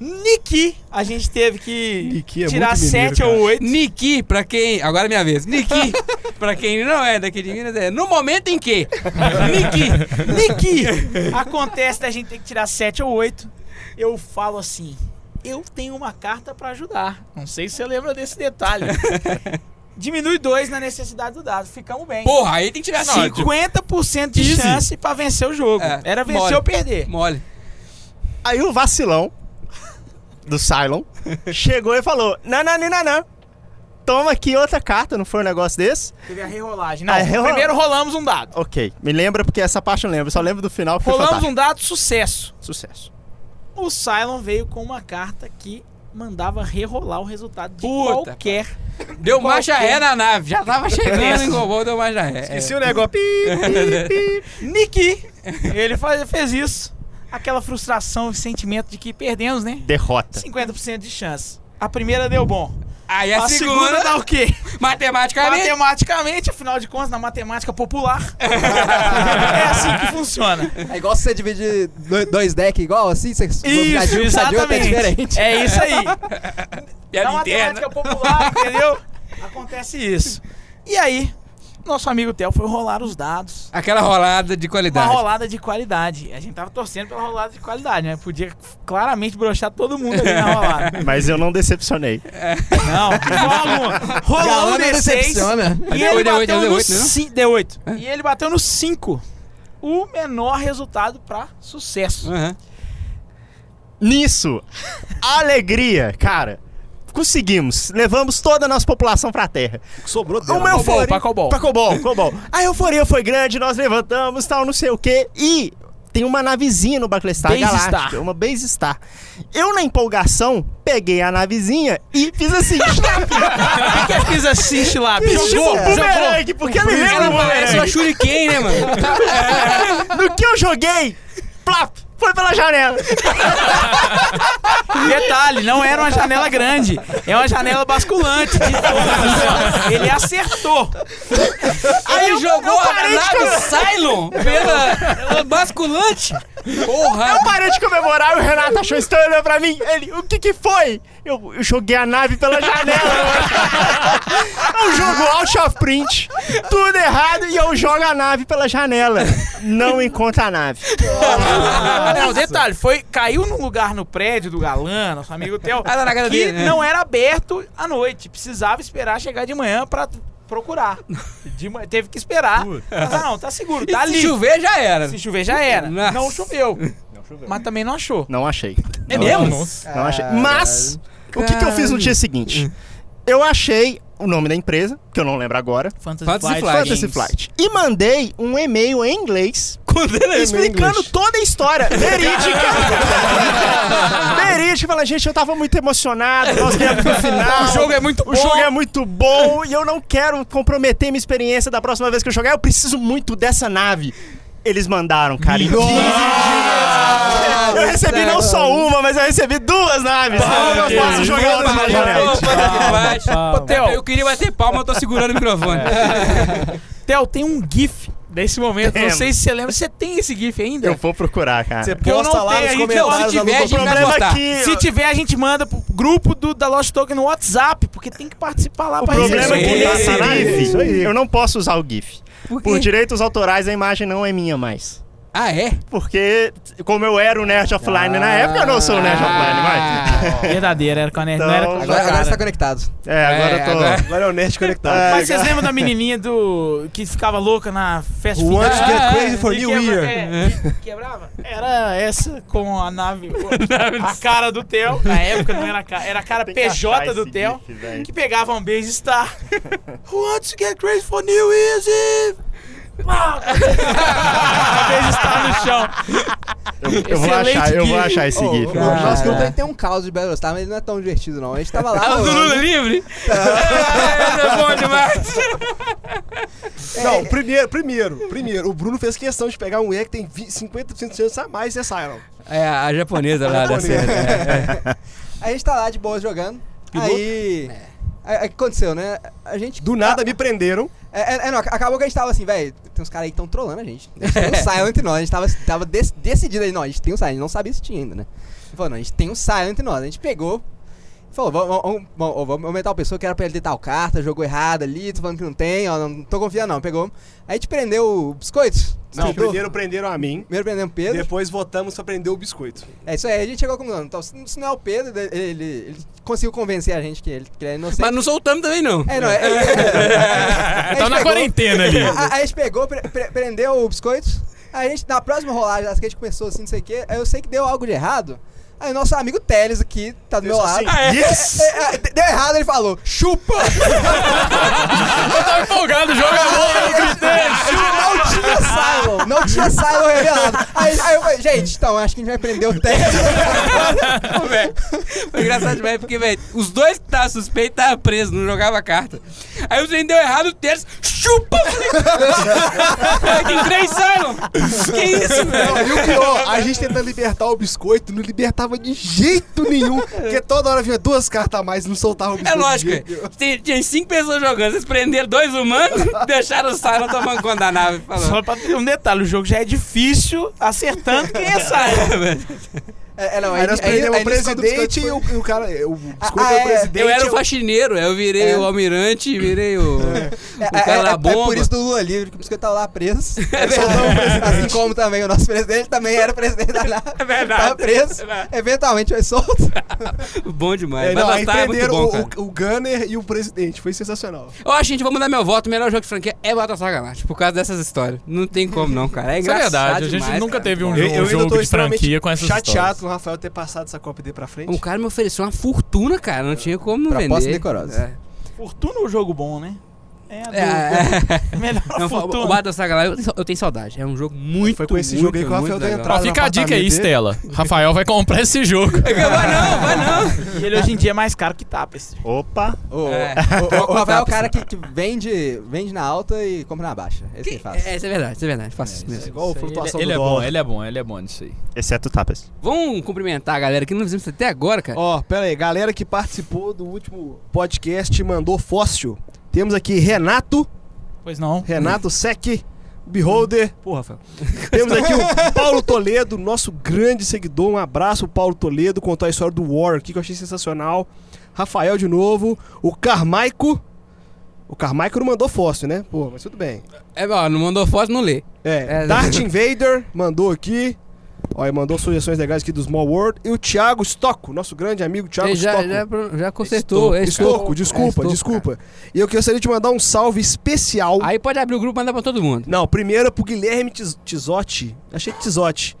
S5: Niki, a gente teve que
S2: Niki é
S5: tirar
S2: muito mineiro,
S5: 7 ou
S2: cara.
S5: 8.
S4: Niki, pra quem. Agora é minha vez. Niki, pra quem não é daqui de Minas, é. No momento em que. Niki, Niki.
S5: Acontece da gente ter que tirar 7 ou 8. Eu falo assim: eu tenho uma carta pra ajudar. Não sei se você lembra desse detalhe. Diminui 2 na necessidade do dado. Ficamos bem.
S4: Porra, aí tem que tirar É cinco.
S5: tipo, 50% de
S4: Easy.
S5: chance pra vencer o jogo.
S4: É,
S5: Era vencer
S4: mole.
S5: ou perder.
S4: Mole.
S3: Aí o vacilão do Cylon chegou e falou: não, não, não, não, não. Toma aqui outra carta, não foi um negócio desse?
S5: Teve a rerolagem. Não,
S3: Ah, é rerola-
S5: primeiro rolamos um dado.
S3: Ok, me lembra porque essa parte eu lembro, só lembro do final que foi
S5: Rolamos
S3: fantástico.
S5: um dado, sucesso.
S3: Sucesso.
S5: O Cylon veio com uma carta que mandava rerolar o resultado de
S4: Puta,
S5: qualquer.
S4: Deu
S5: Qualquer-
S4: marcha ré na nave. Já tava chegando em Gobol, deu marcha ré. É,
S2: Esqueci o negócio. Pi, pi, pi.
S5: Niki! Ele faz- fez isso. Aquela frustração e sentimento de que perdemos, né?
S3: Derrota.
S5: 50% de chance. A primeira deu bom.
S4: Aí a, segunda,
S5: dá o é- quê?
S4: matematicamente.
S5: é Matematicamente, afinal de contas, na matemática popular, é assim que funciona.
S7: É igual se você dividir do- dois decks igual assim, você jogar de um,
S5: Isso,
S7: sai de outro, é
S5: exatamente.
S7: diferente.
S5: É isso aí.
S4: Piada
S5: Na matemática
S4: interna.
S5: popular, entendeu? Acontece isso. E aí, nosso amigo Theo foi rolar os dados.
S4: Aquela rolada de
S5: Uma
S4: qualidade.
S5: rolada de qualidade. A gente tava torcendo pela rolada de qualidade, né? Podia claramente broxar todo mundo ali na rolada.
S3: Mas eu não decepcionei.
S5: Não, de forma alguma. Rolou o
S7: Galana
S5: D6
S7: decepciona.
S5: e
S4: Deu
S5: ele
S4: oito, deu oito,
S5: bateu
S4: deu
S5: no
S4: oito, né?
S5: 5. Deu 8. E ele bateu no 5. O menor resultado pra sucesso.
S4: Aham.
S3: Nisso, alegria, cara. Conseguimos. Levamos toda a nossa população pra terra.
S2: Sobrou dela.
S3: O meu
S5: Cobol,
S3: foi
S5: pra Cobol.
S3: Pra Cobol, Cobol. A euforia foi grande, nós levantamos, tal, não sei o quê. E tem uma navezinha no Battlestar
S5: Base
S3: Galáctica,
S5: Star.
S3: uma Base Star. Eu, na empolgação, peguei a navezinha e fiz assim. snap,
S5: O que, que eu fiz assiste lá?
S3: fiz tipo
S5: Jogou,
S3: um bumerangue, porque ele lembra
S4: Ela
S3: um
S4: parece
S3: bumerangue.
S4: uma
S5: "É,
S4: shuriken, né, mano?
S3: No que eu joguei, plap, Foi pela janela.
S5: Detalhe, não era uma janela grande. É uma janela basculante. de todas. Ele acertou.
S4: Ele jogou
S3: eu
S4: a
S3: parei de
S4: nave
S3: comer.
S4: Cylon pela pela É basculante. Porra.
S3: Eu parei de comemorar e o Renato achou estranho olhou pra mim. Ele, o que que foi? Eu, eu joguei a nave pela janela. mano. eu jogo out of print, tudo errado, e eu jogo a nave pela janela. Não encontro a nave.
S5: Não, detalhe, foi, caiu num lugar no prédio do Galã, nosso amigo Theo,
S4: Ah, tá na cara
S5: que
S4: dele, né?
S5: não era aberto à noite. Precisava esperar chegar de manhã pra procurar. De ma- teve que esperar. Mas, ah, não, tá seguro, tá
S4: Se
S5: ali.
S4: chover, já era.
S5: Se chover já era.
S4: Nossa.
S5: Não choveu. Mas também não achou.
S3: Não achei.
S5: É
S3: Não-
S5: mesmo?
S3: Não, achei. Mas, o que que eu fiz no dia seguinte? Eu achei o nome da empresa, que eu não lembro agora.
S5: Fantasy,
S4: Fantasy Flight Flight.
S3: Fantasy Flight. E mandei um e-mail em inglês explicando
S2: Tá inglês.
S3: toda a história. Verídica. Verídica. Fala, gente, eu tava muito emocionado. Nós ganhamos no final.
S4: O jogo é muito
S3: O
S4: bom.
S3: jogo é muito bom e eu não quero comprometer minha experiência da próxima vez que eu jogar. Eu preciso muito dessa nave. Eles mandaram, cara. em 15 dias. Eu recebi não só uma, mas eu recebi duas naves. Então eu posso jogar outra na janela.
S4: Ô, Theo, eu queria bater palma, eu tô segurando o microfone.
S3: É.
S5: Theo, tem um GIF desse momento. Não
S3: Temos.
S5: sei se você lembra. Você tem esse GIF ainda?
S3: Eu vou procurar,
S2: Você
S3: cara.
S5: Eu não
S2: posta lá
S5: tenho,
S2: nos
S5: a gente-
S2: comentários.
S4: se
S3: O
S4: tiver, a gente-
S2: lá no Google.
S3: problema
S4: vai
S3: é
S4: postar.
S3: que.
S5: Se tiver, a gente manda pro grupo do, da Lost Talk no WhatsApp, porque tem que participar lá
S3: O
S5: pra
S3: problema é que
S5: receber.
S3: esse
S2: Isso aí,
S3: GIF,
S2: isso aí.
S3: eu não posso usar o GIF.
S4: Por quê?
S3: Por direitos autorais, a imagem não é minha mais.
S4: Ah, é?
S3: Porque, como eu era o Nerd Offline na época, eu não sou o Nerd Offline, mas.
S5: Verdadeira, era com a nerd, não era com a
S3: Então,
S7: Agora, agora
S4: Cara.
S7: você tá conectado.
S3: É, agora
S4: É,
S3: eu tô.
S4: agora-
S2: Agora é o Nerd Conectado.
S3: É,
S5: Mas vocês lembram da menininha do que ficava louca na festa
S2: Who wants to
S5: final?
S2: get crazy for
S5: E
S2: New
S5: quebra-
S2: Year?
S5: é, que quebrava? Era essa com a nave. a cara do Theo. Na época não era a cara. Era a cara
S3: Tem que
S5: PJ
S3: achar
S5: do
S3: esse
S5: Theo.
S3: GIF, velho.
S5: Que pegava um beijo Star. Who wants to get crazy for New Year's Eve? Pá! Ah! beijo Star no chão.
S3: Eu, eu vou
S5: Excelente
S3: achar, eu vou
S5: GIF.
S3: achar esse
S7: Ô,
S3: GIF.
S7: o
S3: eu vou achar.
S7: nosso grupo
S4: Caraca.
S7: tem que ter um caos de Battlestar, mas ele não é tão divertido, não. A gente tava lá.
S4: Ah, o do Lula
S7: rolando.
S4: livre?
S5: Tá.
S4: Ah, é bom demais.
S2: Não, primeiro, primeiro, primeiro. O Bruno fez questão de pegar um E que tem 20, 50% de chance a mais de ser Iron.
S4: É, a japonesa lá da é. série.
S7: A gente tá lá de boa jogando. Aí. Aí aí, o que aconteceu, né? A gente.
S2: Do nada me prenderam.
S7: É, é- é, não, ac- acabou que a gente tava assim, velho. Tem uns caras aí que tão trolando a gente. A gente tem um silent entre nós. A gente tava, tava dec- decidido aí. Não, a gente tem um silent. Não sabia se tinha ainda, né? Ele falou, não, a gente tem um silent entre nós. A gente pegou. Falou, vamos, vamos, vamos, vamos aumentar o pessoa que era pra ele ter tal carta, jogou errado ali, tô falando que não tem, ó, não tô confiando não, pegou. Aí a gente prendeu o biscoito.
S2: Não,
S7: descobriu.
S2: primeiro prenderam a mim.
S7: Primeiro prendemos o Pedro.
S2: Depois votamos pra prender o biscoito.
S7: É isso aí, a gente chegou à conclusão. Então, se se não é o Pedro, ele, ele, ele conseguiu convencer a gente que ele, que ele é inocente.
S4: Mas não soltamos também, não.
S7: É, não, é. é, é.
S6: Tá na quarentena ali.
S7: A, a gente pegou, pre- pre- prendeu o biscoito. A gente, na próxima rolagem, acho que a gente começou assim, não sei o quê. Aí eu sei que deu algo de errado. Aí o nosso amigo Teles aqui, tá do meu
S2: só
S7: lado.
S2: assim,
S7: É, é, é, de- deu errado, ele falou, chupa!
S6: Eu tava empolgado,
S1: é
S6: joga a bola, eu gritei.
S7: Não tinha Silo! Não tinha Silo revelado! Aí, aí eu falei, gente, então, acho que a gente vai prender o Teles.
S4: Ô, velho, Foi engraçado demais, porque, velho, os dois tá que estavam suspeitos estavam presos, não jogava carta. Aí o trem deu errado, o terço, chupa! eu falei, Que três Simon! Que isso,
S2: Não,
S4: velho?
S2: e o pior, a gente tentando libertar o biscoito, não libertava de jeito nenhum. Porque toda hora vinha duas cartas a mais e não soltava o
S4: É
S2: biscoito.
S4: lógico,
S2: de jeito nenhum.
S4: velho. Tem- tinha cinco pessoas jogando, vocês prenderam dois humanos, deixaram o Simon tomando conta da nave. Falou.
S5: Só pra ter um detalhe, o jogo já é difícil acertando quem é Simon.
S7: É, é, não,
S2: Aí nós
S7: aí- aí-
S2: prendemos
S7: aí
S2: o
S7: nós quando
S2: presidente e
S7: biscoito
S2: o, e o cara. O biscoito
S7: Ah,
S2: é
S7: é,
S2: o presidente.
S4: Eu era o faxineiro, eu virei
S7: É.
S4: o almirante, virei o,
S7: foi-
S4: o cara da bomba.
S7: É por isso do Lula livre, que o biscoito tava lá preso.
S4: É
S7: Soltamos o
S4: verdade.
S7: presidente. Assim como também o nosso presidente também era presidente da nave.
S4: É verdade.
S7: Tava preso.
S4: É verdade.
S7: Eventualmente foi solto.
S4: Bom demais.
S2: É,
S4: Vai
S2: não, aí
S4: bastar, é muito
S2: prenderam
S4: bom,
S2: o-
S4: cara.
S2: o, o Gunner e o presidente. Foi sensacional.
S4: Ó, gente, vou mudar meu voto. O melhor jogo de franquia é Battlestar Galactica, por causa dessas histórias. Não tem como não, cara. É
S6: Isso é
S4: engraçado
S6: verdade, a gente
S4: demais,
S6: nunca
S4: cara.
S6: teve um
S4: Bom.
S6: jogo. de franquia com essas
S2: chateado
S6: histórias.
S2: com o Rafael ter passado essa Copa D pra frente.
S4: Um cara me ofereceu uma fortuna, cara. Não tinha como não
S7: Proposta
S4: vender.
S7: decorosa.
S4: É.
S5: Fortuna é um jogo bom, né? É, a do-
S4: É,
S5: do- melhor
S4: não,
S5: futuro.
S4: o Bar da Saga lá, eu, eu tenho saudade. É um jogo muito,
S2: Foi com esse
S4: muito,
S2: jogo aí que o
S4: muito
S2: Rafael deu
S4: legal.
S6: Ó,
S2: entrada.
S6: fica a dica aí,
S2: Apartamento dele.
S6: Estela. Rafael vai comprar esse jogo.
S4: Vai não, vai não.
S5: E ele hoje em dia é mais caro que tapa esse jogo.
S3: Opa!
S7: O,
S4: É.
S7: o- o- o Rafael é o cara que, que vende, vende na alta e compra na baixa. Esse que, ele faz.
S4: É, isso é verdade, isso é verdade. Faço isso mesmo.
S2: Igual a flutuação
S1: Ele é
S2: do
S1: bom,
S2: dólar.
S1: ele é bom, ele é bom nisso aí.
S3: Exceto o Tapas.
S4: Vamos cumprimentar a galera que não fizemos isso até agora, cara.
S2: Ó, pera aí, galera que participou do último podcast mandou fóssil. Temos aqui Renato,
S5: Pois não.
S6: Hum.
S2: Renato Sec, Beholder. Porra, Rafael. Temos aqui o Paulo Toledo, nosso grande seguidor. Um abraço, Paulo Toledo, contou a história do War aqui que eu achei sensacional. Rafael de novo, o Carmaico. O Carmaico não mandou fóssil, né? Pô, mas tudo bem.
S4: É, ó, não mandou foto, não lê.
S2: É,
S4: É,
S2: Dart Invader mandou aqui. Olha, mandou sugestões legais aqui do Small World. E o Thiago Stocco, nosso grande amigo Thiago
S4: Ele já,
S2: Stocco.
S4: já, já consertou. é
S2: Estoco,
S4: estoco, é
S2: desculpa,
S4: estoco,
S2: desculpa. E eu gostaria de mandar um salve especial.
S4: cara. Aí pode abrir o grupo e mandar pra todo mundo.
S2: Não, primeiro é pro Guilherme Tis- Tisotti, achei Tisotti,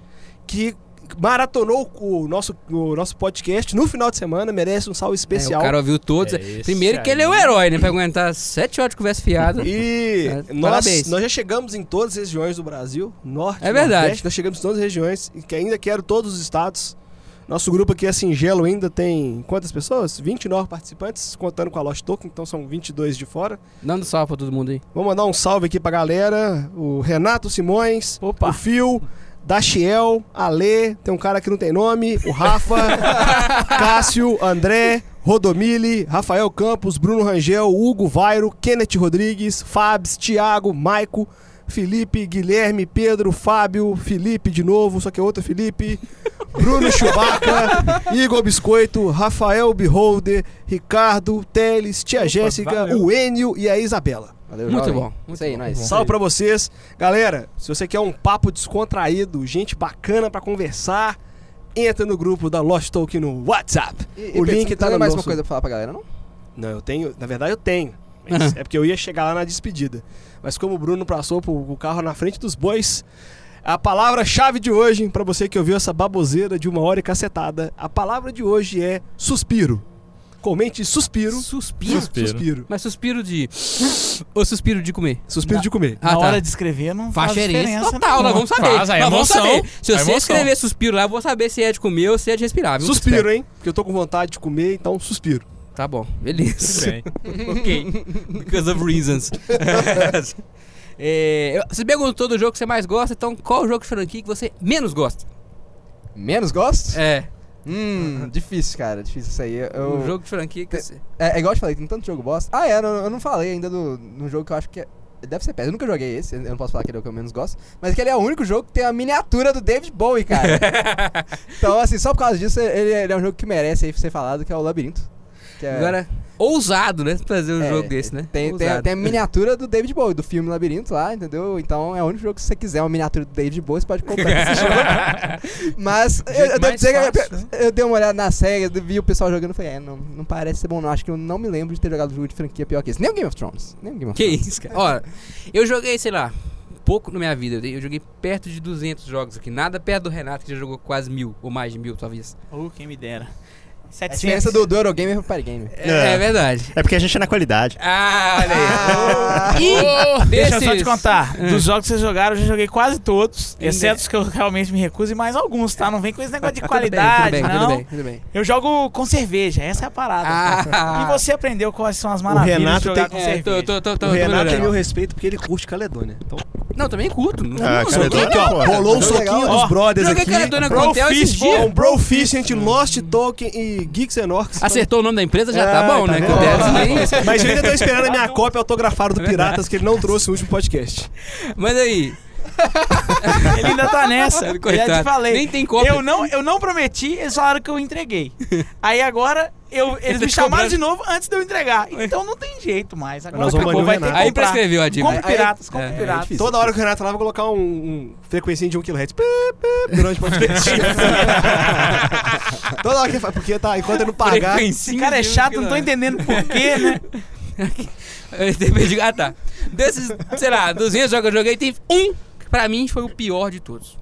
S2: que maratonou o nosso, o nosso podcast no final de semana, merece um salve especial.
S4: É, o cara ouviu todos.
S1: É esse
S4: Primeiro que ele é um
S1: aí.
S4: herói, né? Pra aguentar sete horas de conversa fiada.
S2: E
S4: É,
S2: nós,
S4: parabéns.
S2: nós já chegamos em todas as regiões do Brasil, norte,
S4: É verdade.
S2: nordeste, nós chegamos em todas as regiões, e que ainda quero todos os estados. Nosso grupo aqui é singelo, ainda tem quantas pessoas? 29 participantes, contando com a Lost Token, então são 22 de fora.
S4: Dando salve pra todo mundo aí.
S2: Vou mandar um salve aqui pra galera, o Renato Simões,
S5: Opa.
S2: o Fio, Dachiel, Ale, tem um cara que não tem nome, o Rafa, Cássio, André, Rodomili, Rafael Campos, Bruno Rangel, Hugo Vairo, Kenneth Rodrigues, Fabs, Thiago, Maico, Felipe, Guilherme, Pedro, Fábio, Felipe de novo, só que é outro Felipe, Bruno Chubaca, Igor Biscoito, Rafael Beholder, Ricardo, Teles, Tia Jéssica, o Enio e a Isabela.
S7: Valeu,
S4: Muito
S7: jovem.
S4: bom, muito
S7: Isso aí,
S4: bom.
S7: nós.
S2: Salve pra vocês. Galera, se você quer um papo descontraído, gente bacana pra conversar, entra no grupo da Lost Talk no WhatsApp. tá
S7: E- e Pedro,
S4: tá
S7: não tem mais uma coisa pra falar pra galera, não?
S2: Não, eu tenho... Na verdade, eu tenho. Mas é porque eu ia chegar lá na despedida. Mas como o Bruno passou pro, pro carro na frente dos bois... A palavra-chave de hoje, pra você que ouviu essa baboseira de uma hora e cacetada, a palavra de hoje é suspiro. Comente suspiro.
S4: Suspiro.
S6: Suspiro.
S2: Suspiro.
S4: Mas suspiro de. Ou suspiro de comer.
S2: Suspiro de comer.
S7: Ah,
S4: Ah,
S5: Na hora de escrever não faz,
S4: Faz diferença
S5: diferença.
S4: tá.
S5: né?
S4: total, nós
S5: nenhuma.
S4: vamos saber.
S6: Faz, é
S4: nós vamos
S6: emoção.
S4: saber. Se
S6: É
S4: você
S6: emoção.
S4: escrever suspiro lá, eu vou saber se é de comer ou se é de respirar. viu?
S2: Suspiro, hein? Porque eu tô com vontade de comer, então suspiro.
S4: Tá bom, beleza.
S1: Bem.
S4: ok. Because of reasons. é, eu- você perguntou do jogo que você mais gosta, então qual o jogo de franquia que você menos gosta?
S7: Menos gosto?
S4: É.
S7: Hum, difícil, cara. Difícil isso aí. Eu,
S4: Um jogo de franquia que você.
S7: é, é igual eu te falei, tem tanto jogo bosta. Ah, é, eu, eu não falei ainda do, no jogo que eu acho que é. Deve ser péssimo. Eu nunca joguei esse, eu não posso falar que ele é o que eu menos gosto. Mas que ele é o único jogo que tem a miniatura do David Bowie, cara. então, assim, só por causa disso, ele, ele é um jogo que merece aí ser falado, que é o Labirinto. Que é-
S4: Agora, ousado, né? Trazer um
S7: É,
S4: jogo desse, né?
S7: Tem, tem,
S4: Ousado.
S7: tem a miniatura do David Bowie, do filme Labirinto lá, entendeu? Então é o único jogo que se você quiser uma miniatura do David Bowie, você pode comprar esse jogo. Mas eu, eu devo
S1: mais
S7: dizer
S1: fácil,
S4: né?
S7: que eu, eu dei uma olhada na série, eu vi o pessoal jogando e falei, é, não, não parece ser bom não. Acho que eu não me lembro de ter jogado jogo de franquia pior que esse. Nem o Game of Thrones. Nem o Game of
S4: Que
S7: Thrones.
S4: isso, cara. Olha, eu joguei, sei lá, pouco na minha vida. Eu- Eu joguei perto de 200 jogos aqui. Nada perto do Renato, que já jogou quase mil, ou mais de mil, talvez.
S5: Uh, quem me dera.
S7: A diferença do, do Eurogamer pro Party Game.
S4: É,
S3: É.
S4: é verdade.
S3: É porque a gente é na qualidade.
S4: Ah, olha aí.
S7: Ah,
S4: E
S5: Deixa eu só
S4: desses- Ah.
S5: te contar. Dos jogos que vocês jogaram, eu já joguei quase todos. Exceto os que eu realmente me recuso e mais alguns, tá? Não vem com esse negócio de qualidade,
S4: tudo bem,
S5: não.
S4: tudo bem, Tudo bem, É, tudo bem.
S5: Eu jogo com cerveja, essa é a parada.
S4: Ah.
S5: E você aprendeu quais são as maravilhas
S2: Renato
S5: de jogar
S2: tem-
S5: com
S4: É,
S5: cerveja.
S4: tô, tô, tô, tô,
S2: O
S4: tô
S2: Renato tem
S4: melhorando.
S2: meu respeito porque ele curte Caledônia. Então,
S4: Não, também curto.
S3: Ah,
S4: Não, não,
S3: cara,
S4: sou-
S3: eu tô-
S2: ó, rolou um
S7: Tá legal,
S2: soquinho
S5: ó.
S2: dos brothers
S4: Joga
S2: aqui.
S4: Caledônia
S2: Bro
S4: Contel esses
S2: Fist,
S4: dias.
S2: É um bro fist entre Lost, Tolkien e Geeks and Orcs.
S4: Acertou o nome da empresa, já tá
S2: É,
S4: bom,
S2: tá
S4: né?
S2: bom.
S4: Acontece, né? É
S2: Mas eu ainda tô esperando a minha cópia autografada do Piratas, que ele não trouxe no último podcast.
S4: Mas aí,
S5: Ele ainda tá nessa.
S4: coitado.
S5: Já te falei.
S4: Nem tem cópia.
S5: Eu não, eu não prometi, eles falaram que eu entreguei. Aí agora, eu, eles
S4: tá
S5: me chamaram
S4: cobrando.
S5: de novo antes de eu entregar. Então não tem jeito mais. Agora
S2: Nós vamos
S5: acabou, vai
S2: banir o
S5: ter que
S2: Renato.
S4: aí
S5: comprar.
S4: prescreveu a dívida.
S5: Compre piratas, compre
S4: é, é
S5: piratas.
S7: difícil.
S2: Toda hora que o Renato lá vai colocar um, um frequencinho de 1 kHz. Pi, pi, Durante o podcast. Toda hora que ele fala, porque tá, enquanto ele não pagar.
S5: Esse cara
S4: um
S5: é chato, não tô entendendo porquê, né?
S4: Eu entendi. Ah, tá. Desses, sei lá, 200 jogos que eu joguei, tem um que pra mim foi o pior de todos.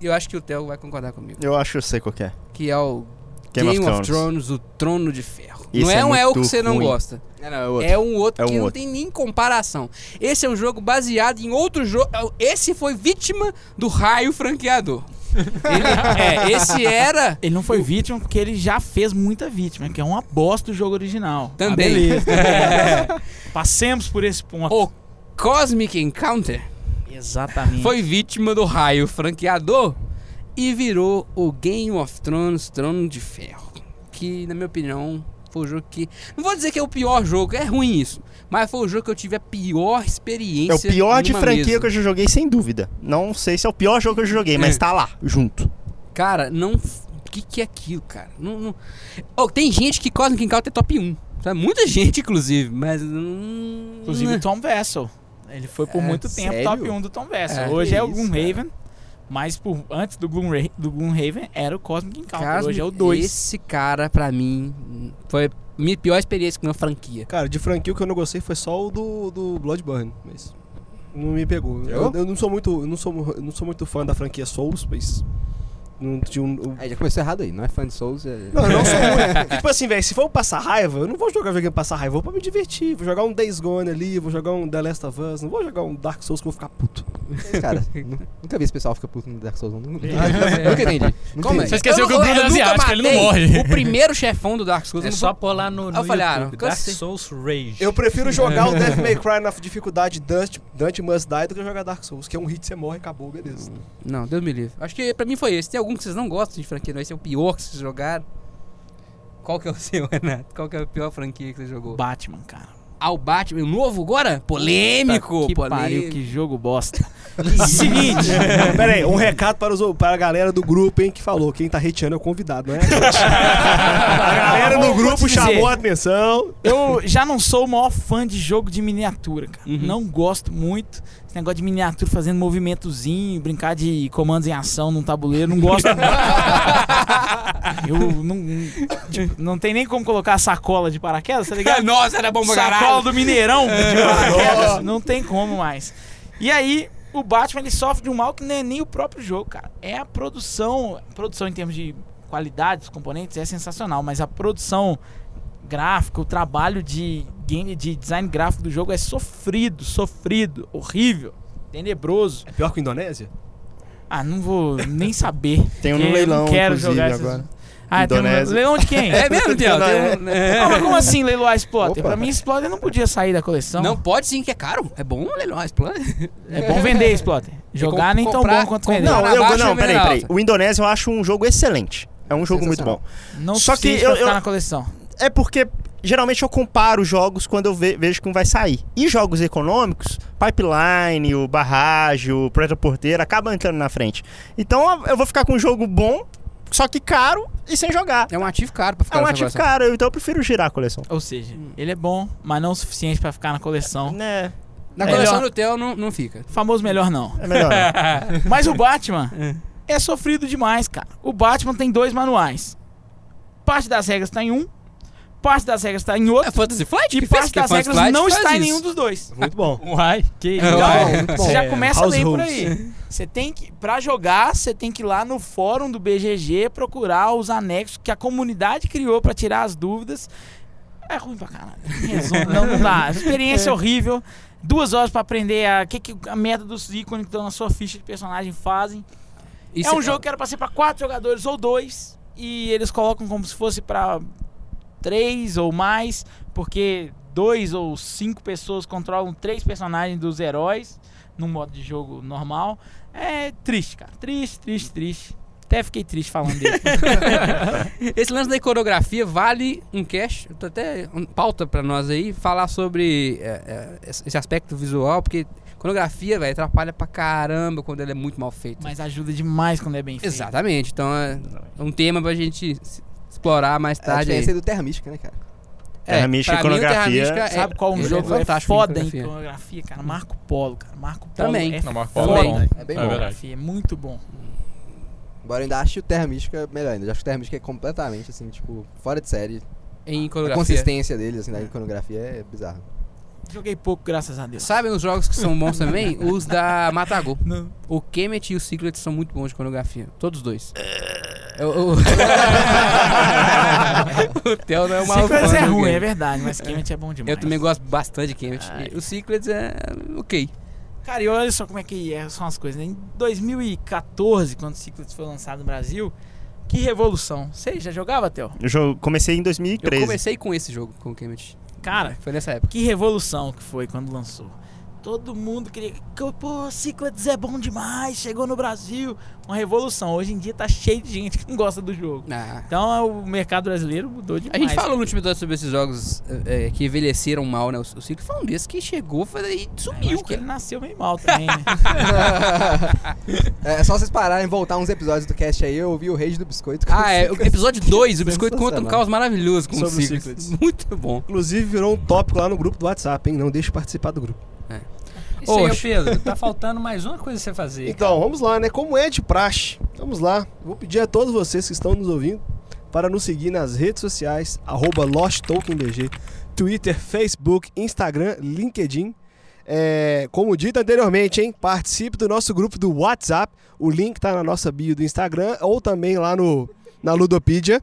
S4: Eu acho que o Theo vai concordar comigo.
S3: Eu acho que eu sei qual que é.
S4: Que é o Game,
S3: Game of
S4: of, Thrones.
S3: Thrones.
S4: o Trono de Ferro.
S3: Isso
S4: não é,
S3: é
S4: um é o que
S3: muito
S4: você não
S3: ruim.
S4: gosta.
S7: Não, não, é outro.
S4: É um outro
S3: É
S4: que
S3: um
S4: não
S3: outro.
S4: tem nem comparação. Esse é um jogo baseado em outro jogo. Esse foi vítima do raio franqueador. Ele- é, esse era.
S5: Ele não foi vítima porque ele já fez muita vítima, que é uma bosta do jogo original.
S4: Também.
S5: Ah, beleza. É. Passemos por esse ponto.
S4: O Cosmic Encounter
S5: Exatamente.
S4: foi vítima do raio franqueador e virou o Game of Thrones Trono de Ferro. Que, na minha opinião, foi o jogo que. Não vou dizer que é o pior jogo, é ruim isso. Mas foi o jogo que eu tive a pior experiência.
S3: É o pior de
S4: numa
S3: franquia
S4: mesa.
S3: que eu já joguei, sem dúvida. Não sei se é o pior jogo que eu já joguei, mas tá lá, junto.
S4: Cara, não. O que, que é aquilo, cara? Não, não- Ô, tem gente que Cosmic Encounter é top 1. Sabe? Muita gente, inclusive, mas. hum,
S5: Inclusive
S4: né?
S5: o Tom Vessel. Ele foi por
S7: É,
S5: muito tempo
S7: sério?
S5: top 1 do Tom Vessel.
S4: É,
S5: Hoje
S7: que
S5: é o
S7: isso,
S5: Gloomhaven, mas por, antes do, Gloomra- do Gloomhaven era o Cosmic Encounter.
S4: Cosmic-
S5: Hoje é o 2.
S4: Esse cara, pra mim, foi a minha pior experiência com uma franquia.
S2: Cara, de franquia o que eu não gostei foi só o do, do Bloodborne, mas não me pegou.
S7: Eu?
S2: Eu, eu não sou muito, eu não sou, mu- eu não sou muito fã da franquia Souls, mas não tinha um, eu-
S7: Aí já começou errado aí, não é fã de Souls. É...
S2: Não, eu não sou muito. Porque, tipo assim, velho, se for passar raiva, eu não vou jogar videogame pra passar raiva, eu vou pra me divertir. Vou jogar um Days Gone ali, vou jogar um The Last of Us, não vou jogar um Dark Souls que eu vou ficar puto.
S7: Cara, nu- nunca vi esse pessoal ficar puto no Dark Souls. não. Nunca entendi. Nunca
S4: Como é?
S7: entendi.
S6: Você esqueceu
S4: Eu-
S6: que o Bruno
S4: eu
S6: é
S4: nunca
S6: asiático, ele
S4: matei
S6: não morre.
S4: O primeiro chefão do Dark Souls. eu
S1: É
S4: não
S1: só
S4: vou-
S1: pôr lá no,
S4: Eu
S1: no
S4: falei, ah,
S1: YouTube,
S4: não,
S1: Dark
S4: cansei.
S1: Souls Rage.
S2: Eu prefiro jogar o Death May Cry na dificuldade Dante, Dante Must Die do que jogar Dark Souls, que é um hit, você morre, acabou, beleza.
S4: Não, Deus me livre. Acho que pra mim foi esse. Tem algum que vocês não gostam de franquia, não? Esse é o pior que vocês jogaram. Qual que é o seu, Renato? Qual que é a pior franquia que você jogou?
S5: Batman, cara.
S4: Ao Batman, o novo agora? Polêmico,
S5: que pariu,
S4: polêmico.
S5: que jogo bosta. Seguinte.
S2: Pera aí, um recado para, os, para a galera do grupo, hein, que falou. Quem tá hateando é o convidado, não é? a gente. A galera
S5: Vou-
S2: do
S5: vou
S2: grupo
S5: te dizer.
S2: chamou a atenção.
S5: Eu já não sou o maior fã de jogo de miniatura, cara.
S4: Uhum.
S5: Não gosto muito. Esse negócio de miniatura fazendo movimentozinho, brincar de comandos em ação num tabuleiro, não gosto muito. Eu não. tipo, não tem nem como colocar a sacola de paraquedas, tá ligado?
S4: Nossa, É era bom pra
S5: sacola
S4: caralho.
S5: do Mineirão É. de paraquedas. não tem como mais. E aí, o Batman ele sofre de um mal que não é nem o próprio jogo, cara. É a produção. a produção em termos de qualidade dos componentes é sensacional, mas a produção gráfica, o trabalho de, game, de design gráfico do jogo é sofrido, sofrido, horrível, tenebroso.
S2: É pior que a Indonésia?
S5: Ah, não vou nem saber.
S3: Tem
S5: porque eu
S3: um no leilão,
S5: não quero
S3: inclusive,
S5: jogar
S3: agora.
S5: Esses... Ah, tem um
S3: Indonésia.
S5: leilão de quem?
S4: É mesmo, Theo? Tem um-
S5: Não, mas como assim leiloar Splotter?
S7: Opa.
S5: Pra mim, Splotter não podia sair da coleção.
S4: Não, pode sim, que é caro. É bom leilões, plano.
S5: É bom vender Splotter. Jogar
S4: com-
S5: nem tão
S4: comprar-
S5: bom quanto
S4: comprar-
S5: vender.
S3: Não,
S4: Mineral
S3: eu,
S4: abaixo e
S3: não, peraí,
S4: Mineral
S3: peraí.
S4: alta.
S3: O Indonésia eu acho um jogo excelente. É um jogo muito bom.
S7: Sensacional.
S5: Não
S3: Só que
S5: suficiente
S3: eu-
S5: pra ficar
S3: eu-
S5: na coleção.
S3: É porque geralmente eu comparo jogos quando eu ve- vejo que um vai sair. E jogos econômicos, Pipeline, o Barrage, o Preta Porteira, acabam entrando na frente. Então eu vou ficar com um jogo bom, só que caro e sem jogar.
S4: É um ativo caro pra ficar
S3: É um
S4: nessa
S3: ativo
S4: coleção.
S3: caro, então eu prefiro girar a coleção.
S5: Ou seja, ele é bom, mas não o suficiente pra ficar na coleção.
S3: Né?
S4: Na
S5: É
S4: coleção
S5: melhor.
S4: do Theo não, não fica.
S5: Famoso melhor não.
S3: É melhor. não.
S5: Mas o Batman é sofrido demais, cara. O Batman tem dois manuais. Parte das regras tá em um, parte das regras tá em outro.
S4: É Fantasy Flight?
S5: E
S4: que faz
S5: parte
S4: que é
S5: das
S4: Fantasy
S5: regras
S4: Flight
S5: não
S4: faz
S5: está em
S4: isso.
S5: nenhum dos dois.
S2: Muito bom.
S1: Uai, que
S4: É,
S7: Então,
S4: uau.
S7: muito bom.
S5: Você já começa
S2: House
S5: bem por
S2: rules.
S5: aí. Você tem que, pra jogar, você tem que ir lá no fórum do BGG procurar os anexos que a comunidade criou pra tirar as dúvidas. É ruim pra caralho. Resumo, não, não dá. Experiência horrível. Duas horas pra aprender a que, que a merda dos ícones que estão na sua ficha de personagem fazem.
S4: Isso
S5: é um jogo que era pra ser pra quatro jogadores ou dois. E eles colocam como se fosse pra três ou mais, porque dois ou cinco pessoas controlam três personagens dos heróis num modo de jogo normal. É triste, cara. Triste, triste, triste. Até fiquei triste falando dele.
S4: Esse lance da iconografia vale um cash, tô até um, pauta pra nós aí, falar sobre é, é, esse aspecto visual, porque iconografia, velho, atrapalha pra caramba quando ela é muito mal feita.
S5: Mas ajuda demais quando é bem feito.
S4: Exatamente, então é um tema pra gente se- explorar mais
S7: A
S4: tarde.
S7: diferença
S4: aí. É,
S7: é do Terra Mística, né, cara?
S3: Terra Mística e
S4: pra mim, o Terra
S3: iconografia,
S4: Mística é-
S5: Sabe qual um
S4: ele
S5: jogo que é
S4: fantástico em
S5: foda em
S4: iconografia.
S5: iconografia, cara? Marco Polo, cara. Marco Polo
S4: Também.
S5: é
S6: Não, Marco
S5: foda
S6: Polo é
S4: Também.
S6: bom.
S7: É bem
S5: em
S7: bom.
S6: verdade.
S5: iconografia, é muito bom.
S7: Embora eu ainda ache o Terra Mística melhor ainda. Eu acho que o Terra Mística é completamente, assim, tipo, fora de série.
S4: Em
S7: A
S4: iconografia.
S7: consistência deles, assim, da iconografia é bizarro.
S5: Joguei pouco, graças a Deus.
S4: Sabem os jogos que são bons também? Os da Matago.
S5: Não.
S4: O Kemet e o Secret são muito bons de iconografia. Todos dois. É, O, o... o Theo não é uma
S5: Secrets é ruim, é verdade, mas Kemet é bom demais.
S4: Eu também gosto bastante de Kemet.
S1: Ai.
S4: O Secrets é ok.
S5: Cara, e olha só como é que é, são as coisas. né? Em 2014, quando o Secrets foi lançado no Brasil, que revolução. Você já jogava, Theo?
S3: Eu jo- comecei em
S4: Eu
S3: 2013.
S4: comecei com esse jogo, com o Kemet.
S5: Cara,
S4: Foi nessa época.
S5: que revolução que foi quando lançou. Todo mundo queria. que, Pô, Secrets é bom demais, chegou no Brasil. Uma revolução. Hoje em dia tá cheio de gente que não gosta do jogo.
S4: Ah.
S5: Então o mercado brasileiro mudou demais.
S4: A gente falou no último episódio sobre esses jogos é, é, que envelheceram mal, né? O, o Secret foi um desses que chegou foi, e
S5: Eu
S4: sumiu,
S5: acho que é. ele
S4: cara.
S5: nasceu meio mal também, né?
S7: É só vocês pararem e voltar uns episódios do cast aí, eu ouvi o Rage do Biscoito.
S4: Ah, é. O episódio 2, o Biscoito conta um
S7: Sensacional.
S4: caos maravilhoso com
S2: Sobre
S4: o
S2: o
S4: Secrets.
S2: Secrets.
S4: Muito bom.
S2: Inclusive virou um tópico lá no grupo do WhatsApp, hein? Não deixe de participar do grupo.
S1: Isso
S5: é
S1: aí, ô
S4: Oxe.
S1: Pedro, tá faltando mais uma coisa pra você fazer.
S2: Então, vamos lá, né? Como é de praxe, vamos lá. Vou pedir a todos vocês que estão nos ouvindo para nos seguir nas redes sociais, arroba LostTolkienBG, Twitter, Facebook, Instagram, LinkedIn. É, como dito anteriormente, hein? Participe do nosso grupo do WhatsApp. O link tá na nossa bio do Instagram ou também lá no, na Ludopedia.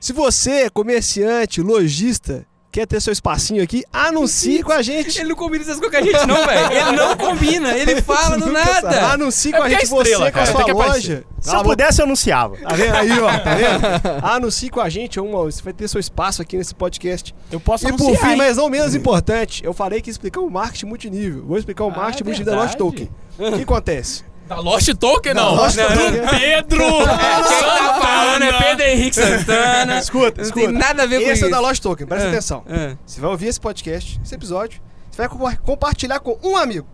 S2: Se você é comerciante, lojista, quer ter seu espacinho aqui, anuncie com a gente.
S4: Ele não combina essas coisas com a gente, não, velho. Ele não combina, ele fala do nada.
S2: Anuncie
S6: É
S2: com a
S6: porque é
S2: gente
S6: estrela,
S2: você com
S6: cara,
S2: a sua
S6: tem que aparecer.
S2: loja.
S3: Se
S2: Cala a
S3: eu
S2: boca.
S3: pudesse, eu anunciava.
S2: Tá vendo aí, ó? Tá vendo? Anuncie com a gente, uma, você vai ter seu espaço aqui nesse podcast.
S5: Eu posso
S2: e por
S5: anunciar,
S2: fim,
S5: hein?
S2: mas não menos importante, eu falei que ia explicar o marketing multinível. Vou explicar o
S1: Ah,
S2: marketing
S1: é
S2: multinível da Lost
S1: verdade.
S2: Token. O que acontece?
S6: Da Lost Token, não.
S2: Lost Token.
S6: Do Pedro
S2: Ah,
S4: Quem tá falando é Pedro Henrique Santana.
S2: Escuta,
S4: Não tem
S2: escuta.
S4: nada a ver com
S2: Esse
S4: isso.
S2: é da Lost Token, presta
S4: Ah,
S2: atenção.
S4: ah.
S2: Você vai ouvir esse podcast, esse episódio, você vai compa- compartilhar com um amigo.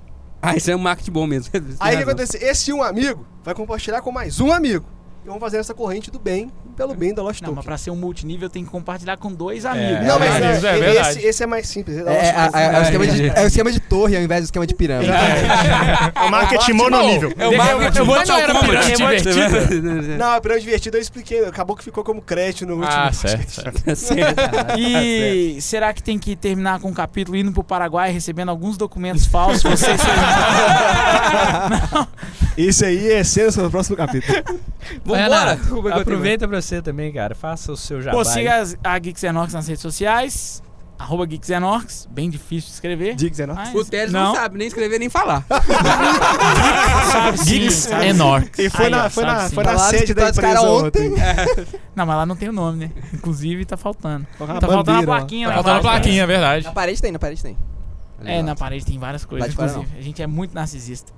S4: Ah, isso é um marketing bom mesmo. Você tem
S2: Aí o que
S4: razão.
S2: acontece? Esse um amigo vai compartilhar com mais um amigo. E vamos fazer essa corrente do bem, pelo bem da Lost
S5: Não, mas
S2: Token.
S5: pra ser um multinível tem que compartilhar com dois amigos.
S2: Não, mas
S6: É, isso é
S2: é,
S6: verdade.
S2: esse, esse é mais simples. é da Lost
S7: É, a- a- é o esquema de, é o esquema de torre ao invés do esquema de pirâmide.
S3: É o marketing mononível.
S4: É o marketing bom.
S6: Mas não era
S4: É
S6: pirâmide
S4: divertido.
S2: Não, é pirâmide divertida, eu expliquei. Acabou que ficou como crédito no último.
S6: Ah, certo, certo.
S2: é
S5: E será que tem que terminar com um capítulo indo pro Paraguai recebendo alguns documentos falsos? Vocês
S2: Isso aí é senso do próximo capítulo.
S4: Vambora.
S1: Renato, aproveita pra você também, cara. Faça o seu jabá.
S5: Pô,
S1: aí.
S5: siga as- a Geeks and Orcs nas redes sociais. Arroba Geeks and Orcs, bem difícil de escrever.
S2: Diggs, é nóis.
S5: Mas-
S4: O Teles não.
S5: Não.
S4: sabe nem escrever nem falar.
S5: Sabe sim, sabe sim.
S2: E foi
S5: Aí, ó,
S2: na, foi
S5: sabe
S2: na,
S5: sim.
S2: foi na
S7: Falaram que
S2: sede da
S7: tá de cara
S2: empresa
S7: ontem.
S2: ontem.
S5: Não, mas lá não tem o nome, né? Inclusive tá faltando.
S2: Uma
S5: tá faltando a
S2: bandeira lá.
S5: plaquinha
S6: Tá
S5: lá
S6: faltando a
S5: embaixo,
S6: plaquinha, é verdade.
S7: Na parede tem, na parede tem.
S5: né? É, na parede tem várias coisas,
S7: Lá de fora,
S5: inclusive. A gente é muito narcisista.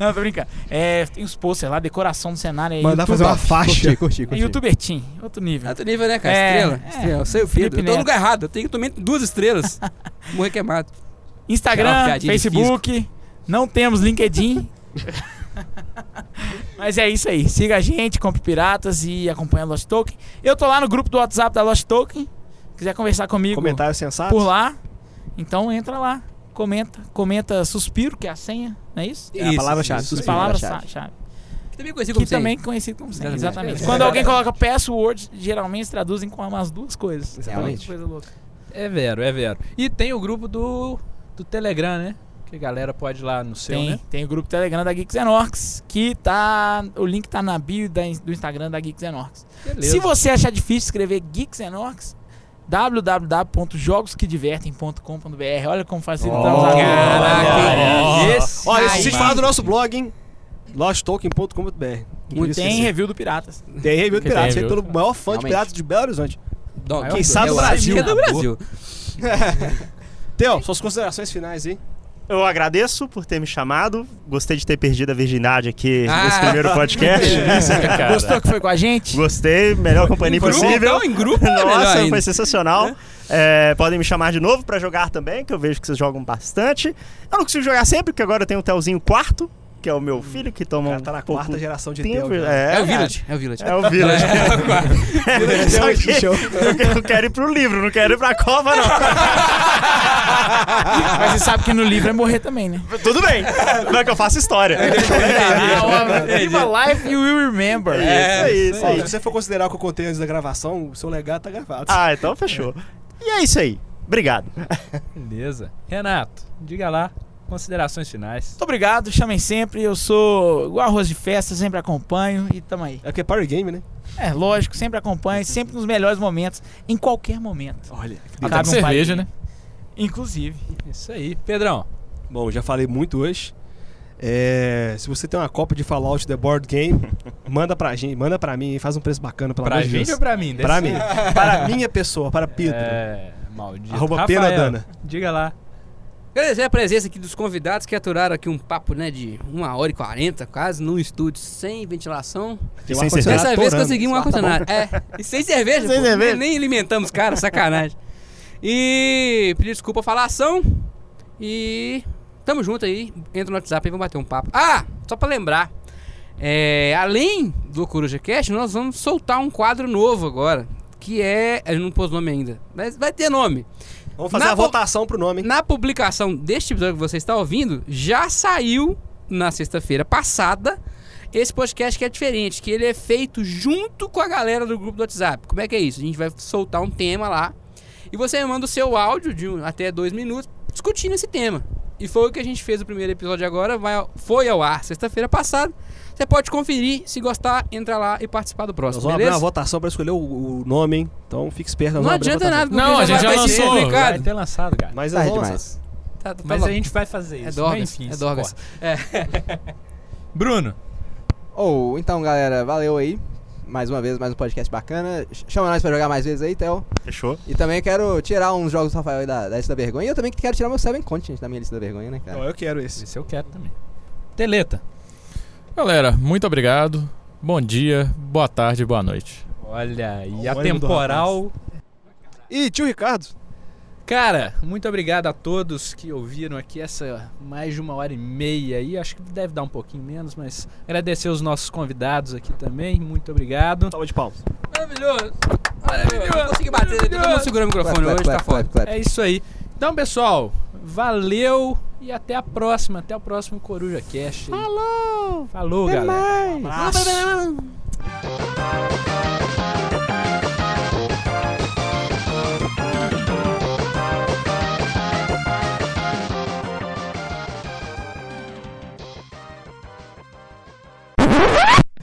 S5: não, tô brincando. É, tem os posters lá, decoração do cenário aí.
S2: Mandar fazer uma faixa.
S7: Curti, curti,
S5: É
S7: curti.
S5: youtuber Team, outro nível.
S4: Alto nível, né, cara?
S5: É,
S4: estrela.
S5: é.
S4: Estrela. Eu sei o filho.
S5: Felipe
S4: Eu tô no
S5: Neto.
S4: lugar errado. Eu tenho também duas estrelas. Morrer queimado. Aquela
S5: Instagram,
S4: piadinha de
S5: Facebook, não temos LinkedIn. Mas é isso aí. Siga a gente, compre piratas e acompanha a Lost Token. Eu tô lá no grupo do WhatsApp da Lost Token. Quiser conversar comigo
S2: Comentário sensato.
S5: por lá, então entra lá, comenta, comenta suspiro, que é a senha, não é isso?
S2: É a palavra-chave.
S7: isso, isso.
S5: Palavra-chave.
S7: Palavra-chave.
S4: Que também conheci como
S5: Que
S4: senha.
S5: também é conhecido como senha.
S4: Exatamente.
S5: Exatamente. Quando alguém coloca password, geralmente traduzem com umas duas coisas.
S7: Exatamente.
S5: Coisa louca.
S1: É vero, é vero. E tem o grupo do, do Telegram, né? Que a galera pode ir lá no seu,
S5: Tem,
S1: né?
S5: tem o grupo Telegram da Geeks and Orcs, que tá. O link tá na bio da- do Instagram da Geeks and Orcs.
S1: Beleza.
S5: Se você achar difícil escrever Geeks and Orcs, www.jogosquedivertem.com.br. Olha como facilitamos a
S4: Caraca, hein? Esse-
S2: Olha,
S4: Ai,
S2: esqueci de falar do nosso blog, hein? LostTolkien.com.br. Não podia
S5: Tem
S2: esquecer.
S5: review do Piratas.
S2: Tem review do
S6: Tem
S2: Piratas.
S6: review.
S2: Feito pelo maior fã de
S7: Realmente.
S2: Piratas de Belo Horizonte.
S4: Dom-
S1: Quem
S2: sabe
S4: é
S2: do
S4: o
S2: Brasil.
S4: É do Brasil.
S2: Theo, suas considerações finais aí.
S3: Eu agradeço por ter me chamado. Gostei de ter perdido a virgindade aqui
S4: Ah.
S3: nesse primeiro podcast.
S5: Gostou que foi com a gente?
S3: Gostei, melhor companhia
S4: Grupo,
S3: possível.
S4: Não, em grupo é melhor
S3: Nossa,
S4: ainda.
S3: então. foi sensacional. É, podem me chamar de novo pra jogar também, que eu vejo que vocês jogam bastante. Eu não consigo jogar sempre, porque agora eu tenho o Telzinho quarto, que é o meu filho, que toma
S2: Cara,
S3: um
S2: tá na
S3: pouco
S2: quarta geração de
S3: tempo.
S2: Theo. já.
S4: É o
S3: cara.
S4: Village. É o Village.
S3: É o Village. É, Só
S2: Theo de
S3: que
S2: chão.
S3: eu quero- eu quero ir pro livro, não quero ir pra cova, não.
S5: Mas você sabe que no livro é morrer também, né?
S3: Tudo bem. Não é que eu faço história.
S1: É,
S5: Live a life you will remember.
S3: É isso aí, isso
S2: Ó, se
S3: aí.
S2: você for considerar o que eu contei antes da gravação, o seu legado tá gravado.
S3: Ah, então fechou. E é isso aí. Obrigado.
S1: Beleza. Renato, diga lá. Considerações finais.
S5: Muito obrigado, chamem sempre. Eu sou igual arroz de festa, sempre acompanho e tamo aí.
S2: É porque é Power Game, né?
S5: É, lógico, sempre acompanho, sempre nos melhores momentos, em qualquer momento.
S2: Olha.
S6: Até com
S5: Cabe um
S6: cerveja,
S5: pai-
S6: né?
S5: Inclusive.
S1: Isso aí. Pedrão,
S2: Bom, já falei muito hoje. É, se você tem uma cópia de Fallout The Board Game, manda pra gente, manda pra mim e faz um preço bacana, pelo
S1: pra
S2: amor de
S1: gente
S2: Deus.
S1: ou pra mim?
S2: Pra
S1: Desse-
S2: mim. Para minha pessoa, para Pedro.
S1: É, maldito.
S2: Arroba
S1: Rafael,
S5: É,
S2: Pena Dana.
S1: Diga lá.
S4: Agradecer a presença aqui dos convidados que aturaram aqui um papo, né, de 1 hora e 40, quase, num estúdio sem ventilação.
S2: Tem um
S3: Sem
S2: ar-condicionado
S4: Dessa vez
S2: torando.
S4: conseguimos um ar-condicionado. é, e sem cerveja,
S3: tá Sem
S4: pô,
S3: cerveja.
S4: Nem, nem alimentamos, cara, sacanagem. E pedir desculpa a falação. E tamo junto aí. Entra no WhatsApp e vamos bater um papo. Ah, só pra lembrar. é, além do Coruja Cast, nós vamos soltar um quadro novo agora. Que é. A gente não pôs nome ainda, mas vai ter nome.
S2: Vamos fazer
S4: Na
S2: a
S4: vo-
S2: votação pro nome. hein?
S4: Na publicação deste episódio que você está ouvindo, já saiu na sexta-feira passada esse podcast que é diferente, que ele é feito junto com a galera do grupo do WhatsApp. Como é que é isso? A gente vai soltar um tema lá e você manda o seu áudio de um, até dois minutos discutindo esse tema. E foi o que a gente fez o primeiro episódio agora, vai ao- foi ao ar sexta-feira passada. Você pode conferir, se gostar, entra lá e participar do
S2: Nós
S4: próximo,
S2: vamos abrir uma
S4: beleza?
S2: votação pra escolher o, o nome, hein? Então fica esperto. nós
S4: Não
S2: vamos abrir uma
S4: adianta nada,
S2: votação.
S4: porque
S6: Não, a
S4: já
S6: gente já
S4: vai ter
S6: lançou,
S1: Vai
S4: publicado.
S1: ter lançado, cara.
S2: Mas nós
S7: Tarde
S2: vamos
S7: demais.
S4: Tá, tá
S1: Mas
S4: bom.
S1: a gente vai fazer isso.
S4: É Dorgas,
S1: Enfim,
S4: é Dorgas.
S1: corta.
S4: É.
S1: Bruno,
S7: Ou, então, galera, valeu aí. Mais uma vez, mais um podcast bacana. Ch- Chama nós pra jogar mais vezes aí, Theo.
S3: Fechou?
S7: E também quero tirar uns jogos do Rafael aí da, da lista da vergonha. E eu também quero tirar meu Seven Continent da minha lista da vergonha, né, cara?
S2: Não, eu quero esse.
S1: esse eu quero também. Teleta.
S6: Galera, muito obrigado. Bom dia, boa tarde, boa noite.
S1: Olha, e
S2: Olha
S1: a
S2: o ânimo do
S1: temporal.
S2: E tio Ricardo,
S1: Cara, muito obrigado a todos que ouviram aqui essa mais de uma hora e meia aí. Acho que deve dar um pouquinho menos, mas agradecer os nossos convidados aqui também. Muito obrigado.
S2: salva de palmas.
S4: Maravilhoso! Maravilhoso! Não consegui bater, todo mundo segurando o
S7: Clap,
S4: microfone
S7: clap,
S4: hoje, tá
S7: clap,
S4: foda.
S7: clap, clap.
S1: É isso aí. Então, pessoal, valeu e até a próxima. Até o próximo Coruja Cast. Falou! Falou, galera.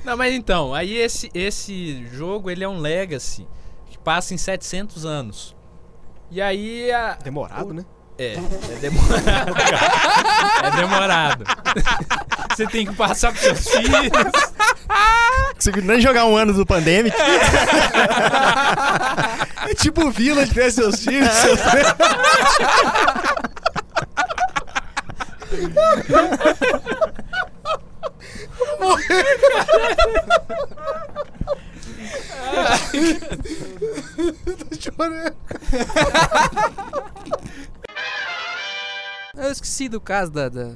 S1: Não, mas então, aí esse, esse jogo ele é um legacy que passa em 700 anos. E aí a,
S2: Demorado, né?
S1: é, é demorado. cara. É demorado. Você tem que passar pros seus filhos.
S3: Consegui nem jogar um ano do Pandemic.
S2: É tipo o Village, né? Seus filhos, seus...
S4: Eu esqueci do caso da, da,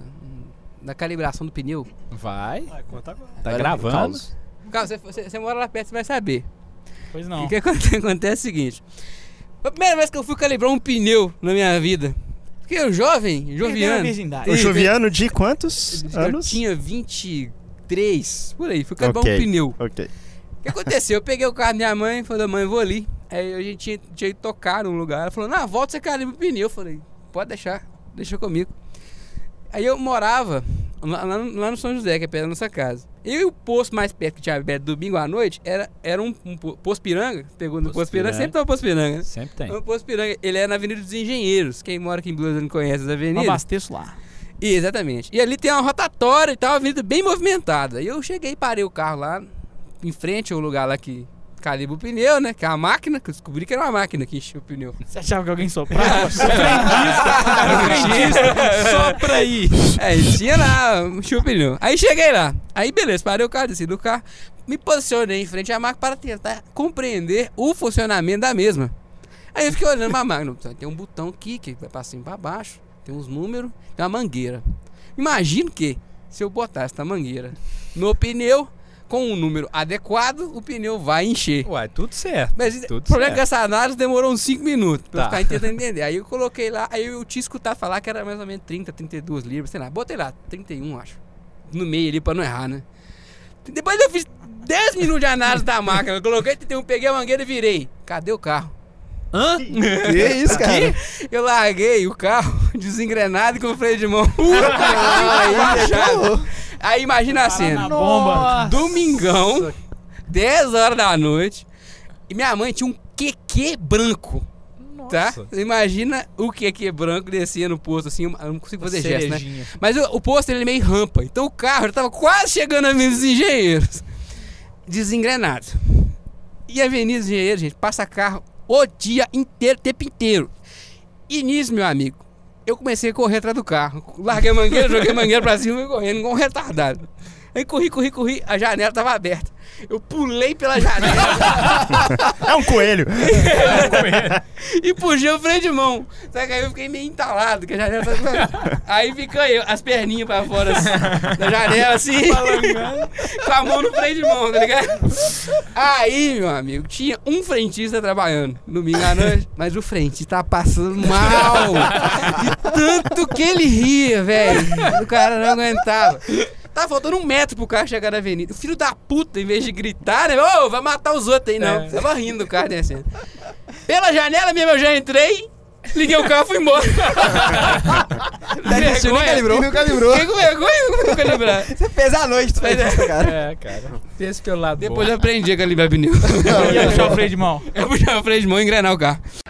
S4: da calibração do pneu.
S1: Vai, tá
S7: Agora,
S1: gravando.
S7: Carlos.
S4: Cara, você, você- você mora lá perto, você vai saber.
S5: Pois
S4: E
S5: não.
S4: O que aconte- acontece é o seguinte. Foi a primeira vez que eu fui calibrar um pneu na minha vida. Porque eu jovem,
S5: Perdeu a
S4: joviano.
S5: virgindade.
S3: O Joviano de quantos
S4: Eu
S3: anos?
S4: tinha 23, por aí, fui calibrar
S3: Ok.
S4: um pneu.
S3: Ok.
S4: O que aconteceu? Eu peguei o carro da minha mãe e falei, mãe, eu vou ali. Aí a gente tinha, tinha ido tocar num lugar. Ela falou, na volta você calibra o pneu. Eu falei, pode deixar, deixa comigo. Aí eu morava lá, lá no- lá no São José, que é perto da nossa casa. E o posto mais perto que tinha aberto domingo à noite era, era um, um po- posto piranga. Pegou no
S1: Posto
S4: posto piranga,
S1: Piranga.
S4: sempre tava posto piranga. né?
S1: Sempre tem.
S4: O posto piranga, ele é na Avenida dos Engenheiros. Quem mora aqui em Blusa não conhece essa
S5: Não
S4: avenida.
S5: abasteço lá.
S4: E, exatamente. E ali tem uma rotatória e tal, uma avenida bem movimentada. E eu cheguei, parei o carro lá, em frente ao lugar lá que calibra o pneu, né? Que é uma máquina, que eu descobri que era uma máquina que enchia o pneu.
S5: Você achava que alguém soprava?
S1: Só pra aí.
S4: É, e tinha lá, enchia o pneu. Aí cheguei lá. Aí, beleza, parei o carro, desci do carro, me posicionei em frente à máquina para tentar compreender o funcionamento da mesma. Aí eu fiquei olhando pra máquina. Tem um botão aqui que vai pra cima e pra baixo, tem uns números, tem uma mangueira. Imagino que se eu botar essa mangueira no pneu, com um número adequado, o pneu vai encher.
S1: Uai, tudo certo.
S4: Mas o
S1: tudo
S4: problema é que
S1: certo.
S4: essa análise demorou uns 5 minutos pra
S1: Tá.
S4: eu ficar tentando entender. Aí eu coloquei lá, aí eu tinha escutado falar que era mais ou menos 30, 32 libras, sei lá. Botei lá, 31, acho. No meio ali pra não errar, né? Depois eu fiz 10 minutos de análise da máquina. Eu coloquei 31, peguei a mangueira e virei. Cadê o carro?
S1: Hã?
S2: Tá
S7: Que isso, cara?
S4: Eu larguei o carro desengrenado e com freio de mão. aí, já- aí imagina a
S5: na
S4: cena.
S5: bomba.
S4: Domingão, 10 horas da noite. E minha mãe tinha um QQ branco. Tá? Você Imagina o QQ branco descia no posto assim. Eu não consigo fazer gesto, né?
S1: Cerejinha.
S4: Mas o, o posto ele é meio rampa. Então o carro ele tava quase chegando a Avenida dos Engenheiros. Desengrenado. E a Avenida dos Engenheiros, gente, passa carro o dia inteiro, o tempo inteiro. E nisso, meu amigo, eu comecei a correr atrás do carro. Larguei a mangueira, joguei a mangueira pra cima e fui correndo, igual um retardado. Aí corri, corri, corri, a janela tava aberta. Eu pulei pela janela
S3: É um coelho.
S4: e puxei o freio de mão. Só que aí eu fiquei meio entalado, que a janela tava... Aí fica eu, as perninhas pra fora assim, da janela, assim, com a mão no freio de mão, tá ligado? Aí, meu amigo, tinha um frentista trabalhando, domingo à noite, mas o frentista tava passando mal. De tanto que ele ria, velho. O cara não aguentava. Tava faltando um metro pro carro chegar na avenida. O filho da puta, em vez de gritar, né? Ô, vai matar os outros aí, não. Tava rindo do carro descendo. Pela janela mesmo eu já entrei, liguei o carro e fui embora.
S7: Vergonha,
S4: Vergonha.
S7: Tá calibrou. Não calibrou.
S4: Fiquei com vergonha não vou calibrar.
S7: Você fez a noite, tu fez isso, cara.
S1: É, cara. Tem esse pelo lado
S4: Depois
S1: bom.
S4: eu aprendi a calibrar pneu.
S5: E aí, puxar o freio de mão.
S4: Eu puxava o freio de mão e engrenar o carro.